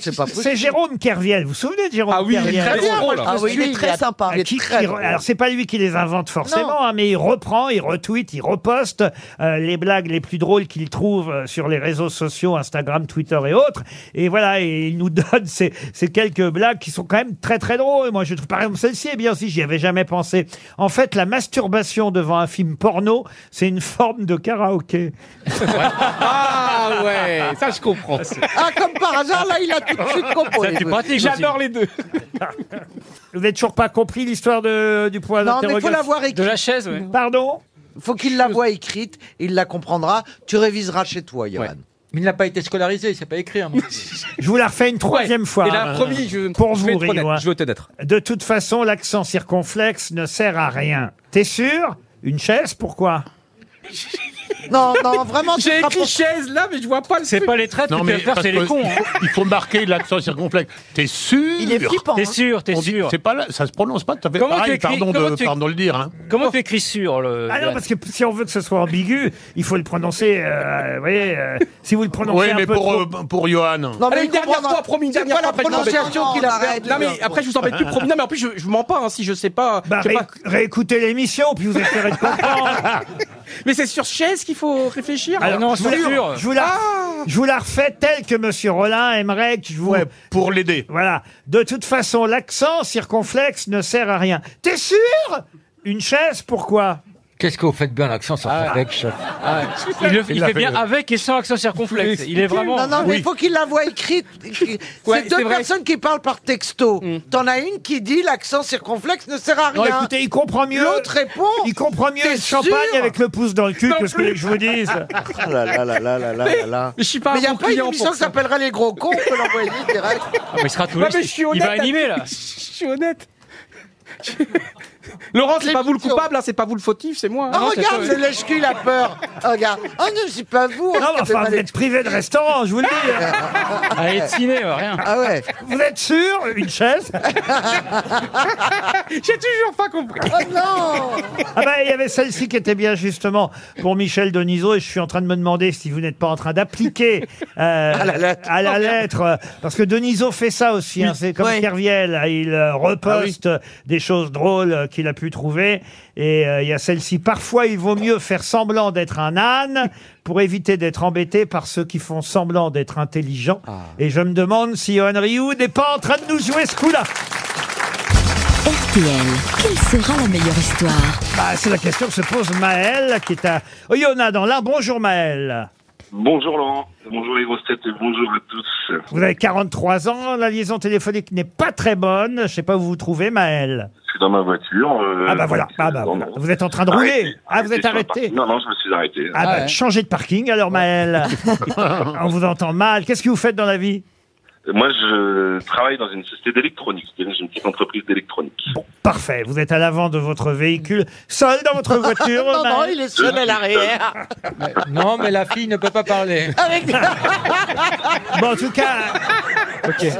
S2: C'est
S4: Jérôme.
S2: Jérôme Kerviel. Vous vous souvenez de Jérôme
S4: Ah oui, il est
S2: Kerviel
S4: très bien, moi, je Ah me oui, il est suis- très sympa. Il est
S2: Qui-
S4: très
S2: qui-
S4: drôle.
S2: alors, c'est pas lui qui les invente forcément, hein, mais il reprend, il retweet, il reposte euh, les blagues les plus drôles qu'il trouve euh, sur les réseaux sociaux, Instagram, Twitter et autres. Et voilà, et il nous donne ces, ces quelques blagues qui sont quand même très très drôles. Moi, je trouve par exemple celle-ci est bien aussi, j'y avais jamais pensé. En fait, la masturbation devant un film porno, c'est une forme de karaoké.
S4: Ah ouais, ça je comprends.
S7: Ah, comme par hasard, là, il a tout de suite compris.
S4: J'adore les deux.
S2: Vous n'avez toujours pas compris l'histoire
S4: euh,
S2: de- du point
S7: Non, mais
S2: d'interrogation
S7: faut l'avoir écrite.
S2: Pardon
S7: Faut qu'il la voie écrite, il la comprendra. Tu réviseras chez toi, Johan.
S8: Mais il n'a pas été scolarisé, il sait pas écrire. mon
S2: Je vous la refais une troisième
S8: Ouais.
S2: fois.
S8: Et là,
S2: hein.
S8: promis, je-
S2: Pour
S8: je
S2: vous,
S8: vais être honnête,
S2: Rio, hein.
S8: je veux être honnête.
S2: De toute façon, l'accent circonflexe ne sert à rien. T'es sûr Une chaise, pourquoi
S7: Non, non, vraiment.
S4: J'ai écrit chaise là, mais je vois pas le. C'est pas les hein. traites
S5: Non, mais parce que
S6: hein.
S5: Il faut marquer l'accent circonflexe. T'es sûr
S4: Il est flippant,
S6: T'es hein. sûr, t'es
S5: On dit-
S6: sûr.
S5: C'est pas, là- ça se prononce pas tout à fait
S6: Comment
S5: pareil,
S6: tu écris-
S5: pardon,
S6: comment
S5: de,
S6: tu-
S5: pardon de le dire. Hein.
S6: Comment tu écris sur le.
S2: Ah non, parce que si on veut que ce soit ambigu, il faut le prononcer. euh, vous voyez, euh, si vous le prononcez
S5: Oui,
S2: un
S5: mais
S2: peu
S5: pour,
S2: trop-
S5: euh, pour Johan.
S7: Non,
S4: Allez, une dernière fois, promis, une dernière fois. après, je vous embête plus. Non, mais après, je vous embête plus, promis. Non, mais en plus, je, je mens pas, hein, si je sais pas.
S2: Bah,
S4: je sais
S2: ré-
S4: pas.
S2: réécoutez l'émission, puis vous essaierez de comprendre.
S4: Mais c'est sur chaise qu'il faut réfléchir. Ah.
S2: Alors, je, vous la, je, vous la, je vous la refais telle que Monsieur Rollin aimerait que je vous...
S5: pour l'aider.
S2: Voilà. De toute façon, l'accent circonflexe ne sert à rien. T'es sûr Une chaise, pourquoi
S8: Qu'est-ce que vous faites bien l'accent
S2: Ah.
S8: circonflexe
S6: Il, le- il fait bien avec et sans accent circonflexe. Il est vraiment.
S7: Non, non, mais il faut qu'il la voie écrite.
S6: Ouais,
S7: c'est deux
S6: c'est vrai. Mm.
S7: personnes qui parlent par texto. T'en as une qui dit l'accent circonflexe ne sert à rien.
S2: Non, écoutez, il comprend mieux.
S7: L'autre répond.
S2: Il comprend mieux
S7: T'es
S2: le champagne
S7: sûr
S2: avec le pouce dans le cul que ce que je vous dise.
S7: Oh là là là là là là là là.
S4: Mais je suis pas
S7: Mais il n'y
S4: un
S7: a
S4: bon
S7: pas une
S4: client
S7: émission
S4: pour
S7: qui
S4: ça.
S7: s'appellerait Les Gros Cons, on peut l'envoyer direct.
S6: Ah, il sera tout
S4: Ouais, mais je suis
S6: Il
S4: honnête
S6: va
S4: avec-
S6: animer là.
S4: Je suis honnête. Laurent, c'est pas vous le coupable, hein, c'est pas vous le fautif, c'est moi. hein.
S7: Ah, regarde, le lèche-cul, il a peur. Oh, regarde. Oh non, c'est pas vous.
S2: Non, mais enfin, vous êtes privé de restaurant, je vous le dis.
S6: Allez, ciné, euh, rien.
S7: Ah ouais.
S2: Vous êtes sûr Une chaise
S4: J'ai toujours pas compris.
S7: Oh non
S2: Ah bah, il y avait celle-ci qui était bien justement pour Michel Denisot et je suis en train de me demander si vous n'êtes pas en train d'appliquer euh, à la lettre, euh, parce que Denisot fait ça aussi, hein, c'est comme Kerviel, hein, il euh, reposte des choses drôles euh, qu'il a pu trouver et euh, il y a celle-ci. Parfois, il vaut mieux faire semblant d'être un âne pour éviter d'être embêté par ceux qui font semblant d'être intelligents. Et je me demande si Henry Hood n'est pas en train de nous jouer ce coup-là.
S9: RTL, quelle sera la meilleure histoire
S2: Bah, c'est la question que se pose Maël, qui est à Oyonnax dans l'Ain. Bonjour Maël.
S15: Bonjour Laurent, bonjour les grosses têtes et bonjour à tous.
S2: Vous avez 43 ans, la liaison téléphonique n'est pas très bonne. Je sais pas où vous vous trouvez, Maël.
S15: Je suis dans ma voiture. euh,
S2: Ah bah voilà, ah bah
S15: dans-
S2: voilà. vous êtes en train de rouler.
S15: Arrêtez,
S2: ah, vous êtes
S15: sur le
S2: arrêté.
S15: parking. Non, non, je me suis arrêté.
S2: Ah, bah, changez de parking alors, Maël. On vous entend mal. Qu'est-ce que vous faites dans la vie
S15: Euh, Moi, je travaille dans une société d'électronique, c'est-à-dire que j'ai une petite entreprise d'électronique.
S2: Parfait, vous êtes à l'avant de votre véhicule, seul dans votre voiture.
S7: Non, non,
S2: Maël
S7: il est seul à l'arrière.
S8: Non, mais la fille ne peut pas parler.
S7: Avec.
S2: Bon, en tout cas,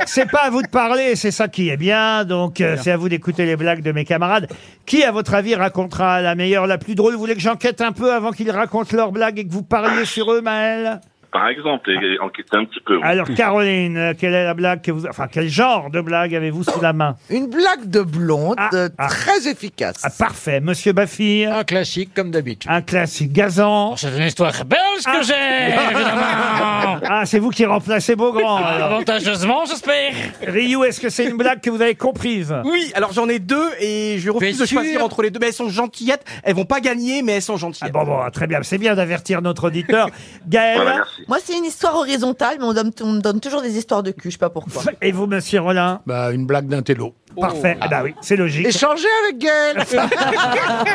S2: c'est pas à vous de parler, c'est ça qui est bien. Donc, euh, c'est à vous d'écouter les blagues de mes camarades. Qui, à votre avis, racontera la meilleure, la plus drôle Vous voulez que j'enquête un peu avant qu'ils racontent leurs blagues et que vous parliez sur eux, Maël
S15: Par exemple, et, et enquêter un petit peu. oui.
S2: Alors, Caroline, euh, quelle est la blague que vous... Enfin, quel genre de blague avez-vous sous la main
S7: Une blague de blonde euh, très efficace.
S2: Ah, parfait. Monsieur Baffy Un
S8: classique, comme d'habitude.
S2: Un classique. Gazan
S14: Oh, C'est une histoire belle, ce que j'ai, évidemment.
S2: Ah, c'est vous qui remplacez Beaugrand, alors.
S14: Avantageusement, j'espère.
S2: Ryu, est-ce que c'est une blague que vous avez comprise
S4: Oui, alors j'en ai deux et je refuse
S2: T'es
S4: de
S2: sûr
S4: choisir entre les deux. Mais elles sont gentillettes, elles vont pas gagner, mais elles sont gentillettes.
S2: Bon, bon, très bien. C'est bien d'avertir notre auditeur. Gaël
S3: Moi, c'est une histoire horizontale, mais on donne- on me donne toujours des histoires de cul, je sais pas pourquoi.
S2: Et vous, monsieur Rollin
S5: bah, Une blague d'un télo.
S2: Parfait.
S6: Oh.
S2: Ah bah oui, c'est logique.
S7: Échangez avec Gaël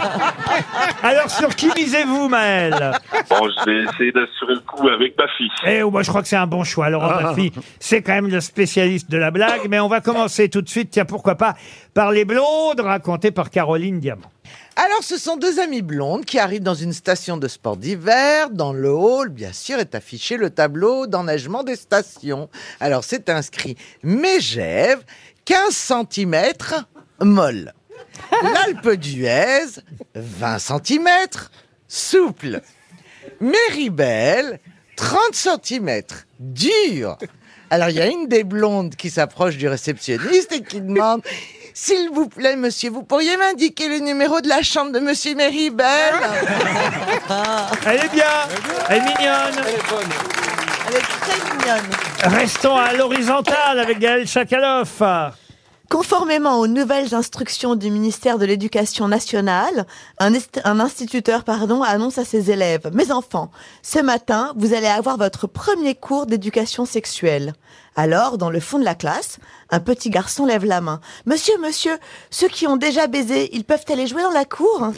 S2: Alors sur qui misez-vous, Maël
S15: Bon, je vais essayer d'assurer le coup avec ma fille.
S2: Eh, oh, moi, je crois que c'est un bon choix. Laurent
S15: Ah.
S2: Baffy, c'est quand même le spécialiste de la blague. Mais on va commencer tout de suite, tiens, pourquoi pas, par les blondes racontées par Caroline Diamant.
S7: Alors, ce sont deux amies blondes qui arrivent dans une station de sport d'hiver. Dans le hall, bien sûr, est affiché le tableau d'enneigement des stations. Alors, c'est inscrit Mégève, 15 cm, molle. L'Alpe d'Huez, 20 cm, souple. Méribel, 30 cm, dur. Alors, il y a une des blondes qui s'approche du réceptionniste et qui demande S'il vous plaît, monsieur, vous pourriez m'indiquer le numéro de la chambre de monsieur Méribel
S2: Elle est bien Ah. Elle est mignonne
S3: Elle est très mignonne.
S2: Restons à l'horizontale avec Gaël Chakaloff.
S3: Conformément aux nouvelles instructions du ministère de l'Éducation nationale, un, est- un instituteur pardon, annonce à ses élèves « Mes enfants, ce matin, vous allez avoir votre premier cours d'éducation sexuelle. » Alors, dans le fond de la classe, un petit garçon lève la main. « Monsieur, monsieur, ceux qui ont déjà baisé, ils peuvent aller jouer dans la cour ?» hein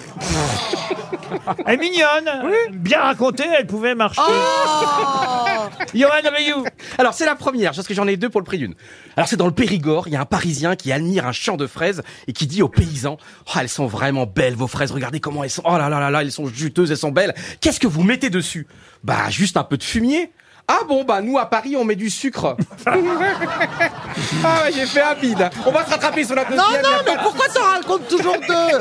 S2: Elle est mignonne Bien racontée, elle pouvait marcher.
S6: Oh.
S4: Oh
S2: Johan Rioux.
S4: Alors, c'est la première, parce que j'en ai deux pour le prix d'une. Alors, c'est dans le Périgord, il y a un Parisien qui admire un champ de fraises et qui dit aux paysans Ah, elles sont vraiment belles, vos fraises, regardez comment elles sont. Oh là là là là, elles sont juteuses, elles sont belles. Qu'est-ce que vous mettez dessus Bah, juste un peu de fumier. Ah bon, bah nous à Paris, on met du sucre. ah, ouais, j'ai fait un bide. On va se rattraper sur la deuxième.
S7: Non, non, mais pourquoi t'en racontes toujours deux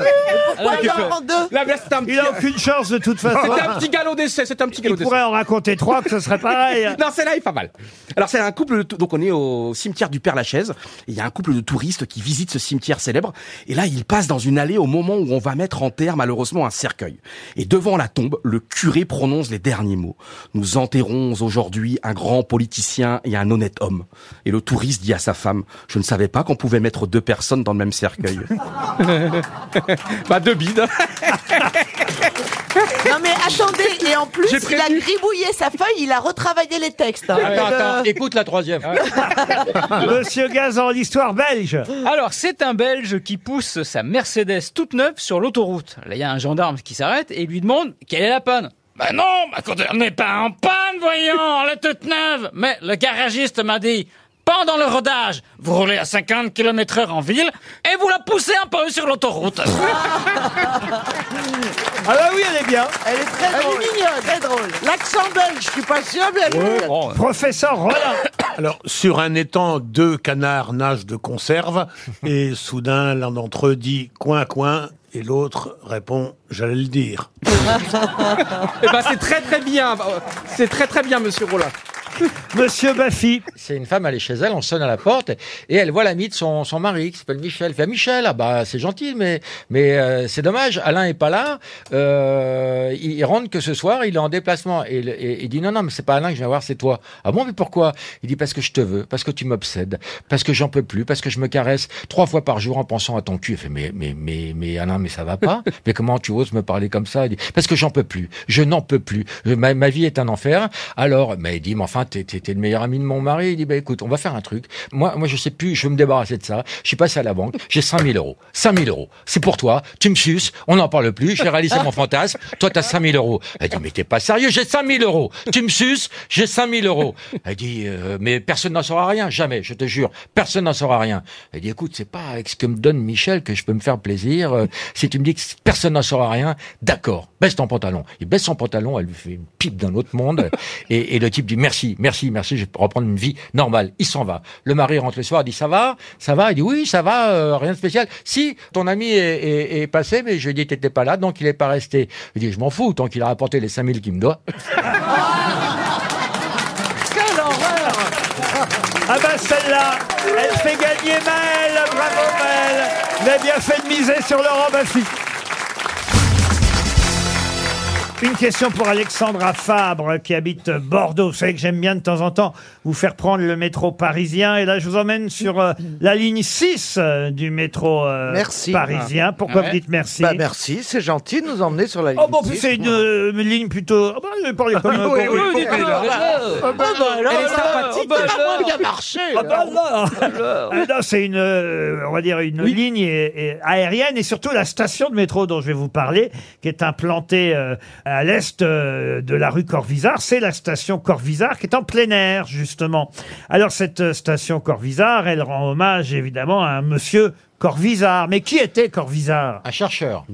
S4: Pourquoi
S7: il en prend deux
S4: Là, là, c'est un petit...
S2: Il a aucune chance de toute façon.
S4: C'était un petit galop d'essai, c'était un petit galop
S2: Il
S4: d'essai.
S2: pourrait en raconter trois que ce serait pareil.
S4: non, celle-là est pas mal. Alors, c'est un couple de tou- donc on est au cimetière du Père Lachaise. et Il y a un couple de touristes qui visitent ce cimetière célèbre. Et là, ils passent dans une allée au moment où on va mettre en terre, malheureusement, un cercueil. Et devant la tombe, le curé prononce les derniers mots. Nous enterrons aujourd'hui un grand politicien et un honnête homme. Et le touriste dit à sa femme, je ne savais pas qu'on pouvait mettre deux personnes dans le même cercueil. bah, deux bides.
S3: Non mais attendez, et en plus,
S4: J'ai
S3: il a gribouillé sa feuille, il a retravaillé les textes. hein.
S6: Attends,
S3: Euh,
S6: attends, écoute la troisième.
S2: Monsieur Gazan, l'histoire belge.
S6: Alors, c'est un Belge qui pousse sa Mercedes toute neuve sur l'autoroute. Là, il y a un gendarme qui s'arrête et lui demande quelle est la panne.
S14: Bah non, ma conteneur n'est pas en panne, voyons, elle est toute neuve. Mais le garagiste m'a dit, pendant le rodage, vous roulez à 50 km heure en ville et vous la poussez un peu sur l'autoroute.
S2: Ah bah oui, elle est bien.
S3: Elle est très
S7: drôle. très drôle. L'accent belge, je suis pas sûr, mais elle est mignonne.
S2: Professeur Roland.
S5: Alors, sur un étang, deux canards nagent de conserve, et soudain, l'un d'entre eux dit coin, coin, et l'autre répond j'allais le dire.
S4: Eh ben, c'est très très bien. C'est très très bien, monsieur Roland.
S2: Monsieur Baffy.
S8: C'est une femme, elle est chez elle, on sonne à la porte et elle voit l'ami de son, son mari qui s'appelle Michel. Elle fait Ah, Michel, ah bah c'est gentil, mais, mais euh, c'est dommage, Alain est pas là. Euh, il, il rentre que ce soir, il est en déplacement. Et, le- et- il dit Non, non, mais c'est pas Alain que je viens voir, c'est toi. Ah bon, mais pourquoi Il dit Parce que je te veux, parce que tu m'obsèdes, parce que j'en peux plus, parce que je me caresse trois fois par jour en pensant à ton cul. Elle fait Mais, mais, mais, mais Alain, mais ça va pas Mais comment tu oses me parler comme ça Elle dit, Parce que j'en peux plus, je n'en peux plus. Je- ma, ma vie est un enfer. Alors, mais il dit, mais enfin, t'es, t'es- t'es le meilleur ami de mon mari. Il dit, bah écoute, on va faire un truc. Moi, moi, je sais plus, je veux me débarrasser de ça. Je suis passé à la banque, j'ai 5000 euros. 5000 euros, c'est pour toi. Tu me suces, on n'en parle plus. J'ai réalisé mon fantasme. Toi, t'as 5000 euros. Elle dit, mais t'es pas sérieux, j'ai 5000 euros. Tu me suces, j'ai 5000 euros. Elle dit, euh, mais personne n'en saura rien, jamais, je te jure. Personne n'en saura rien. Elle dit, écoute, c'est pas avec ce que me donne Michel que je peux me faire plaisir. Euh, si tu me dis que personne n'en saura rien, d'accord, baisse ton pantalon. Il baisse son pantalon, elle lui fait une pipe d'un autre monde. Et, et le type dit merci, merci, merci, je vais reprendre une vie normale. Il s'en va. Le mari rentre le soir, il dit ça va, ça va. Il dit oui, ça va, euh, rien de spécial. Si ton ami est, est- est passé, mais je lui ai dit t'étais pas là, donc il est pas resté. Il dit je m'en fous, tant qu'il a rapporté les 5000 qu'il me doit.
S2: Quelle horreur Ah bah celle-là, elle fait gagner Maël. Bravo Maël. Vous avez bien fait de miser sur Laurent Baffy. Une question pour Alexandra Fabre qui habite Bordeaux. Vous savez que j'aime bien de temps en temps vous faire prendre le métro parisien. Et là, je vous emmène sur euh, la ligne 6 euh, du métro euh,
S7: Merci.
S2: parisien. Pourquoi
S7: Ouais.
S2: vous dites merci
S7: Bah, merci, c'est gentil de nous emmener sur la ligne.
S2: Oh, bon, puis c'est une euh, ligne plutôt. Oh, bah, je parlais comme un
S7: Oui, oui,
S2: gros.
S7: oui, dites-le.
S2: Ah, bah,
S6: Oh,
S7: Ah, bah, alors,
S2: Elle est
S7: alors,
S2: sympathique.
S7: ah, bah, alors. bien marché,
S2: Ah, bah,
S7: alors.
S6: Oh,
S2: alors. Ah, non, c'est une, euh, on va dire une ligne et- et aérienne et surtout la station de métro dont je vais vous parler, qui est implantée euh, à l'est euh, de la rue Corvisart. C'est la station Corvisart qui est en plein air justement. Alors cette euh, station Corvisart, elle rend hommage évidemment à un monsieur Corvisart. Mais qui était Corvisart Un chercheur.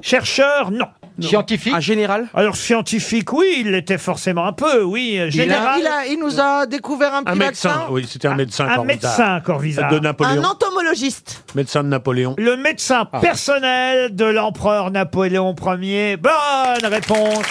S2: Chercheur, non. Scientifique Un général Alors scientifique, oui, il l'était forcément un peu, oui. euh,
S7: Il, a-
S2: Général.
S7: il a- il nous a découvert un petit
S5: Un médecin, oui, c'était Ah, un médecin
S2: Un
S5: Corvisart.
S2: médecin, Corvisart.
S5: De Napoléon.
S2: entomologiste.
S5: Médecin de Napoléon.
S2: Le médecin
S5: Ah.
S2: personnel de l'empereur Napoléon Ier. Bonne réponse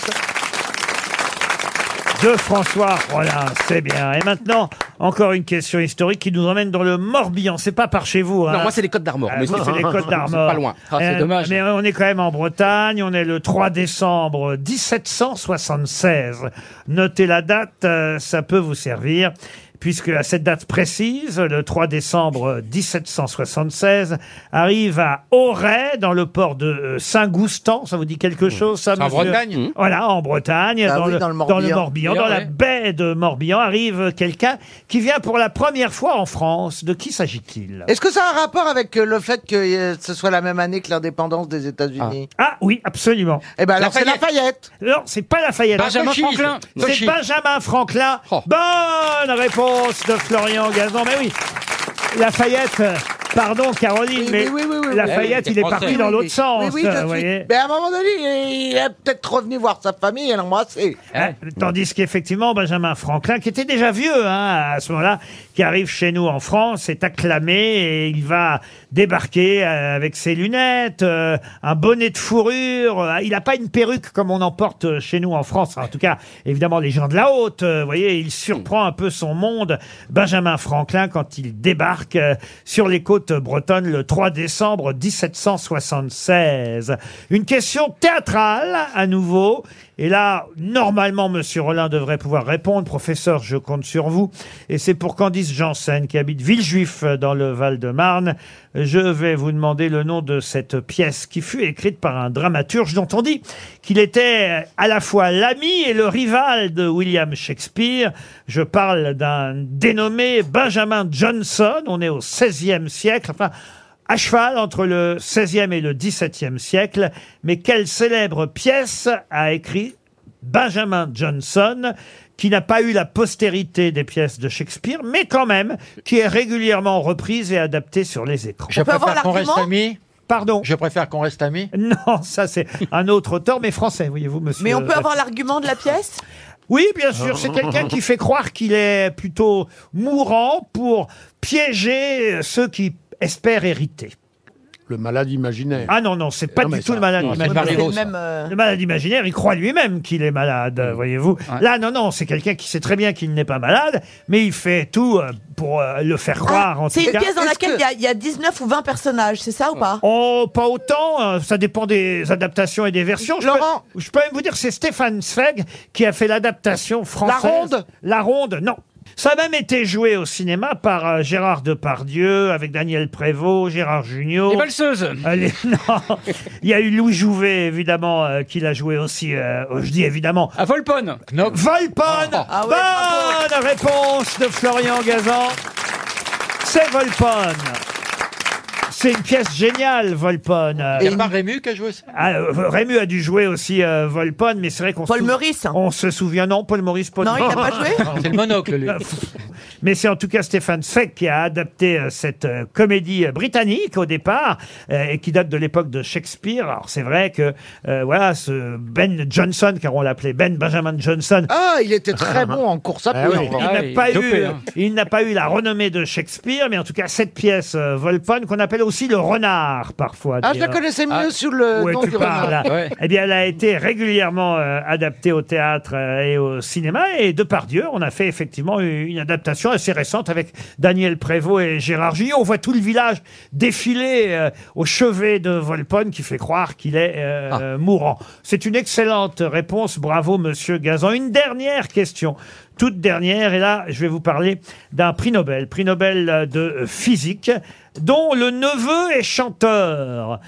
S2: de François Rollin, c'est bien. Et maintenant, encore une question historique qui nous emmène dans le Morbihan. C'est pas par chez vous. hein.
S4: Non, moi, c'est les Côtes d'Armor,
S2: Euh,
S4: mais
S2: vous,
S4: c'est-
S2: c'est les Côtes d'Armor. Euh,
S4: c'est pas loin. Ah, c'est dommage.
S2: Mais on est quand même en Bretagne. On est le 3 décembre 1776. Notez la date, euh, ça peut vous servir. Puisque à cette date précise, le 3 décembre 1776, arrive à Auray, dans le port de euh, Saint-Goustan. Ça vous dit quelque chose, ça,
S8: C'est en
S2: monsieur
S7: hmm.
S8: Bretagne
S2: Voilà, en Bretagne,
S8: Ah
S2: dans,
S8: oui,
S2: le,
S8: dans le
S2: dans,
S8: Morbihan.
S2: dans la
S8: Ouais.
S2: baie de Morbihan, arrive quelqu'un qui vient pour la première fois en France. De qui s'agit-il
S7: Est-ce que ça a un rapport avec euh, le fait que euh, ce soit la même année que l'indépendance des États-Unis
S2: Ah oui, absolument.
S7: Eh ben alors c'est Lafayette.
S2: Non, c'est pas Lafayette.
S7: Benjamin Cochise.
S2: Franklin. C'est
S7: Cochise.
S2: Benjamin Franklin.
S7: Oh.
S2: Bonne réponse de Florian Gazan. Mais oui, Lafayette. euh, Pardon, Caroline,
S7: Oui,
S2: mais
S7: oui, oui, Eh oui, oui.
S2: Lafayette, il est parti dans l'autre sens.
S7: Oui, oui, je
S2: euh,
S7: suis-
S2: vous voyez.
S7: Mais à un moment donné, il il est peut-être revenu voir sa famille et l'embrasser.
S2: Hein, Tandis qu'effectivement, Benjamin Franklin, qui était déjà vieux hein, à ce moment-là, qui arrive chez nous en France, est acclamé et il va débarquer euh, avec ses lunettes, euh, un bonnet de fourrure. euh, Il n'a pas une perruque comme on en porte euh, chez nous en France. En tout cas, évidemment, les gens de la haute, euh, vous voyez, il surprend un peu son monde. Benjamin Franklin, quand il débarque euh, sur les côtes bretonnes le 3 décembre 1776. Une question théâtrale à nouveau. Et là, normalement, Monsieur Rollin devrait pouvoir répondre. Professeur, je compte sur vous. Et c'est pour Candice Janssen, qui habite Villejuif, euh, dans le Val-de-Marne. Je vais vous demander le nom de cette pièce qui fut écrite par un dramaturge dont on dit qu'il était à la fois l'ami et le rival de William Shakespeare. Je parle d'un dénommé Benjamin Johnson. On est au XVIe siècle. Enfin, à cheval entre le XVIe et le XVIIe siècle, mais quelle célèbre pièce a écrit Benjamin Johnson, qui n'a pas eu la postérité des pièces de Shakespeare, mais quand même, qui est régulièrement reprise et adaptée sur les écrans.
S8: Je préfère qu'on reste amis.
S2: Pardon
S8: Je préfère qu'on reste amis.
S2: Non, ça c'est un autre auteur, mais français, voyez-vous, monsieur.
S3: Mais on peut avoir l'argument de la pièce
S2: Oui, bien sûr, c'est quelqu'un qui fait croire qu'il est plutôt mourant pour piéger ceux qui espèrent hériter.
S5: Le malade imaginaire.
S2: Ah non, non, c'est pas
S5: Non, mais
S2: du tout
S5: ça-
S2: le malade
S5: non, c'est
S2: imaginaire.
S5: Marivaux, ça.
S3: euh,
S5: Mm.
S2: Le malade imaginaire, il croit lui-même qu'il est malade, voyez-vous. Là, non, non, c'est quelqu'un qui sait très bien qu'il n'est pas malade, mais il fait tout euh, pour euh, le faire croire. en
S3: Ah, C'est
S2: tout
S3: une
S2: cas.
S3: pièce dans laquelle il y a- il y, a 19 ou 20 personnages, c'est ça ou pas
S2: Oh, pas autant. euh, Ça dépend des adaptations et des versions. Laurent, je peux, même vous dire que c'est Stéphane Zweig qui a fait l'adaptation française.
S7: La Ronde
S2: La Ronde, non. Ça a même été joué au cinéma par euh, Gérard Depardieu, avec Daniel Prévost, Gérard Jugnot.
S6: Les valseuses.
S2: Euh, les- non. Il y a eu Louis Jouvet, évidemment, euh, qui l'a joué aussi. euh, je dis évidemment.
S6: À Volpone.
S2: Volpone Bonne réponse de Florian Gazan. C'est Volpone. C'est une pièce géniale, Volpone. Euh,
S8: Il n'y a pas Rému qui a joué ça
S2: ah, euh, Rému a dû jouer aussi euh, Volpone, mais c'est vrai qu'on Paul Maurice. On se souvient non, Paul Maurice. Paul
S3: Non, il n'a pas joué
S8: C'est le monocle, lui.
S2: mais c'est en tout cas Stéphane Zweig qui a adapté euh, cette euh, comédie euh, britannique au départ euh, et qui date de l'époque de Shakespeare. Alors c'est vrai que euh, voilà ce Ben Johnson, car on l'appelait Ben Benjamin Johnson.
S7: Ah, il était très bon en course à pied.
S2: Ah oui,
S7: en
S2: Il
S7: vrai.
S2: n'a pas, eu, euh, il n'a pas eu la renommée de Shakespeare, mais en tout cas cette pièce euh, Volpone qu'on appelle aussi le renard parfois.
S7: Ah, je la
S2: d'ailleurs.
S7: connaissais mieux sous le
S2: Ouais,
S7: nom
S2: tu
S7: du renard.
S2: parles, là. Eh bien, elle a été régulièrement euh, adaptée au théâtre euh, et au cinéma. Et de Dieu, on a fait effectivement une adaptation exposition assez récente avec Daniel Prévost et Gérard Gillon. On voit tout le village défiler euh, au chevet de Volpone qui fait croire qu'il est euh,
S7: Ah.
S2: euh, mourant. C'est une excellente réponse. Bravo, monsieur Gazan. Une dernière question. Toute dernière, et là, je vais vous parler d'un prix Nobel, prix Nobel euh, de physique, dont le neveu est chanteur.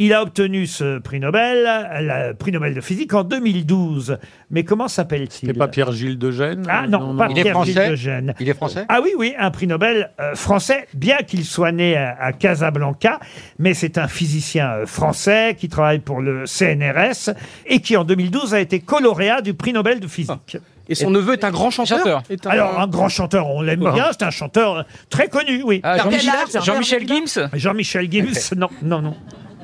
S2: Il a obtenu ce prix Nobel, le prix Nobel de physique en 2012. Mais comment s'appelle-t-il
S5: C'est pas Pierre-Gilles de Gênes
S2: Ah non, pas
S5: Il est
S2: Pierre-Gilles
S5: français
S2: de Gênes.
S8: Il est français
S2: Ah oui, oui, un prix Nobel euh, français, bien qu'il soit né à, à Casablanca, mais c'est un physicien euh, français qui travaille pour le CNRS et qui en 2012 a été coloréat du prix Nobel de physique.
S4: Et son neveu est un grand chanteur Est un-
S2: Alors, un grand chanteur, on l'aime
S4: Ah.
S2: bien, c'est un chanteur euh, très connu, oui.
S4: Ah, Jean-Michel- Quel âge Jean-Michel
S2: Gims Jean-Michel Gims, non, non, non.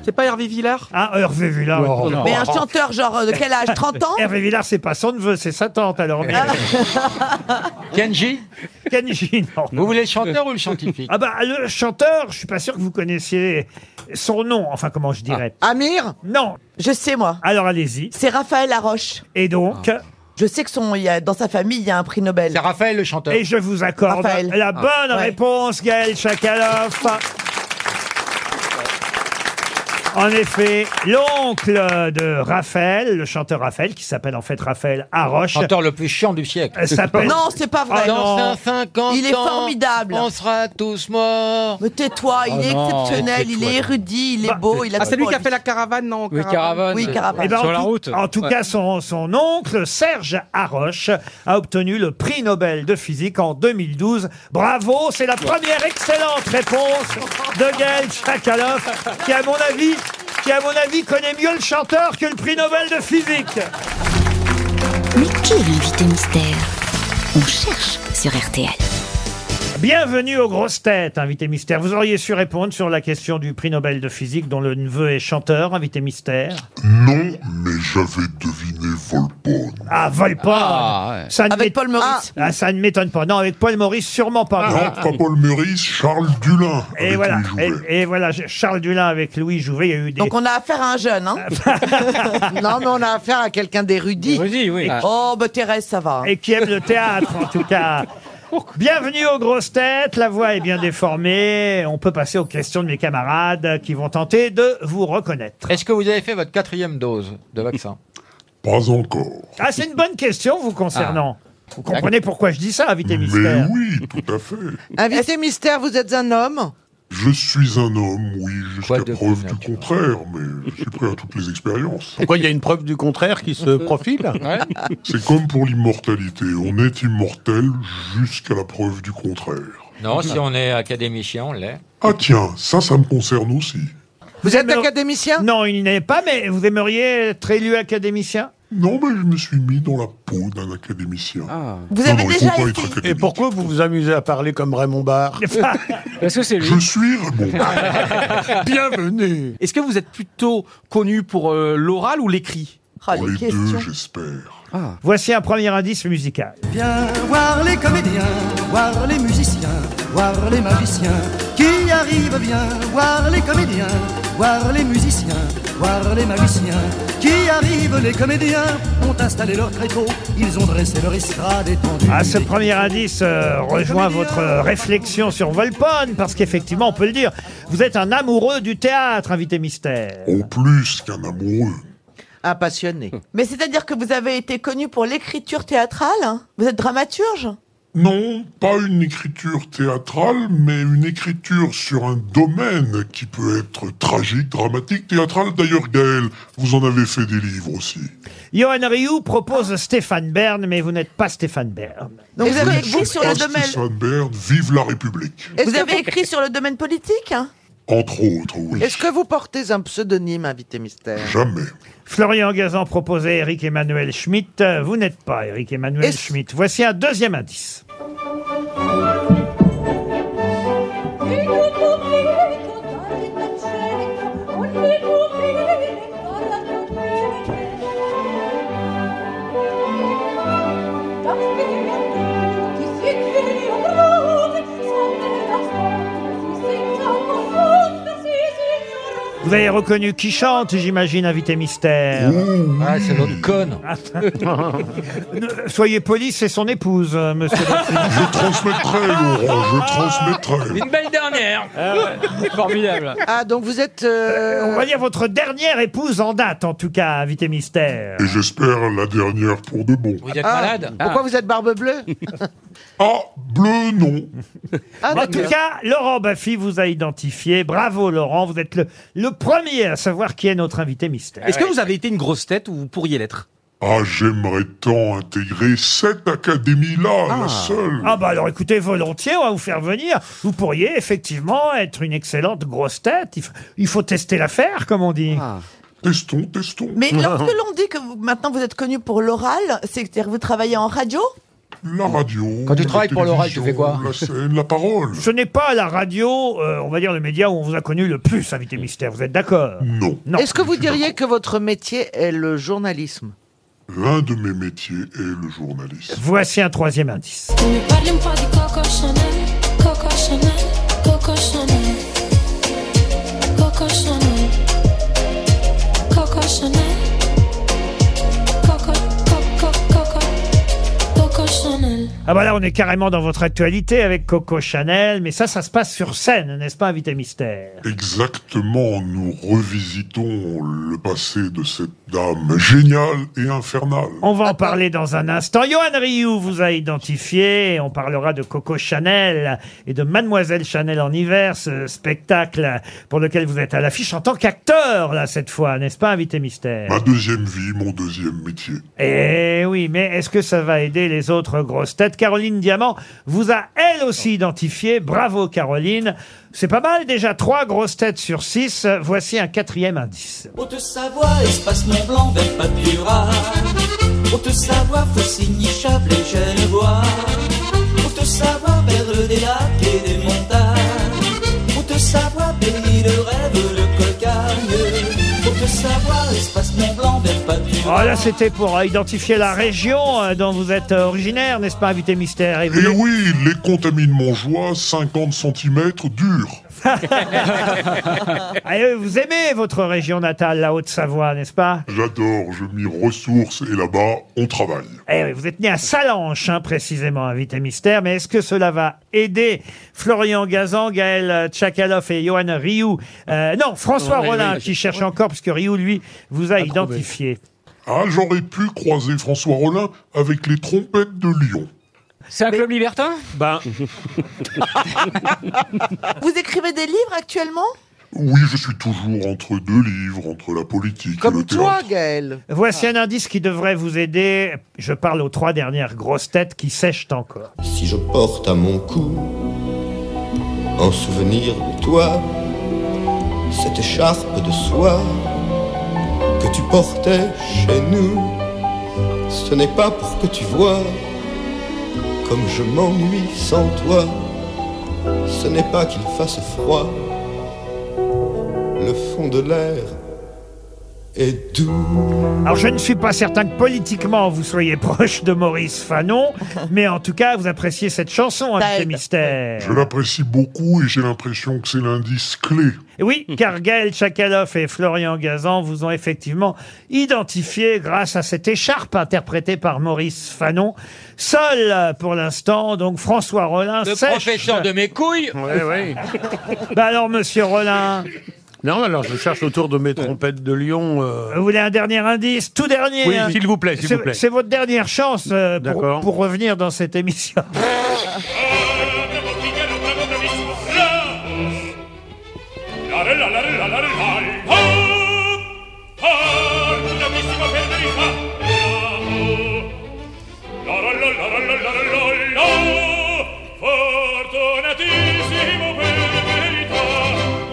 S4: C'est pas Hervé Villard
S2: Ah, Hervé Villard.
S4: Non, non. Mais un
S3: chanteur, genre, euh, de quel âge, 30 ans
S2: Hervé Villard, c'est pas son neveu, c'est sa tante, alors. mais-
S3: Ah.
S8: Kenji
S2: Kenji, non.
S8: Vous voulez le chanteur ou le scientifique
S2: Ah bah, le chanteur, je suis pas sûr que vous connaissiez son nom, enfin, comment je dirais.
S3: Ah, Amir
S2: Non.
S3: Je sais, moi.
S2: Alors, allez-y.
S3: C'est Raphaël Laroche.
S2: Et donc
S3: Je sais que son, il y a, dans sa famille, il y a un prix Nobel. C'est
S8: Ah. Raphaël le chanteur. Ah.
S2: Et je vous accorde la bonne réponse, Gaël Chakaloff. En effet, l'oncle de Raphaël, le chanteur Raphaël, qui s'appelle en fait Raphaël Haroche.
S8: Chanteur le plus chiant du siècle.
S2: Euh, s'appelle-
S3: Non, c'est pas vrai.
S2: Ah non. Dans
S8: 50
S3: il est
S8: ans,
S3: formidable. On
S8: sera tous morts.
S3: Mais tais-toi, Ah, il
S2: Oh
S3: est
S2: non,
S3: exceptionnel, il
S2: tais-toi.
S3: est érudit,
S2: Bah,
S3: il est beau, il a
S4: Ah, c'est lui qui a
S3: tout.
S4: fait la caravane, euh, non
S3: Oui, Caravane. Oui, Caravane.
S2: Eh ben, en
S4: Sur la
S2: tout-
S4: route.
S2: En tout
S4: Ouais.
S2: cas, son, son oncle, Serge Haroche, a obtenu le prix Nobel de physique en 2012. Bravo, c'est la première excellente réponse de Gaël Chakaloff, qui, à mon avis, qui, à mon avis, connaît mieux le chanteur que le prix Nobel de physique.
S9: Mais qui est l'invité mystère On cherche sur RTL.
S2: Bienvenue aux grosses têtes, invité mystère. Vous auriez su répondre sur la question du prix Nobel de physique dont le neveu est chanteur, invité mystère.
S16: Non, mais j'avais deviné Volpone.
S2: Ah, Volpone Avec Paul
S3: Maurice
S2: Ah, Ça ne m'étonne pas. Non, avec Paul Maurice, sûrement pas.
S5: Ah.
S16: Non, pas Paul Meurice, Charles Dulin.
S2: Et
S16: avec
S2: voilà,
S16: Louis Jouvet.
S2: et, et voilà, j'ai- Charles Dulin avec Louis Jouvet, il y a eu des...
S3: Donc on a affaire à un jeune, hein Non, mais on a affaire à quelqu'un d'érudit.
S2: oui. Ah.
S3: Et- Oh, bah Thérèse, ça va. hein.
S2: Et qui aime le théâtre, en tout cas. Bienvenue aux grosses têtes, la voix est bien déformée, on peut passer aux questions de mes camarades qui vont tenter de vous reconnaître.
S8: Est-ce que vous avez fait votre quatrième dose de vaccin
S16: Pas encore.
S2: Ah, c'est une bonne question vous concernant. Vous comprenez Ah. pourquoi je dis ça, invité mystère
S16: Oui, tout à fait.
S7: Ah. Invité mystère, vous êtes un homme
S16: Je suis un homme, oui, jusqu'à preuve du contraire, mais je suis prêt à toutes les expériences.
S5: Pourquoi il y a une preuve du contraire qui se profile
S16: C'est comme pour l'immortalité, on est immortel jusqu'à la preuve du contraire.
S8: Non, si on est académicien, on l'est.
S16: Ah tiens, ça, ça me concerne aussi.
S2: Vous êtes académicien Non, il n'est pas, mais vous aimeriez être élu académicien
S16: Non, mais je me suis mis dans la peau d'un académicien.
S2: Vous
S16: Non,
S2: avez
S16: non, il
S2: déjà
S16: faut
S2: été-
S16: pas être académique.
S5: Et pourquoi vous vous amusez à parler comme Raymond Barre
S6: Parce que c'est
S16: Je suis Raymond.
S4: Bienvenue Est-ce que vous êtes plutôt connu pour euh, l'oral ou l'écrit
S3: Ah,
S4: Ah.
S16: Pour les deux, j'espère.
S2: Voici un premier indice musical.
S17: Viens voir les comédiens, voir les musiciens, voir les magiciens qui arrivent bien, voir les comédiens, voir les musiciens, voir les magiciens qui arrivent. Les comédiens ont installé leur tréteau, ils ont dressé leur estrade étendue.
S2: Ah, ce premier indice euh, rejoint votre euh, réflexion sur Volpone, parce qu'effectivement, on peut le dire, vous êtes un amoureux du théâtre, invité mystère.
S16: En plus qu'un amoureux.
S7: Un Ah, passionné.
S3: Mais c'est-à-dire que vous avez été connu pour l'écriture théâtrale hein Vous êtes dramaturge
S16: Non, pas une écriture théâtrale, mais une écriture sur un domaine qui peut être tragique, dramatique, théâtral. D'ailleurs, Gaël, vous en avez fait des livres aussi.
S2: Johan Rioux propose Stéphane Bern, mais vous n'êtes pas Stéphane Bern.
S3: Donc vous avez écrit
S16: Sauf
S3: sur le
S16: Asti
S3: domaine.
S16: Sandberg, vive la République.
S3: Vous avez écrit sur le domaine politique hein
S16: Entre autres, oui.
S7: Est-ce que vous portez un pseudonyme, invité mystère
S16: Jamais.
S2: Florian Gazan proposait Eric Emmanuel Schmitt. Euh, Vous n'êtes pas Eric Emmanuel Schmitt. Voici un deuxième indice. Vous avez reconnu qui chante, j'imagine, invité mystère. Ah, c'est l'autre conne. Soyez poli, c'est son épouse, euh, monsieur. je transmettrai, Laurent, je transmettrai.
S6: Une belle dernière. Formidable.
S2: Ah, donc vous êtes. euh, On va dire votre dernière épouse en date, en tout cas, invité mystère.
S16: Et j'espère la dernière pour de bon.
S2: Vous
S3: Ah,
S2: êtes malade
S7: Ah.
S2: Ah.
S7: Pourquoi vous êtes barbe bleue
S16: Ah, bleu, non.
S2: Oh,
S7: Ah,
S2: en tout cas, Laurent Baffy vous a identifié. Bravo, Laurent. Vous êtes le, le premier à savoir qui est notre invité mystère.
S4: Est-ce que vous avez été une grosse tête ou vous pourriez l'être
S16: Ah, j'aimerais tant intégrer cette académie-là, la seule.
S2: Ah bah alors écoutez, volontiers, on va vous faire venir. Vous pourriez effectivement être une excellente grosse tête. Il, f- il faut tester l'affaire, comme on dit.
S4: Ah.
S16: Testons, testons.
S3: Mais lorsque l'on dit que vous- maintenant vous êtes connu pour l'oral, c'est-à-dire que vous travaillez en radio
S16: La radio.
S8: Quand tu
S16: la
S8: travailles pour l'oral, tu
S16: télévision,
S8: fais quoi
S16: La scène, la parole.
S2: Ce n'est pas la radio, euh, on va dire le média où on vous a connu le plus, invité mystère. Vous êtes d'accord
S16: Non.
S7: Est-ce que vous diriez que votre métier est le journalisme
S16: L'un de mes métiers est le journalisme.
S2: Voici un troisième indice.
S18: Ne parlez pas de Coco Chanel, Coco Chanel, Coco Chanel, Coco Chanel, Coco Chanel, Coco, Coco, Coco, Coco Chanel.
S2: Ah bah là, on est carrément dans votre actualité avec Coco Chanel, mais ça, ça se passe sur scène, n'est-ce pas, invité mystère
S16: Exactement, nous revisitons le passé de cette dame géniale et infernale.
S2: On va en parler dans un instant. Johan Rioux vous a identifié. On parlera de Coco Chanel et de Mademoiselle Chanel en hiver, ce spectacle pour lequel vous êtes à l'affiche en tant qu'acteur, là, cette fois, n'est-ce pas, invité mystère
S16: Ma deuxième vie, mon deuxième métier.
S2: Eh oui, mais est-ce que ça va aider les autres grosses têtes Caroline Diamant vous a elle aussi identifié. Bravo Caroline. C'est pas mal déjà, trois grosses têtes sur six. Voici un quatrième indice.
S19: Haute-Savoie, espace Mont-Blanc, vers Papura. Haute-Savoie, Faucigny, Chablais, Genevois. Haute-Savoie, perle des lacs et des montagnes. Haute-Savoie, pays de rêve, le cocagne. Haute-Savoie, espace Mont-Blanc, vers Papura.
S2: Oh là, c'était pour euh, identifier la région euh, dont vous êtes euh, originaire, n'est-ce pas, invité mystère Et vous-
S16: Eh Oui, les contamines Montjoie, 50 cm durs.
S2: Ah, euh, vous aimez votre région natale, la Haute-Savoie, n'est-ce pas
S16: J'adore, je m'y ressource et là-bas, on travaille.
S2: Eh oui, vous êtes né à Salanches, hein, précisément, invité mystère. Mais est-ce que cela va aider Florian Gazan, Gaël euh, Tchakaloff et Johan Rioux Euh, Non, François
S16: Ouais,
S2: Rollin,
S16: ouais,
S2: qui cherche encore, puisque Rioux, lui, vous a identifié.
S16: Ah, j'aurais pu croiser François Rollin avec les trompettes de Lyon.
S6: C'est un club libertin
S5: Ben.
S3: Vous écrivez des livres actuellement
S16: oui, je suis toujours entre deux livres, entre la politique et le théâtre.
S2: Gaël. Voici un indice qui devrait vous aider. Je parle aux trois dernières grosses têtes qui sèchent encore.
S20: Si je porte à mon cou, en souvenir de toi, cette écharpe de soie que tu portais chez nous, ce n'est pas pour que tu vois comme je m'ennuie sans toi. Ce n'est pas qu'il fasse froid, le fond de l'air est doux.
S2: Alors, je ne suis pas certain que politiquement vous soyez proche de Maurice Fanon, mais en tout cas, vous appréciez cette chanson, Invité Mystère.
S16: Je l'apprécie beaucoup et j'ai l'impression que c'est l'indice clé.
S2: Oui, car Gaël Tchakaloff et Florian Gazan vous ont effectivement identifié grâce à cette écharpe interprétée par Maurice Fanon. Seul, euh, pour l'instant, donc François Rollin
S6: Le
S2: sèche.
S6: professeur de mes couilles
S5: Ouais, ouais.
S2: Bah alors, monsieur Rollin, Euh.
S5: Non, alors je cherche autour de mes trompettes de Lyon. euh,
S2: vous voulez un dernier indice Tout dernier
S5: Oui,
S2: hein.
S5: s'il vous plaît, s'il
S2: C'est-
S5: vous plaît.
S2: C'est votre dernière chance euh, pour,
S5: D'accord.
S2: pour revenir dans cette émission.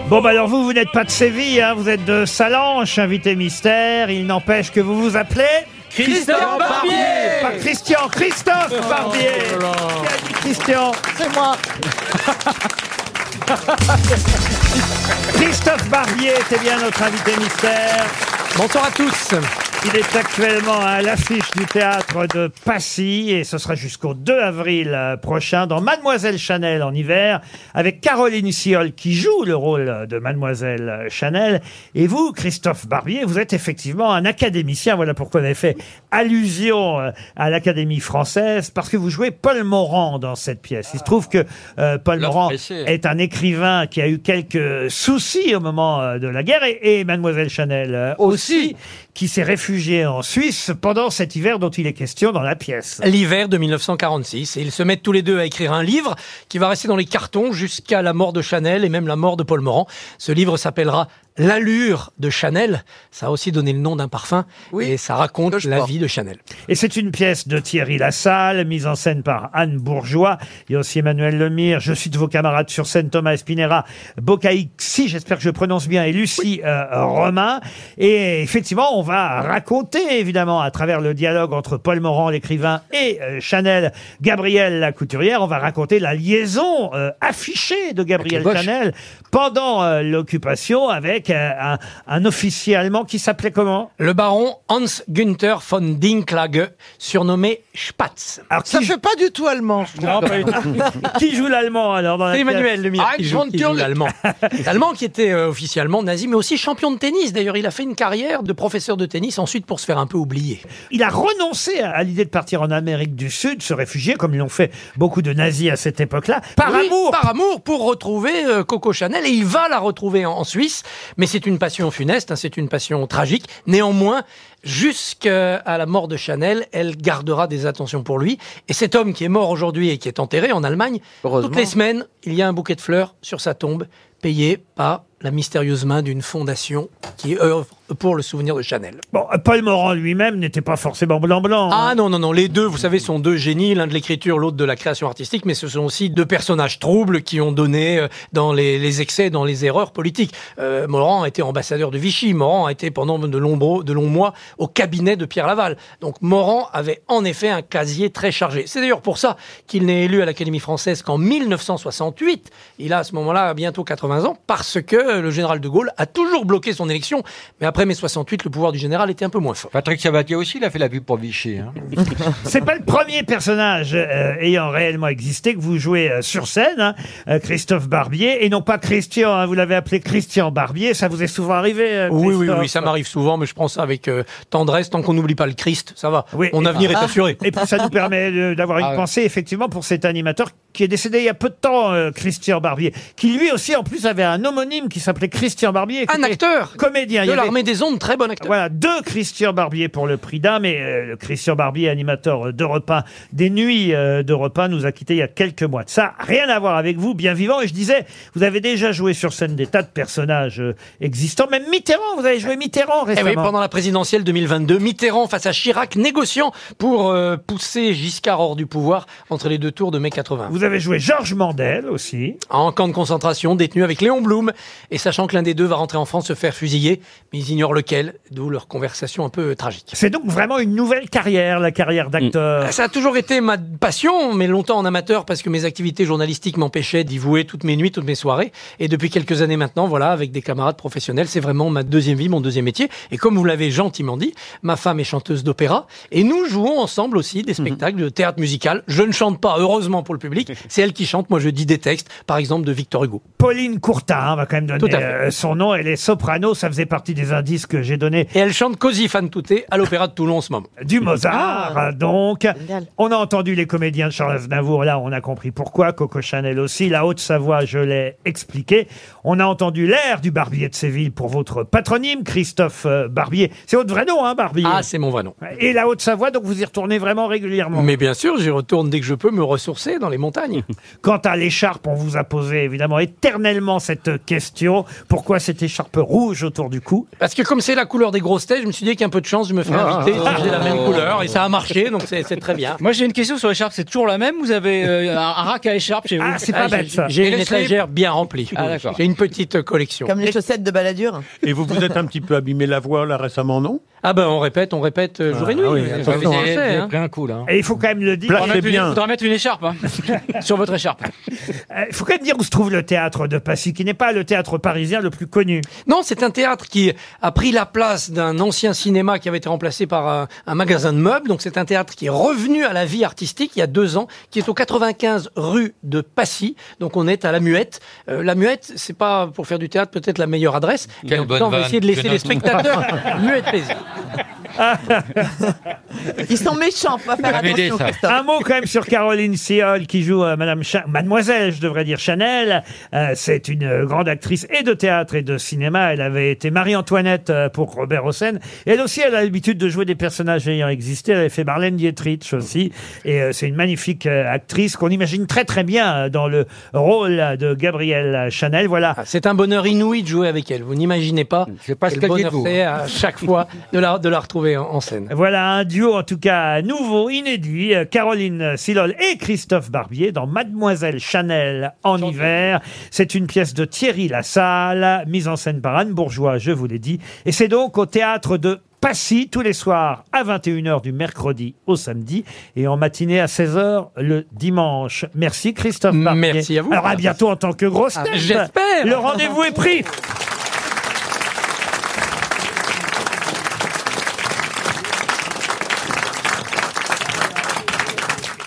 S2: Bon, bah alors vous, vous n'êtes pas de Séville, hein, vous êtes de Salanches, invité mystère. Il n'empêche que vous vous appelez
S19: Christian Barbier
S2: Pas Christian, Christophe Barbier Qui a dit Christian C'est moi Christophe Barbier était bien notre invité mystère.
S21: Bonsoir à tous.
S2: Il est actuellement à l'affiche du théâtre de Passy et ce sera jusqu'au 2 avril euh, prochain dans Mademoiselle Chanel en hiver avec Caroline Siol qui joue le rôle de Mademoiselle Chanel. Et vous, Christophe Barbier, vous êtes effectivement un académicien. Voilà pourquoi on avait fait allusion euh, à l'Académie française parce que vous jouez Paul Morand dans cette pièce. Il se trouve que euh, Paul Morand
S8: pressé.
S2: est un écrivain qui a eu quelques soucis au moment euh, de la guerre et, et Mademoiselle Chanel euh, aussi, qui s'est réfugiée en Suisse pendant cet hiver dont il est question dans la pièce.
S21: L'hiver de 1946. Et ils se mettent tous les deux à écrire un livre qui va rester dans les cartons jusqu'à la mort de Chanel et même la mort de Paul Morand. Ce livre s'appellera L'allure de Chanel. Ça a aussi donné le nom d'un parfum. Et ça raconte la vie de Chanel.
S2: Et c'est une pièce de Thierry Lassalle, mise en scène par Anne Bourgeois. Il y a aussi Emmanuel Lemire, je suis de vos camarades sur scène, Thomas Espinera, Bocaïxi, j'espère que je prononce bien, et Lucie euh, Romain. Et effectivement, on va raconter, évidemment, à travers le dialogue entre Paul Morand, l'écrivain, et euh, Chanel, Gabrielle la couturière, on va raconter la liaison euh, affichée de
S21: Ah,
S2: Gabrielle
S8: Boches.
S2: Chanel pendant euh, l'occupation avec euh, un, un officier allemand qui s'appelait comment
S21: Le baron Hans Günther von Dinklage, surnommé Spatz.
S2: Alors,
S21: ça fait pas du tout allemand. Non, pas du tout.
S2: qui joue l'allemand alors dans la
S21: C'est Emmanuel
S2: pièce
S21: Lemire qui Ah, joue, qui joue l'allemand. L'allemand qui était euh, officiellement nazi, mais aussi champion de tennis. D'ailleurs, il a fait une carrière de professeur de tennis ensuite pour se faire un peu oublier.
S2: Il a renoncé à à l'idée de partir en Amérique du Sud, se réfugier, comme ils l'ont fait beaucoup de nazis à cette époque-là, par
S21: Oui,
S2: amour.
S21: Par amour pour retrouver euh, Coco Chanel et il va la retrouver en, en Suisse. Mais c'est une passion funeste, hein, c'est une passion tragique. Néanmoins, jusqu'à la mort de Chanel, elle gardera des attentions pour lui. Et cet homme qui est mort aujourd'hui et qui est enterré en Allemagne, toutes les semaines, il y a un bouquet de fleurs sur sa tombe payé par la mystérieuse main d'une fondation qui œuvre pour le souvenir de Chanel.
S2: Bon, euh, Paul Morand lui-même n'était pas forcément blanc-blanc. hein.
S21: Ah non, non, non, les deux, vous savez, sont deux génies, l'un de l'écriture, l'autre de la création artistique, mais ce sont aussi deux personnages troubles qui ont donné euh, dans les, les excès, dans les erreurs politiques. Euh, Morand a été ambassadeur de Vichy, Morand a été pendant de longs, bro- de longs mois au cabinet de Pierre Laval. Donc Morand avait en effet un casier très chargé. C'est d'ailleurs pour ça qu'il n'est élu à l'Académie française qu'en 1968. Il a à ce moment-là bientôt 80 ans, parce que le général de Gaulle a toujours bloqué son élection, mais après mai 68, le pouvoir du général était un peu moins fort.
S8: Patrick Sabatier aussi, il a fait la pub pour Vichy. hein.
S2: C'est pas le premier personnage euh, ayant réellement existé que vous jouez euh, sur scène, hein, euh, Christophe Barbier, et non pas Christian, hein, vous l'avez appelé Christian Barbier, ça vous est souvent arrivé euh,
S21: Oui, oui,
S2: Christophe
S21: oui, ça m'arrive souvent, mais je prends ça avec euh, tendresse, tant qu'on n'oublie pas le Christ, ça va. Mon
S2: Et-
S21: avenir est
S2: Ah.
S21: assuré.
S2: Et puis ça nous permet de- d'avoir une
S21: Ah ouais.
S2: pensée effectivement pour cet animateur qui est décédé il y a peu de temps, euh, Christian Barbier, qui lui aussi en plus avait un homonyme qui s'appelait Christian Barbier. Un
S21: acteur
S2: Comédien.
S21: de l'Armée des Ondes, très bon acteur.
S2: Voilà, deux Christian Barbier pour le prix d'un, mais euh, le Christian Barbier, animateur euh, d'Europe 1, des nuits euh, d'Europe 1, nous a quittés il y a quelques mois. Ça, rien à voir avec vous, bien vivant. Et je disais, vous avez déjà joué sur scène des tas de personnages euh, existants, même Mitterrand, vous avez joué Mitterrand
S21: Eh
S2: récemment.
S21: oui, pendant la présidentielle 2022, Mitterrand face à Chirac, négociant pour euh, pousser Giscard hors du pouvoir entre les deux tours de mai 80.
S2: Vous avez joué Georges Mandel aussi.
S21: En camp de concentration, détenu avec Léon Blum, et sachant que l'un des deux va rentrer en France se faire fusiller, mais ils ignorent lequel, d'où leur conversation un peu euh, tragique. Mmh.
S2: C'est donc vraiment une nouvelle carrière, la carrière d'acteur.
S21: Ça a toujours été ma passion, mais longtemps en amateur parce que mes activités journalistiques m'empêchaient d'y vouer toutes mes nuits, toutes mes soirées. Et depuis quelques années maintenant, voilà, avec des camarades professionnels, c'est vraiment ma deuxième vie, mon deuxième métier. Et comme vous l'avez gentiment dit, ma femme est chanteuse d'opéra et nous jouons ensemble aussi
S2: Mhm.
S21: des spectacles de théâtre musical. Je ne chante pas, heureusement pour le public. C'est elle qui chante, moi je dis des textes, par exemple de Victor Hugo.
S2: Pauline Courtin, on va quand même donner
S21: Tout à fait.
S2: euh, son nom. Elle est soprano, ça faisait partie des indices que j'ai donnés.
S21: Et elle chante Così fan tutte à l'opéra de Toulon en ce moment.
S2: Du Mozart,
S21: Ah.
S2: donc. On a entendu les comédiens de Charles Aznavour, là, on a compris pourquoi. Coco Chanel aussi. La Haute-Savoie, je l'ai expliqué. On a entendu l'air du Barbier de Séville pour votre patronyme, Christophe euh, Barbier. C'est votre vrai nom, hein, Barbier
S21: Ah, c'est mon vrai nom.
S2: Et la Haute-Savoie, donc vous y retournez vraiment régulièrement.
S21: Mais bien sûr, j'y retourne dès que je peux me ressourcer dans les montagnes.
S2: Quant à l'écharpe, on vous a posé évidemment éternellement cette question. Pourquoi cette écharpe rouge autour du cou
S21: Parce que comme c'est la couleur des grosses têtes, je me suis dit qu'un peu de chance, je me ferais
S2: Ah.
S21: inviter si j'ai la même couleur et ça a marché, donc c'est c'est très bien.
S6: Moi j'ai une question sur l'écharpe, c'est toujours la même Vous avez euh, un, un rack à écharpe chez vous
S21: Ah, j'ai- J'ai une étagère bien remplie.
S6: Ah, d'accord.
S21: j'ai une petite euh, collection.
S3: Comme les chaussettes de baladure.
S5: Et vous vous êtes un petit peu abîmé la voix là récemment, non
S21: Ah ben on répète, on répète euh, jour et nuit. oui, Vous attention, avez- vous hein. avez Vous avez hein. pris un coup, là, hein.
S2: Et il faut quand même le dire.
S21: Faudra mettre une- faudra mettre
S6: une écharpe hein, sur votre écharpe.
S2: Euh, Il faut quand même dire où se trouve le théâtre de Passy, qui n'est pas le théâtre parisien le plus connu.
S21: Non, c'est un théâtre qui a pris la place d'un ancien cinéma qui avait été remplacé par un, un magasin de meubles. Donc c'est un théâtre qui est revenu à la vie artistique il y a deux ans, qui est au 95 rue de Passy. Donc on est à la Muette. Euh, la Muette, c'est pas pour faire du théâtre peut-être la meilleure adresse.
S10: Quelle
S21: Mais en même
S10: bonne
S21: temps, on va
S10: vanne,
S21: essayer de laisser
S10: que
S21: les
S10: note-nous.
S21: spectateurs muets de plaisir.
S3: Ils sont méchants, faut pas faire attention, Christophe.
S2: Un mot quand même sur Caroline Siol qui joue euh, Madame Cha- Mademoiselle, je devrais dire Chanel. Euh, c'est une euh, grande actrice et de théâtre et de cinéma. Elle avait été Marie-Antoinette euh, pour Robert Hossein. Elle aussi, elle a l'habitude de jouer des personnages ayant existé. Elle avait fait Marlène Dietrich aussi. Et euh, c'est une magnifique euh, actrice qu'on imagine très très bien euh, dans le rôle euh, de Gabrielle Chanel. Voilà.
S21: Ah, C'est un bonheur inouï de jouer avec elle. Vous n'imaginez pas
S2: pas ce
S21: quel
S2: qu'elle dit de
S21: bonheur
S2: vous.
S21: c'est à chaque fois de la, de la retrouver en, en scène.
S2: Voilà un duo en tout cas nouveau, inédit. euh, Caroline Silol et Christophe Barbier dans Mademoiselle Chanel en hiver. C'est une pièce de Thierry Lassalle, mise en scène par Anne Bourgeois, je vous l'ai dit. Et c'est donc au théâtre de Passy tous les soirs à 21h du mercredi au samedi et en matinée à 16h le dimanche. Merci Christophe Barbier.
S21: Merci à vous.
S2: Alors à bientôt en tant que grosse
S21: Ah,
S2: tête.
S21: j'espère.
S2: Le rendez-vous est pris.